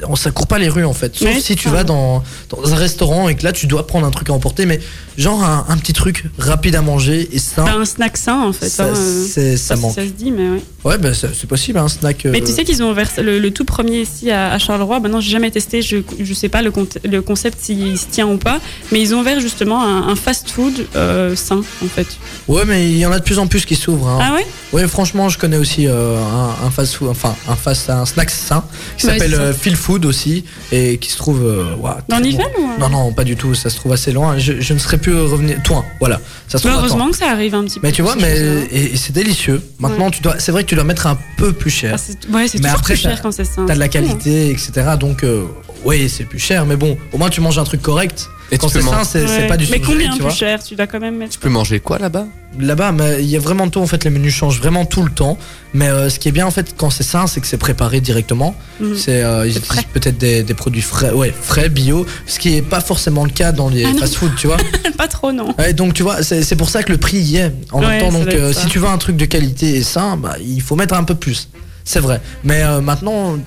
A: on ça court pas les rues en fait. Sauf
B: Ouais,
A: si
B: c'est
A: tu
B: ça.
A: vas dans, dans un restaurant et que là tu dois prendre un truc à emporter, mais genre un, un petit truc rapide à manger et sain.
B: t'as un snack sain en fait.
A: ça,
B: hein, euh,
A: c'est- ça
B: je sais pas
A: manque.
B: si ça se dit, mais ouais.
A: Ouais, bah, c'est c'est possible, un snack.
B: Mais
A: euh,
B: tu sais qu'ils ont ouvert le, le tout premier ici à, à Charleroi. Maintenant, j'ai jamais testé. Je, je sais pas le, con- le concept s'il se tient ou pas. Mais ils ont ouvert justement un, un fast-food euh, sain, en fait.
A: Ouais, mais il y en a de plus en plus qui s'ouvrent. hein.
B: Ah ouais
A: Ouais, franchement, je connais aussi euh, un, un fast food, enfin un fast, un snack sain qui
B: Ouais,
A: s'appelle
B: c'est ça.
A: euh, Feel Food aussi et qui se trouve. euh, ouah,
B: Dans
A: très
B: Nivelles
A: bon.
B: ou, euh
A: Non, non, pas du tout. Ça se trouve assez loin. Je, je ne serais plus revenu. Toi, voilà. Ça se trouve.
B: Bah,
A: à Toin.
B: Heureusement que ça arrive un petit peu.
A: Mais tu vois,
B: ces
A: mais
B: choses-là.
A: et, et c'est délicieux. Maintenant, tu dois. C'est vrai que tu dois mettre un peu plus cher.
B: Ah, c'est- ouais, c'est
A: Mais
B: toujours
A: après,
B: plus cher
A: t'as-
B: quand c'est sain.
A: T'as de la
B: c'est tout, hein.
A: qualité, etc. Donc, euh, ouais, c'est plus cher. Mais bon, au moins tu manges un truc correct.
E: Et
A: quand
E: tu peux
A: c'est sain,
E: manger.
A: c'est c'est
B: Ouais.
A: pas du
B: Mais
A: surgelé,
B: combien
A: tu
B: plus
A: vois.
B: cher Tu dois quand même mettre.
E: Tu peux manger quoi là-bas
A: Là-bas, mais il y a vraiment tout. En fait, les menus changent vraiment tout le temps. Mais euh, ce qui est bien, en fait, quand c'est sain, c'est que c'est préparé directement.
B: Mhm.
A: C'est euh, ils
B: C'est
A: utilisent
B: frais.
A: peut-être des, des produits frais, ouais, frais, bio. Ce qui est pas forcément le cas dans les
B: Ah non.
A: fast-food, tu vois.
B: *laughs* pas trop, non.
A: Ouais, donc tu vois, c'est c'est pour ça que le prix y est. En
B: Ouais,
A: même temps,
B: ça
A: donc
B: doit être
A: euh,
B: ça.
A: si tu veux un truc de qualité et sain, bah, il faut mettre un peu plus. C'est vrai. Mais euh, maintenant,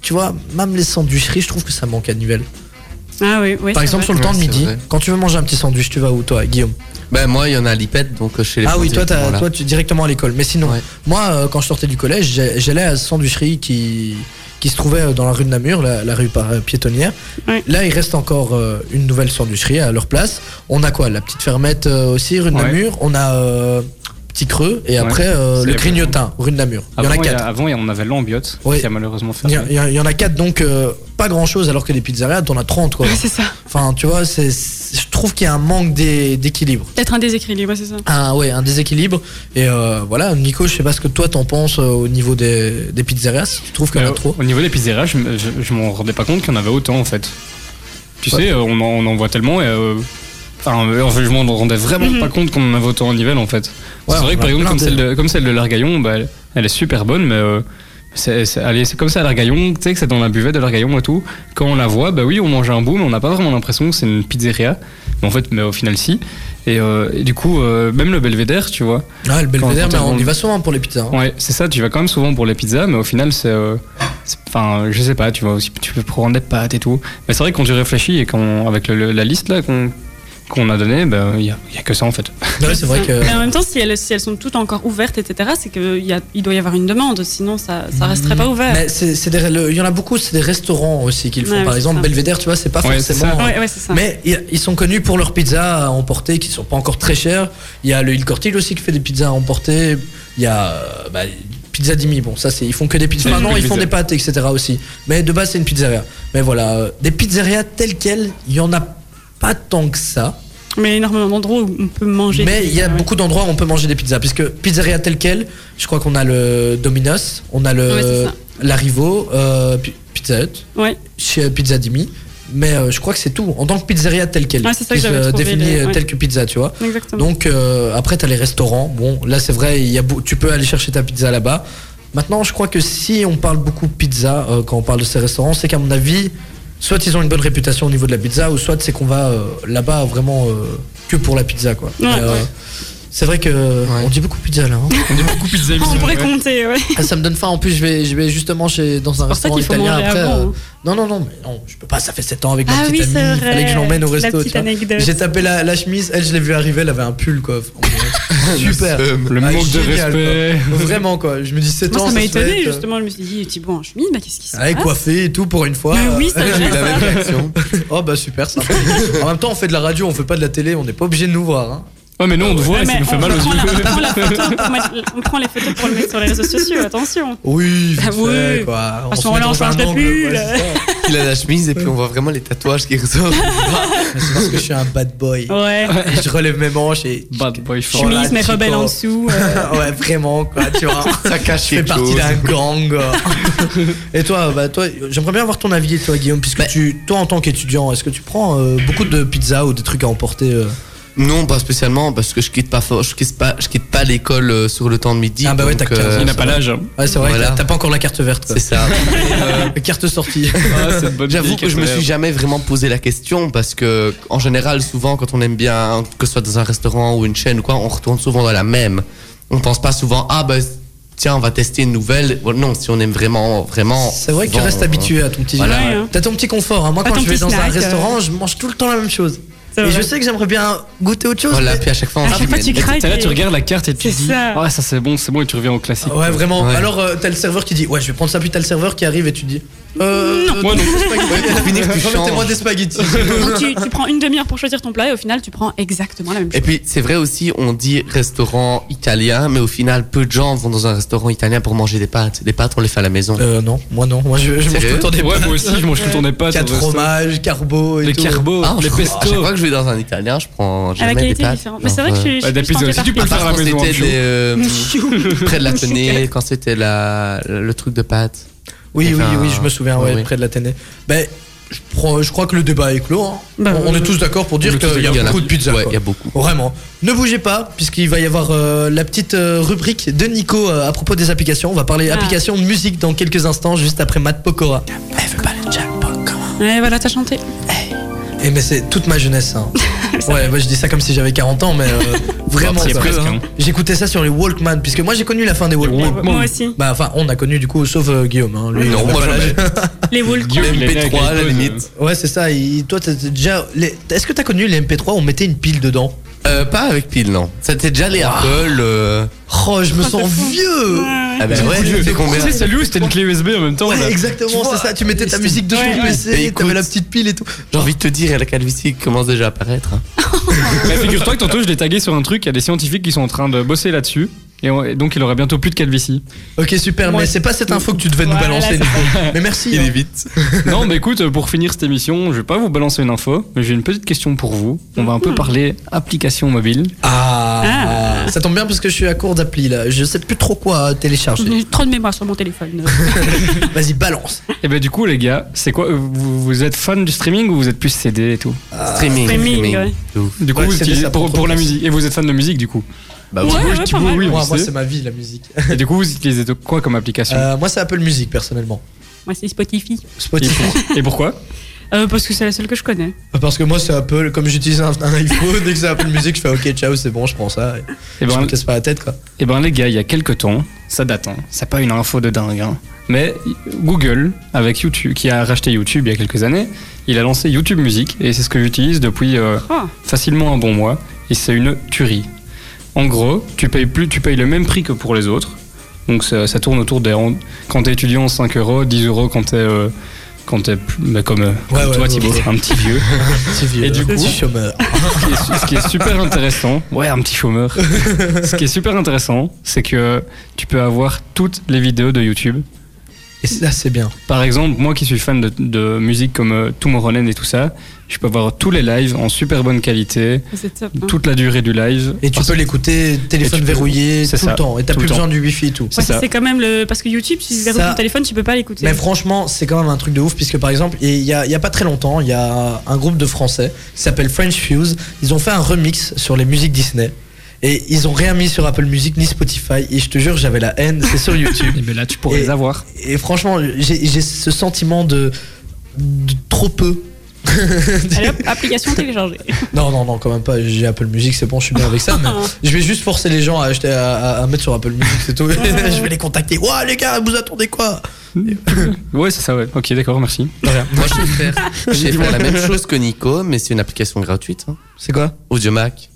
A: tu vois, même les sandwicheries, je trouve que ça manque à Nivelles.
B: Ah oui, oui.
A: Par
B: c'est
A: exemple, sur
B: vrai.
A: le temps de
E: Ouais, c'est
A: midi,
E: vrai.
A: quand tu veux manger un petit sandwich, tu vas où toi, Guillaume
E: Ben moi, il y en a à l'IPED, donc euh, chez les
A: Ah oui,
E: Français,
A: toi,
E: directement
A: t'as-
E: là.
A: toi tu directement à l'école. Mais sinon,
E: Ouais.
A: moi, euh, quand je sortais du collège, j'ai- j'allais à la sandwicherie qui, qui se trouvait euh, dans la rue de Namur, la, la rue par- euh, piétonnière.
B: Ouais.
A: Là, il reste encore euh, une nouvelle sandwicherie à leur place. On a quoi La petite fermette euh, aussi, rue de
C: Ouais.
A: Namur. On a euh, Petit Creux et
C: Ouais.
A: après euh,
C: C'est
A: le
C: vrai.
A: Grignotin, rue de Namur. Il y en a
C: Avant, Ah il y a-
A: quatre.
C: Avant, il y en avait l'ambiote,
A: Oui.
C: qui a malheureusement
A: Il y,
C: fermé.
A: a- il y a- il y en a quatre, donc euh, pas grand chose, alors que les pizzerias, t'en as 30 quoi.
B: Ouais, c'est ça.
A: Enfin, tu vois, c'est- c'est- je trouve qu'il y a un manque d'é- d'équilibre.
B: Peut-être un déséquilibre, ouais, c'est ça.
A: un, ouais, un déséquilibre. Et euh, voilà, Nico, je sais pas ce que toi t'en penses euh, au niveau des, des pizzerias, si tu trouves qu'il y en a
C: Euh,
A: trop.
C: Au niveau des pizzerias, je, me- je, je m'en rendais pas compte qu'il y en avait autant en fait. Tu sais, euh, on en, on en voit tellement et. euh, Enfin, euh, en fait, je m'en rendais vraiment
B: Mhm.
C: pas compte qu'on en avait autant en Nivelles en fait. c'est
A: Ouais, on
C: vrai que
A: en a
C: par exemple,
A: plein
C: comme
A: de-
C: celle, de, comme celle de l'Argaillon, bah, elle, elle est super bonne, mais euh, c'est, c'est- allez, c'est comme ça à l'Argaillon, tu sais que c'est dans la buvette de l'Argaillon et tout. Quand on la voit, bah oui, on mange un bout, mais on n'a pas vraiment l'impression que c'est une pizzeria. Mais en fait, mais au final, si. Et, euh, et du coup, euh, même le Belvédère, tu vois.
A: Ouais, le Belvédère,
C: quand
A: mais on
C: on-
A: y va souvent pour les pizzas. hein.
C: Ouais, c'est ça, tu vas quand même souvent pour les pizzas, mais au final, c'est. euh, c'est- Enfin, je sais pas, tu vois aussi, tu peux prendre des pâtes et tout. Mais c'est vrai, que quand tu réfléchis et quand, avec le- le- la liste là qu'on qu'on a donnée, ben, il y a, il y a que ça en fait.
A: Ouais, c'est vrai
E: euh,
A: que.
B: Mais en même temps, si elles, si elles sont toutes encore ouvertes, etc., c'est qu'il doit y avoir une demande. Sinon, ça,
E: Mm.
B: ça resterait pas ouvert.
A: Mais c'est- c'est des- le- il y en a beaucoup, c'est des restaurants aussi qu'ils font.
B: Ouais,
A: Par
B: c'est
A: exemple,
B: ça.
A: Belvédère, tu vois, c'est pas
C: Ouais, c'est
A: forcément.
B: Ouais, ouais, c'est ça.
A: Mais ils ils sont connus pour leurs pizzas à emporter qui sont pas encore très chères. Il y a le Il Cortil aussi qui fait des pizzas à emporter. Il y a euh, bah, Pizza Dimi. Bon, ça, c'est ils font que des pizzas.
C: Ils font
A: Maintenant,
C: que
A: ils
C: des
A: font
C: pizzas.
A: des pâtes, etc. aussi. Mais de base, c'est une pizzeria. Mais voilà, euh, des pizzerias telles quelles, il y en a pas tant que ça.
B: Mais il y a énormément d'endroits où on peut manger.
A: Mais il
B: des
A: y a
B: pizzas, ouais.
A: beaucoup d'endroits où on peut manger des pizzas. Puisque pizzeria telle quelle, je crois qu'on a le Dominos, on a
B: Ouais,
A: le
B: c'est ça.
A: l'Arrivo, euh, Pi- Pizza Hut,
B: Ouais.
A: chez euh, Pizza Dimi. Mais euh, je crois que c'est tout. En tant que pizzeria telle quelle,
B: Ouais, c'est ça
A: qui
B: que j'avais
A: se
B: trouvé,
A: définit
B: les-
A: euh,
B: ouais.
A: telle que pizza, tu vois.
B: Exactement.
A: Donc euh, après, t'as les restaurants. Bon, là c'est vrai, il y a, beau- tu peux aller chercher ta pizza là-bas. Maintenant, je crois que si on parle beaucoup pizza euh, quand on parle de ces restaurants, c'est qu'à mon avis, soit ils ont une bonne réputation au niveau de la pizza, ou soit c'est qu'on va euh, là-bas vraiment euh, que pour la pizza, quoi.
B: Ouais,
A: Mais, euh,
B: ouais.
A: C'est vrai que on dit beaucoup pizza là. hein.
C: On dit beaucoup pizza.
B: *laughs* On pourrait
C: ouais.
B: compter, ouais.
A: Ah, ça me donne faim. En plus, je vais, je vais justement chez, dans un
B: pour ça
A: restaurant
B: qu'il faut
A: italien
B: manger
A: après.
B: avant,
A: euh,
B: hein.
A: Non, non, non, mais non, je peux pas. Ça fait 7 ans avec ma
B: Ah
A: petite
B: oui,
A: amie.
B: c'est
A: Il fallait que je l'emmène au
B: vrai. La
A: resto. tu
B: petite
A: vois.
B: anecdote.
A: J'ai tapé la, la chemise. Elle, je l'ai vue arriver. Elle avait un
C: *laughs*
A: pull, quoi. Super.
C: Le
A: Ah,
C: manque de
A: génial,
C: respect.
A: quoi. Oh, Vraiment, quoi. Je me dis 7 ans.
B: Moi, ça m'a
A: se euh,
B: étonné,
A: fête.
B: justement. Je me suis dit, Thibaut en chemise, bah, qu'est-ce qui se
A: Ouais,
B: passe *laughs*
A: coiffé et tout pour une fois.
B: Mais oui,
A: *laughs*
B: ça
A: Euh,
B: gêne,
A: la même
B: ça.
A: réaction. oh bah super sympa. en même temps, on fait de la radio, on fait pas de la télé, on n'est pas obligé de nous voir. Hein.
C: Ouais, mais nous, on te voit et ça
B: Ah, Mais
C: nous fait
B: on,
C: mal aux
B: prend la- on
C: yeux.
B: prend la photo pour mettre- on prend les photos pour le mettre sur les réseaux
A: *laughs*
B: sociaux, attention.
A: Oui,
B: Ah
A: vite fait,
B: oui.
A: quoi.
B: Parce
A: se
B: qu'on
A: met
B: là, on
A: dans un
B: change de
A: angle,
B: pull.
A: ouais, c'est
B: *laughs*
A: ça.
E: Il a la chemise et puis on voit vraiment les tatouages qui ressortent.
A: Mais c'est parce que je suis un bad boy.
B: Ouais.
A: Et je relève mes manches et.
C: Bad boy for
A: Voilà,
B: Chemise, mais
A: Chico.
B: rebelle en
A: *laughs*
B: dessous. euh,
A: ouais, vraiment, quoi, tu *laughs* vois.
E: Ça cache
A: Je fais
E: quelque
A: partie
E: chose.
A: d'un gang. *laughs* et toi, bah, toi j'aimerais bien avoir ton avis, toi, Guillaume, puisque
B: Bah.
A: tu, toi, en tant qu'étudiant, est-ce que tu prends euh, beaucoup de pizza ou des trucs à emporter euh
E: Non, pas spécialement, parce que je quitte pas, fo- je quitte pas, je quitte pas l'école euh, sur le temps de midi.
A: Ah bah ouais,
E: donc, euh,
A: t'as quinze.
C: Il n'a pas l'âge. hein.
A: Ouais, c'est vrai,
E: Voilà.
A: que t'as pas encore la carte verte, quoi.
E: C'est ça.
A: La *laughs* carte sortie.
C: Ah, c'est une bonne
E: J'avoue
C: vie
E: que je me
C: qu'elle
E: suis
C: fait.
E: jamais vraiment posé la question parce que en général, souvent, quand on aime bien, que ce soit dans un restaurant ou une chaîne ou quoi, on retourne souvent dans la même. On pense pas souvent ah bah tiens, on va tester une nouvelle. Bon, Non, si on aime vraiment, vraiment.
A: C'est vrai que tu
E: souvent,
A: restes
E: euh,
A: habitué à ton petit.
E: Voilà.
B: Ouais, hein.
A: T'as ton petit confort. hein. Moi,
B: Ah,
A: quand
B: ton
A: je vais
B: petit
A: dans un
B: snack, euh.
A: restaurant, je mange tout le temps la même chose.
B: C'est
A: Et
B: vrai.
A: je sais que j'aimerais bien goûter autre chose.
E: Voilà,
A: mais-
E: puis Oh, à chaque fois, hein. on
B: À
E: se
B: chaque fois,
E: dit,
B: tu
E: mais-
B: craques.
C: T'es là,
B: et-
C: tu regardes la carte et tu
B: C'est
C: dis
B: ça.
C: Ah, ça c'est bon, c'est bon, et tu reviens au classique.
A: Ouais, vraiment.
E: Ouais.
A: Alors, euh, t'as le serveur qui dit Ouais, je vais prendre ça, puis t'as le serveur qui arrive et tu dis Euh. euh,
C: Moi, non.
A: des spaghettis.
E: pour finir, tu
A: Remettez-moi
E: changes.
A: des spaghettis.
B: Donc tu, tu prends une demi-heure pour choisir ton plat et au final tu prends exactement la même chose.
E: Et puis c'est vrai aussi, on dit restaurant italien, mais au final, peu de gens vont dans un restaurant italien pour manger des pâtes. Des pâtes, on les fait à la maison.
A: Euh, non, moi non. Moi, je, je mange tout
E: Sérieux
A: le temps des
C: Ouais, moi aussi, je mange tout le temps des pâtes.
A: Quatre
C: au resto.
A: fromages, carbo et
C: Les
A: tout.
C: carbos,
E: Ah,
C: les
E: je- À chaque
C: pestos.
E: fois que je vais dans un italien, je prends
B: à Ah, la
E: jamais des
B: qualité
E: pâtes.
B: différente. Mais c'est vrai que je suis.
C: Bah,
B: je
C: des
B: suis
C: pizzas
B: plus
C: aussi, tu peux
E: À
C: le
B: tentée
C: faire
E: part
C: à
E: quand
C: la maison. en
E: c'était
C: bio.
E: des, euh,
B: *laughs* par-
E: près de la tenée, quand c'était la, le truc de pâtes.
A: Oui, oui,
E: Enfin,
A: oui, je me souviens, ouais,
E: oui, oui.
A: près de la Ténée. Ben, je, prends- je crois que le débat est clos. hein.
B: Bah,
A: on, on
B: ouais.
E: euh,
A: est tous d'accord pour dire
E: Le truc
A: qu'il y a
E: en
A: beaucoup de pizza.
E: Ouais,
A: quoi.
E: il y a beaucoup.
A: Vraiment. Ne bougez pas, puisqu'il va y avoir euh, la petite euh, rubrique de Nico euh, à propos des applications. On va parler
B: Ah.
A: applications de musique dans quelques instants, juste après Matt Pokora.
B: Ouais, voilà, t'as chanté.
A: Et Eh, mais c'est toute ma jeunesse.
B: *laughs*
A: hein. ouais, moi je dis ça comme si j'avais 40 ans, mais euh, vraiment.
C: c'est
A: quoi.
C: presque, hein.
A: J'écoutais ça sur les Walkman, puisque moi j'ai connu la fin des Walkman.
C: Walkman.
B: Moi aussi.
A: Bah, enfin, on a connu du coup, sauf euh, Guillaume. hein. Lui, il
E: Non,
A: a
E: moi
A: pas l'âge. *laughs*
E: jamais.
B: *laughs* Les volcans.
C: Guillaume, il est né avec
E: MP3 à la
C: l'iPhone.
E: limite.
A: Ouais, c'est ça. il- toi, t'as t'as déjà. les- Est-ce que t'as connu les MP3 On mettait une pile dedans.
E: Euh, pas avec pile, non. C'était déjà les Apple. euh,
A: Oh, je me
B: Oh,
A: sens
B: c'est fou.
A: vieux
E: Ah bah
C: J'ai
E: ouais,
C: voulu-
E: c'est combien
C: Tu sais, c'est lui où c'était une clé USB en même temps.
A: Ouais,
C: là.
E: Tu
A: exactement,
E: vois,
A: c'est ça. Tu mettais ta
E: c'était-
A: musique de
B: Ouais,
A: ton
B: ouais.
A: PC,
E: Écoute.
A: t'avais la petite pile et tout.
E: J'ai envie de te dire, la calvitie commence déjà à apparaître.
C: *laughs*
E: hein.
C: Mais Bah, figure-toi que tantôt, je l'ai tagué sur un truc. Il y a des scientifiques qui sont en train de bosser là-dessus. Et, on- et donc, il aura bientôt plus de calvitie.
A: Ok, super,
B: Moi,
A: mais c'est pas cette info que tu devais nous
B: Voilà,
A: balancer,
B: c'est
A: Nico. Mais merci. hein.
E: vite.
C: *laughs* non, mais écoute, pour finir cette émission, je vais pas vous balancer une info, mais j'ai une petite question pour vous. On va un peu parler application mobile.
A: Hmm. Ah, Ça tombe bien parce que je suis à court d'appli là. Je sais plus trop quoi télécharger.
B: J'ai Mhm. trop de mémoire sur mon téléphone. euh,
A: Vas-y, balance.
C: Et ben du coup, les gars, c'est quoi euh, vous, vous êtes fan du streaming ou vous êtes plus CD et tout
A: Ah.
E: Streaming.
B: Streaming, ouais.
E: de ouf.
C: Du coup,
A: Ouais,
C: vous
A: CD,
C: utilisez
A: ça prend
C: pour,
A: trop
C: pour
A: de
C: la
A: place.
C: musique. Et vous êtes fan de musique, du coup
E: Bah
B: Ouais,
E: oui.
B: ouais, pas mal.
C: oui,
A: Moi,
C: vous
A: moi,
C: savez.
A: c'est ma vie, la musique.
C: *laughs* Et du coup, vous utilisez de- quoi comme application
A: Euh, moi, c'est Apple Music personnellement.
B: *laughs* Moi, c'est Spotify.
C: et,
A: Spotify.
C: pour- et pourquoi
B: Euh, parce que c'est la seule que je connais.
A: Parce que moi, c'est Apple. Comme j'utilise un, un iPhone, dès que c'est Apple Music, je fais OK, ciao, c'est bon, je prends ça. Et
C: Eh
A: je
C: ben,
A: me casse pas la tête, quoi.
C: eh ben, les gars, il y a quelques temps, ça date, hein, c'est pas une info de dingue, hein, mais Google, avec YouTube, qui a racheté YouTube il y a quelques années, il a lancé YouTube Music et c'est ce que j'utilise depuis euh,
B: Ah.
C: facilement un bon mois et c'est une tuerie. En gros, tu payes, plus, tu payes le même prix que pour les autres. Donc ça, ça tourne autour des. en- Quand t'es étudiant, 5 euros, 10 euros quand t'es. euh, quand t'es plus- bah, comme, euh, comme
A: Ouais, ouais,
C: toi,
A: ouais,
C: Thibaut,
A: ouais.
C: un petit
A: *laughs*
C: vieux.
A: Petit vieux,
C: Et du
A: petit
C: coup-
A: chômeur.
C: Ce qui est- ce qui est super intéressant, ouais, un petit chômeur. *laughs* Ce qui est super intéressant, c'est que tu peux avoir toutes les vidéos de YouTube.
A: Et ça, c'est bien.
C: Par exemple, moi qui suis fan de, de musique comme euh, Tomorrowland et tout ça, je peux avoir tous les lives en super bonne qualité,
B: C'est top.
L: Mmh.
B: hein.
C: toute la durée du live.
A: Et tu
C: Parce-
A: peux l'écouter, téléphone
C: Et tu peux-
A: verrouillé, tout
C: c'est ça,
A: le temps. Et t'as
C: tout
A: plus
C: le temps.
A: besoin du wifi et tout.
C: c'est
B: Ouais, ça,
C: ça.
B: c'est quand même le. Parce que YouTube, si tu verrouilles
A: Ça-
B: ton téléphone, tu peux pas l'écouter.
A: Mais franchement, c'est quand même un truc de ouf, puisque par exemple, et il y a, il y a pas très longtemps, il y a un groupe de Français qui s'appelle French Fuse. Ils ont fait un remix sur les musiques Disney. Et ils ont rien mis sur Apple Music ni Spotify. Et je te jure, j'avais la haine. C'est sur YouTube.
C: *laughs* Eh ben là, tu pourrais
A: Et-
C: les avoir.
A: Et franchement, j'ai j'ai ce sentiment de, de trop peu.
B: *laughs* Allez hop,
A: *laughs*
B: application téléchargée.
A: Non, non, non, quand même pas. J'ai Apple Music, c'est bon, je suis bien avec ça. Mais je vais juste forcer les gens à acheter, à, à- à mettre sur Apple Music, c'est tout. *laughs* je vais les contacter. Ouah, les gars, vous attendez quoi
L: Ouais, c'est ça, ouais. Ok, d'accord, merci.
E: Moi, je vais faire,
A: *laughs*
E: je vais faire la même chose que Nico, mais c'est une application gratuite. hein.
A: C'est quoi
E: AudioMac.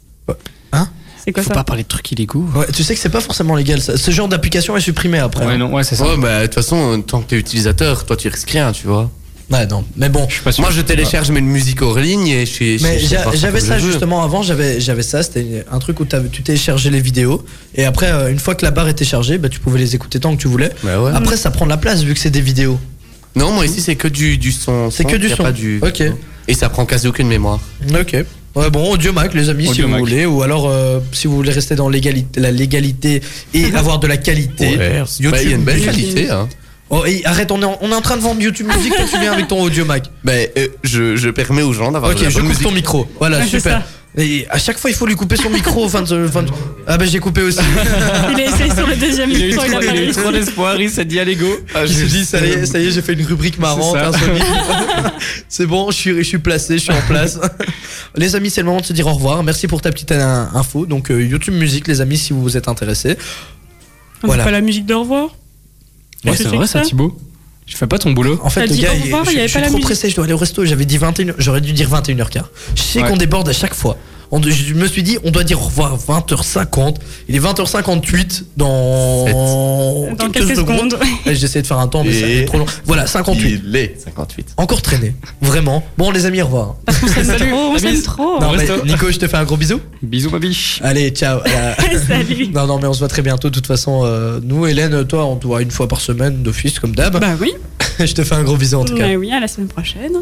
B: C'est quoi
A: Faut
B: ça
A: pas
L: parler de trucs illégaux.
A: Ouais, tu sais que c'est pas forcément légal. ça. Ce genre d'application est supprimée après.
L: Ouais,
A: hein.
L: non, ouais, c'est ça.
E: Ouais, bah, de toute façon, tant que t'es utilisateur, toi, tu risques rien, tu vois.
A: Ouais, non. Mais bon.
L: Je suis pas sûr.
E: Moi, je télécharge mes musiques hors ligne et je suis.
A: Mais
E: je sais
A: j'a-
E: pas
A: j'avais
E: comme
A: ça
E: je veux.
A: justement avant, j'avais j'avais ça, c'était un truc où t'avais- tu téléchargeais les vidéos et après euh, une fois que la barre était chargée, bah, tu pouvais les écouter tant que tu voulais.
E: Bah ouais.
A: Après ça prend de la place vu que c'est des vidéos.
E: Non, moi ici, c'est que du, du son.
A: C'est que du
E: y a
A: son.
E: Pas du...
A: Ok.
E: Et ça prend quasi aucune mémoire.
A: OK. Ouais bon, audio Mac les amis si
L: Audio
A: vous
L: Mac.
A: voulez ou alors euh, si vous voulez rester dans l'égalité la légalité
B: *laughs*
A: et avoir de la qualité.
E: YouTube, Bah, il y a une belle
A: Music.
E: qualité. Hein.
A: Oh, et arrête, on est, en, on est en train de vendre YouTube
B: *laughs*
A: Music quand tu viens avec ton audio Mac.
E: Ben, euh, je, je permets aux gens d'avoir.
A: OK,
E: de la
A: je
E: bonne
A: coupe
E: musique.
A: ton micro. Voilà,
B: Ouais, c'est
A: super.
B: ça.
A: Et à chaque fois, il faut lui couper son micro. Fin de, fin de- Ah ben j'ai coupé aussi.
B: *laughs* Il a essayé sur le deuxième
L: Il a eu
B: micro, il a
L: trop-
B: pas
L: il a eu
B: réussi.
L: trop d'espoir, il s'est dit allez go.
A: Ah, Je me suis dit, ça y est, ça y est, j'ai fait une rubrique marrante.
L: C'est ça.
E: *laughs*
A: insolites. C'est bon, je suis, je suis placé, je suis en place. *laughs* les amis, c'est le moment de se dire au revoir. Merci pour ta petite in- info. Donc, euh, YouTube Musique, les amis, si vous vous êtes intéressés.
B: On
A: Voilà.
B: fait pas la musique d'au revoir
L: Ouais,
B: Je
L: c'est
B: sais
L: vrai
B: que
L: ça,
B: ça.
L: Thibaut. Je fais pas ton boulot.
A: En fait,
B: T'as
A: les
B: dit
A: gars,
B: au revoir,
A: je,
B: il y avait
A: je
B: pas
A: suis
B: la
A: trop
B: musique.
A: pressé, je dois aller au resto. J'avais dit 21 j'aurais dû dire 21h15. Je sais
L: Ouais.
A: qu'on déborde à chaque fois. On doit- je me suis dit, on doit dire au revoir 20h50. Il est 20h58 dans,
B: Dans quelques secondes.
A: Eh, J'essaie de faire un temps, mais ça
E: Et-
A: fait trop long. Voilà, 58.
E: Il est 58.
A: Encore traîné, vraiment. Bon, les amis, au revoir.
B: On s'aime trop, on
L: la
B: s'aime
L: bise.
B: trop.
A: Non,
L: Au
A: mais
L: resto.
A: Nico, je te fais un gros bisou.
L: Bisous, ma biche.
A: Allez,
B: *laughs*
A: ciao. Euh,
B: Salut.
A: non, non, mais on se voit très bientôt. De toute façon, euh, nous, Hélène, toi, on te voit une fois par semaine d'office, comme d'hab.
B: Bah oui,
A: *laughs* je te fais un gros bisou en tout cas.
B: bah oui, à la semaine prochaine.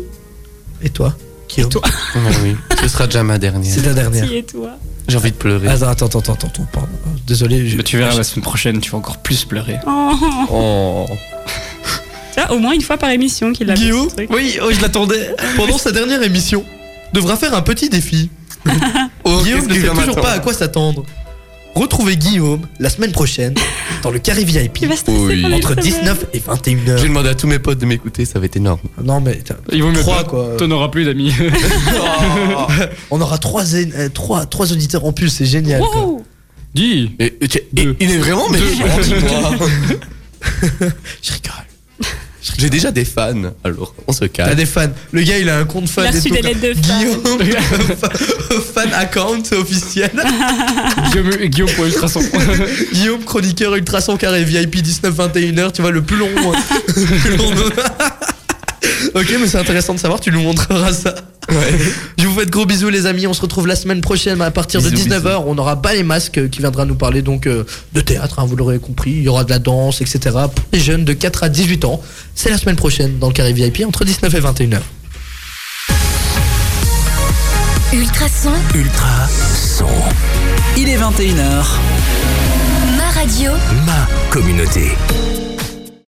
A: Et toi Guillaume
E: Ouais, Ah bah oui. Ce sera déjà ma dernière.
A: C'est la dernière.
B: Si et toi.
E: J'ai envie de pleurer.
A: Attends, attends, attends, attends, attends, pardon. Euh, Désolé. je-
L: Bah, tu verras la semaine prochaine, tu vas encore plus pleurer.
B: Oh.
E: Oh.
B: Ça, au moins une fois par émission qu'il a fait
A: Guillaume
B: ce truc.
A: Oui, oh, je l'attendais. Pendant sa dernière émission, devra faire un petit défi. *laughs* Guillaume
E: qu'est-ce
A: ne
E: qui
A: sait
E: va
A: toujours
E: m'attendre
A: pas à quoi s'attendre. Retrouvez Guillaume la semaine prochaine dans le carré VIP
B: Il va stresser
E: Oui.
B: pendant une
A: entre
B: semaine.
A: 19 et 21h.
E: J'ai demandé à tous mes potes de m'écouter, ça va être énorme.
A: Non, mais. t'as-
L: Il vaut mieux
A: Trois,
L: pas.
A: quoi.
L: T'en auras plus d'amis.
A: *laughs* On aura trois, zé- euh, trois, trois auditeurs en plus, c'est génial. quoi.
B: Wow.
L: Dis.
E: Et- et tu- et-
L: Deux.
E: il est vraiment méchant,
L: *laughs*
E: toi.
A: Je rigole.
E: J'ai déjà des fans, alors on se
A: T'as
E: calme.
A: des fans. Le gars, il a un compte fan.
B: Il a
A: et
B: reçu
A: tout,
B: des
A: quoi.
B: lettres de fans.
A: Guillaume, fan *laughs* account officiel.
L: *laughs* Guillaume, Guillaume pour Ultrason.
A: *laughs* Guillaume, chroniqueur ultra son carré VIP 19-21h, tu vois, le plus long. hein. Le *laughs* plus long de- ok, mais c'est intéressant de savoir, tu nous montreras ça. *laughs* Je vous fais de gros bisous, les amis. On se retrouve la semaine prochaine à partir de
E: Bisous,
A: 19h. On aura Bas les Masques euh, qui viendra nous parler donc euh, de théâtre, hein, vous l'aurez compris. Il y aura de la danse, etc. Pour les jeunes de 4 à 18 ans. C'est la semaine prochaine dans le carré VIP entre 19 et 21h.
H: Ultrason,
I: Ultra son.
C: Il est 21h.
H: ma radio.
I: Ma communauté.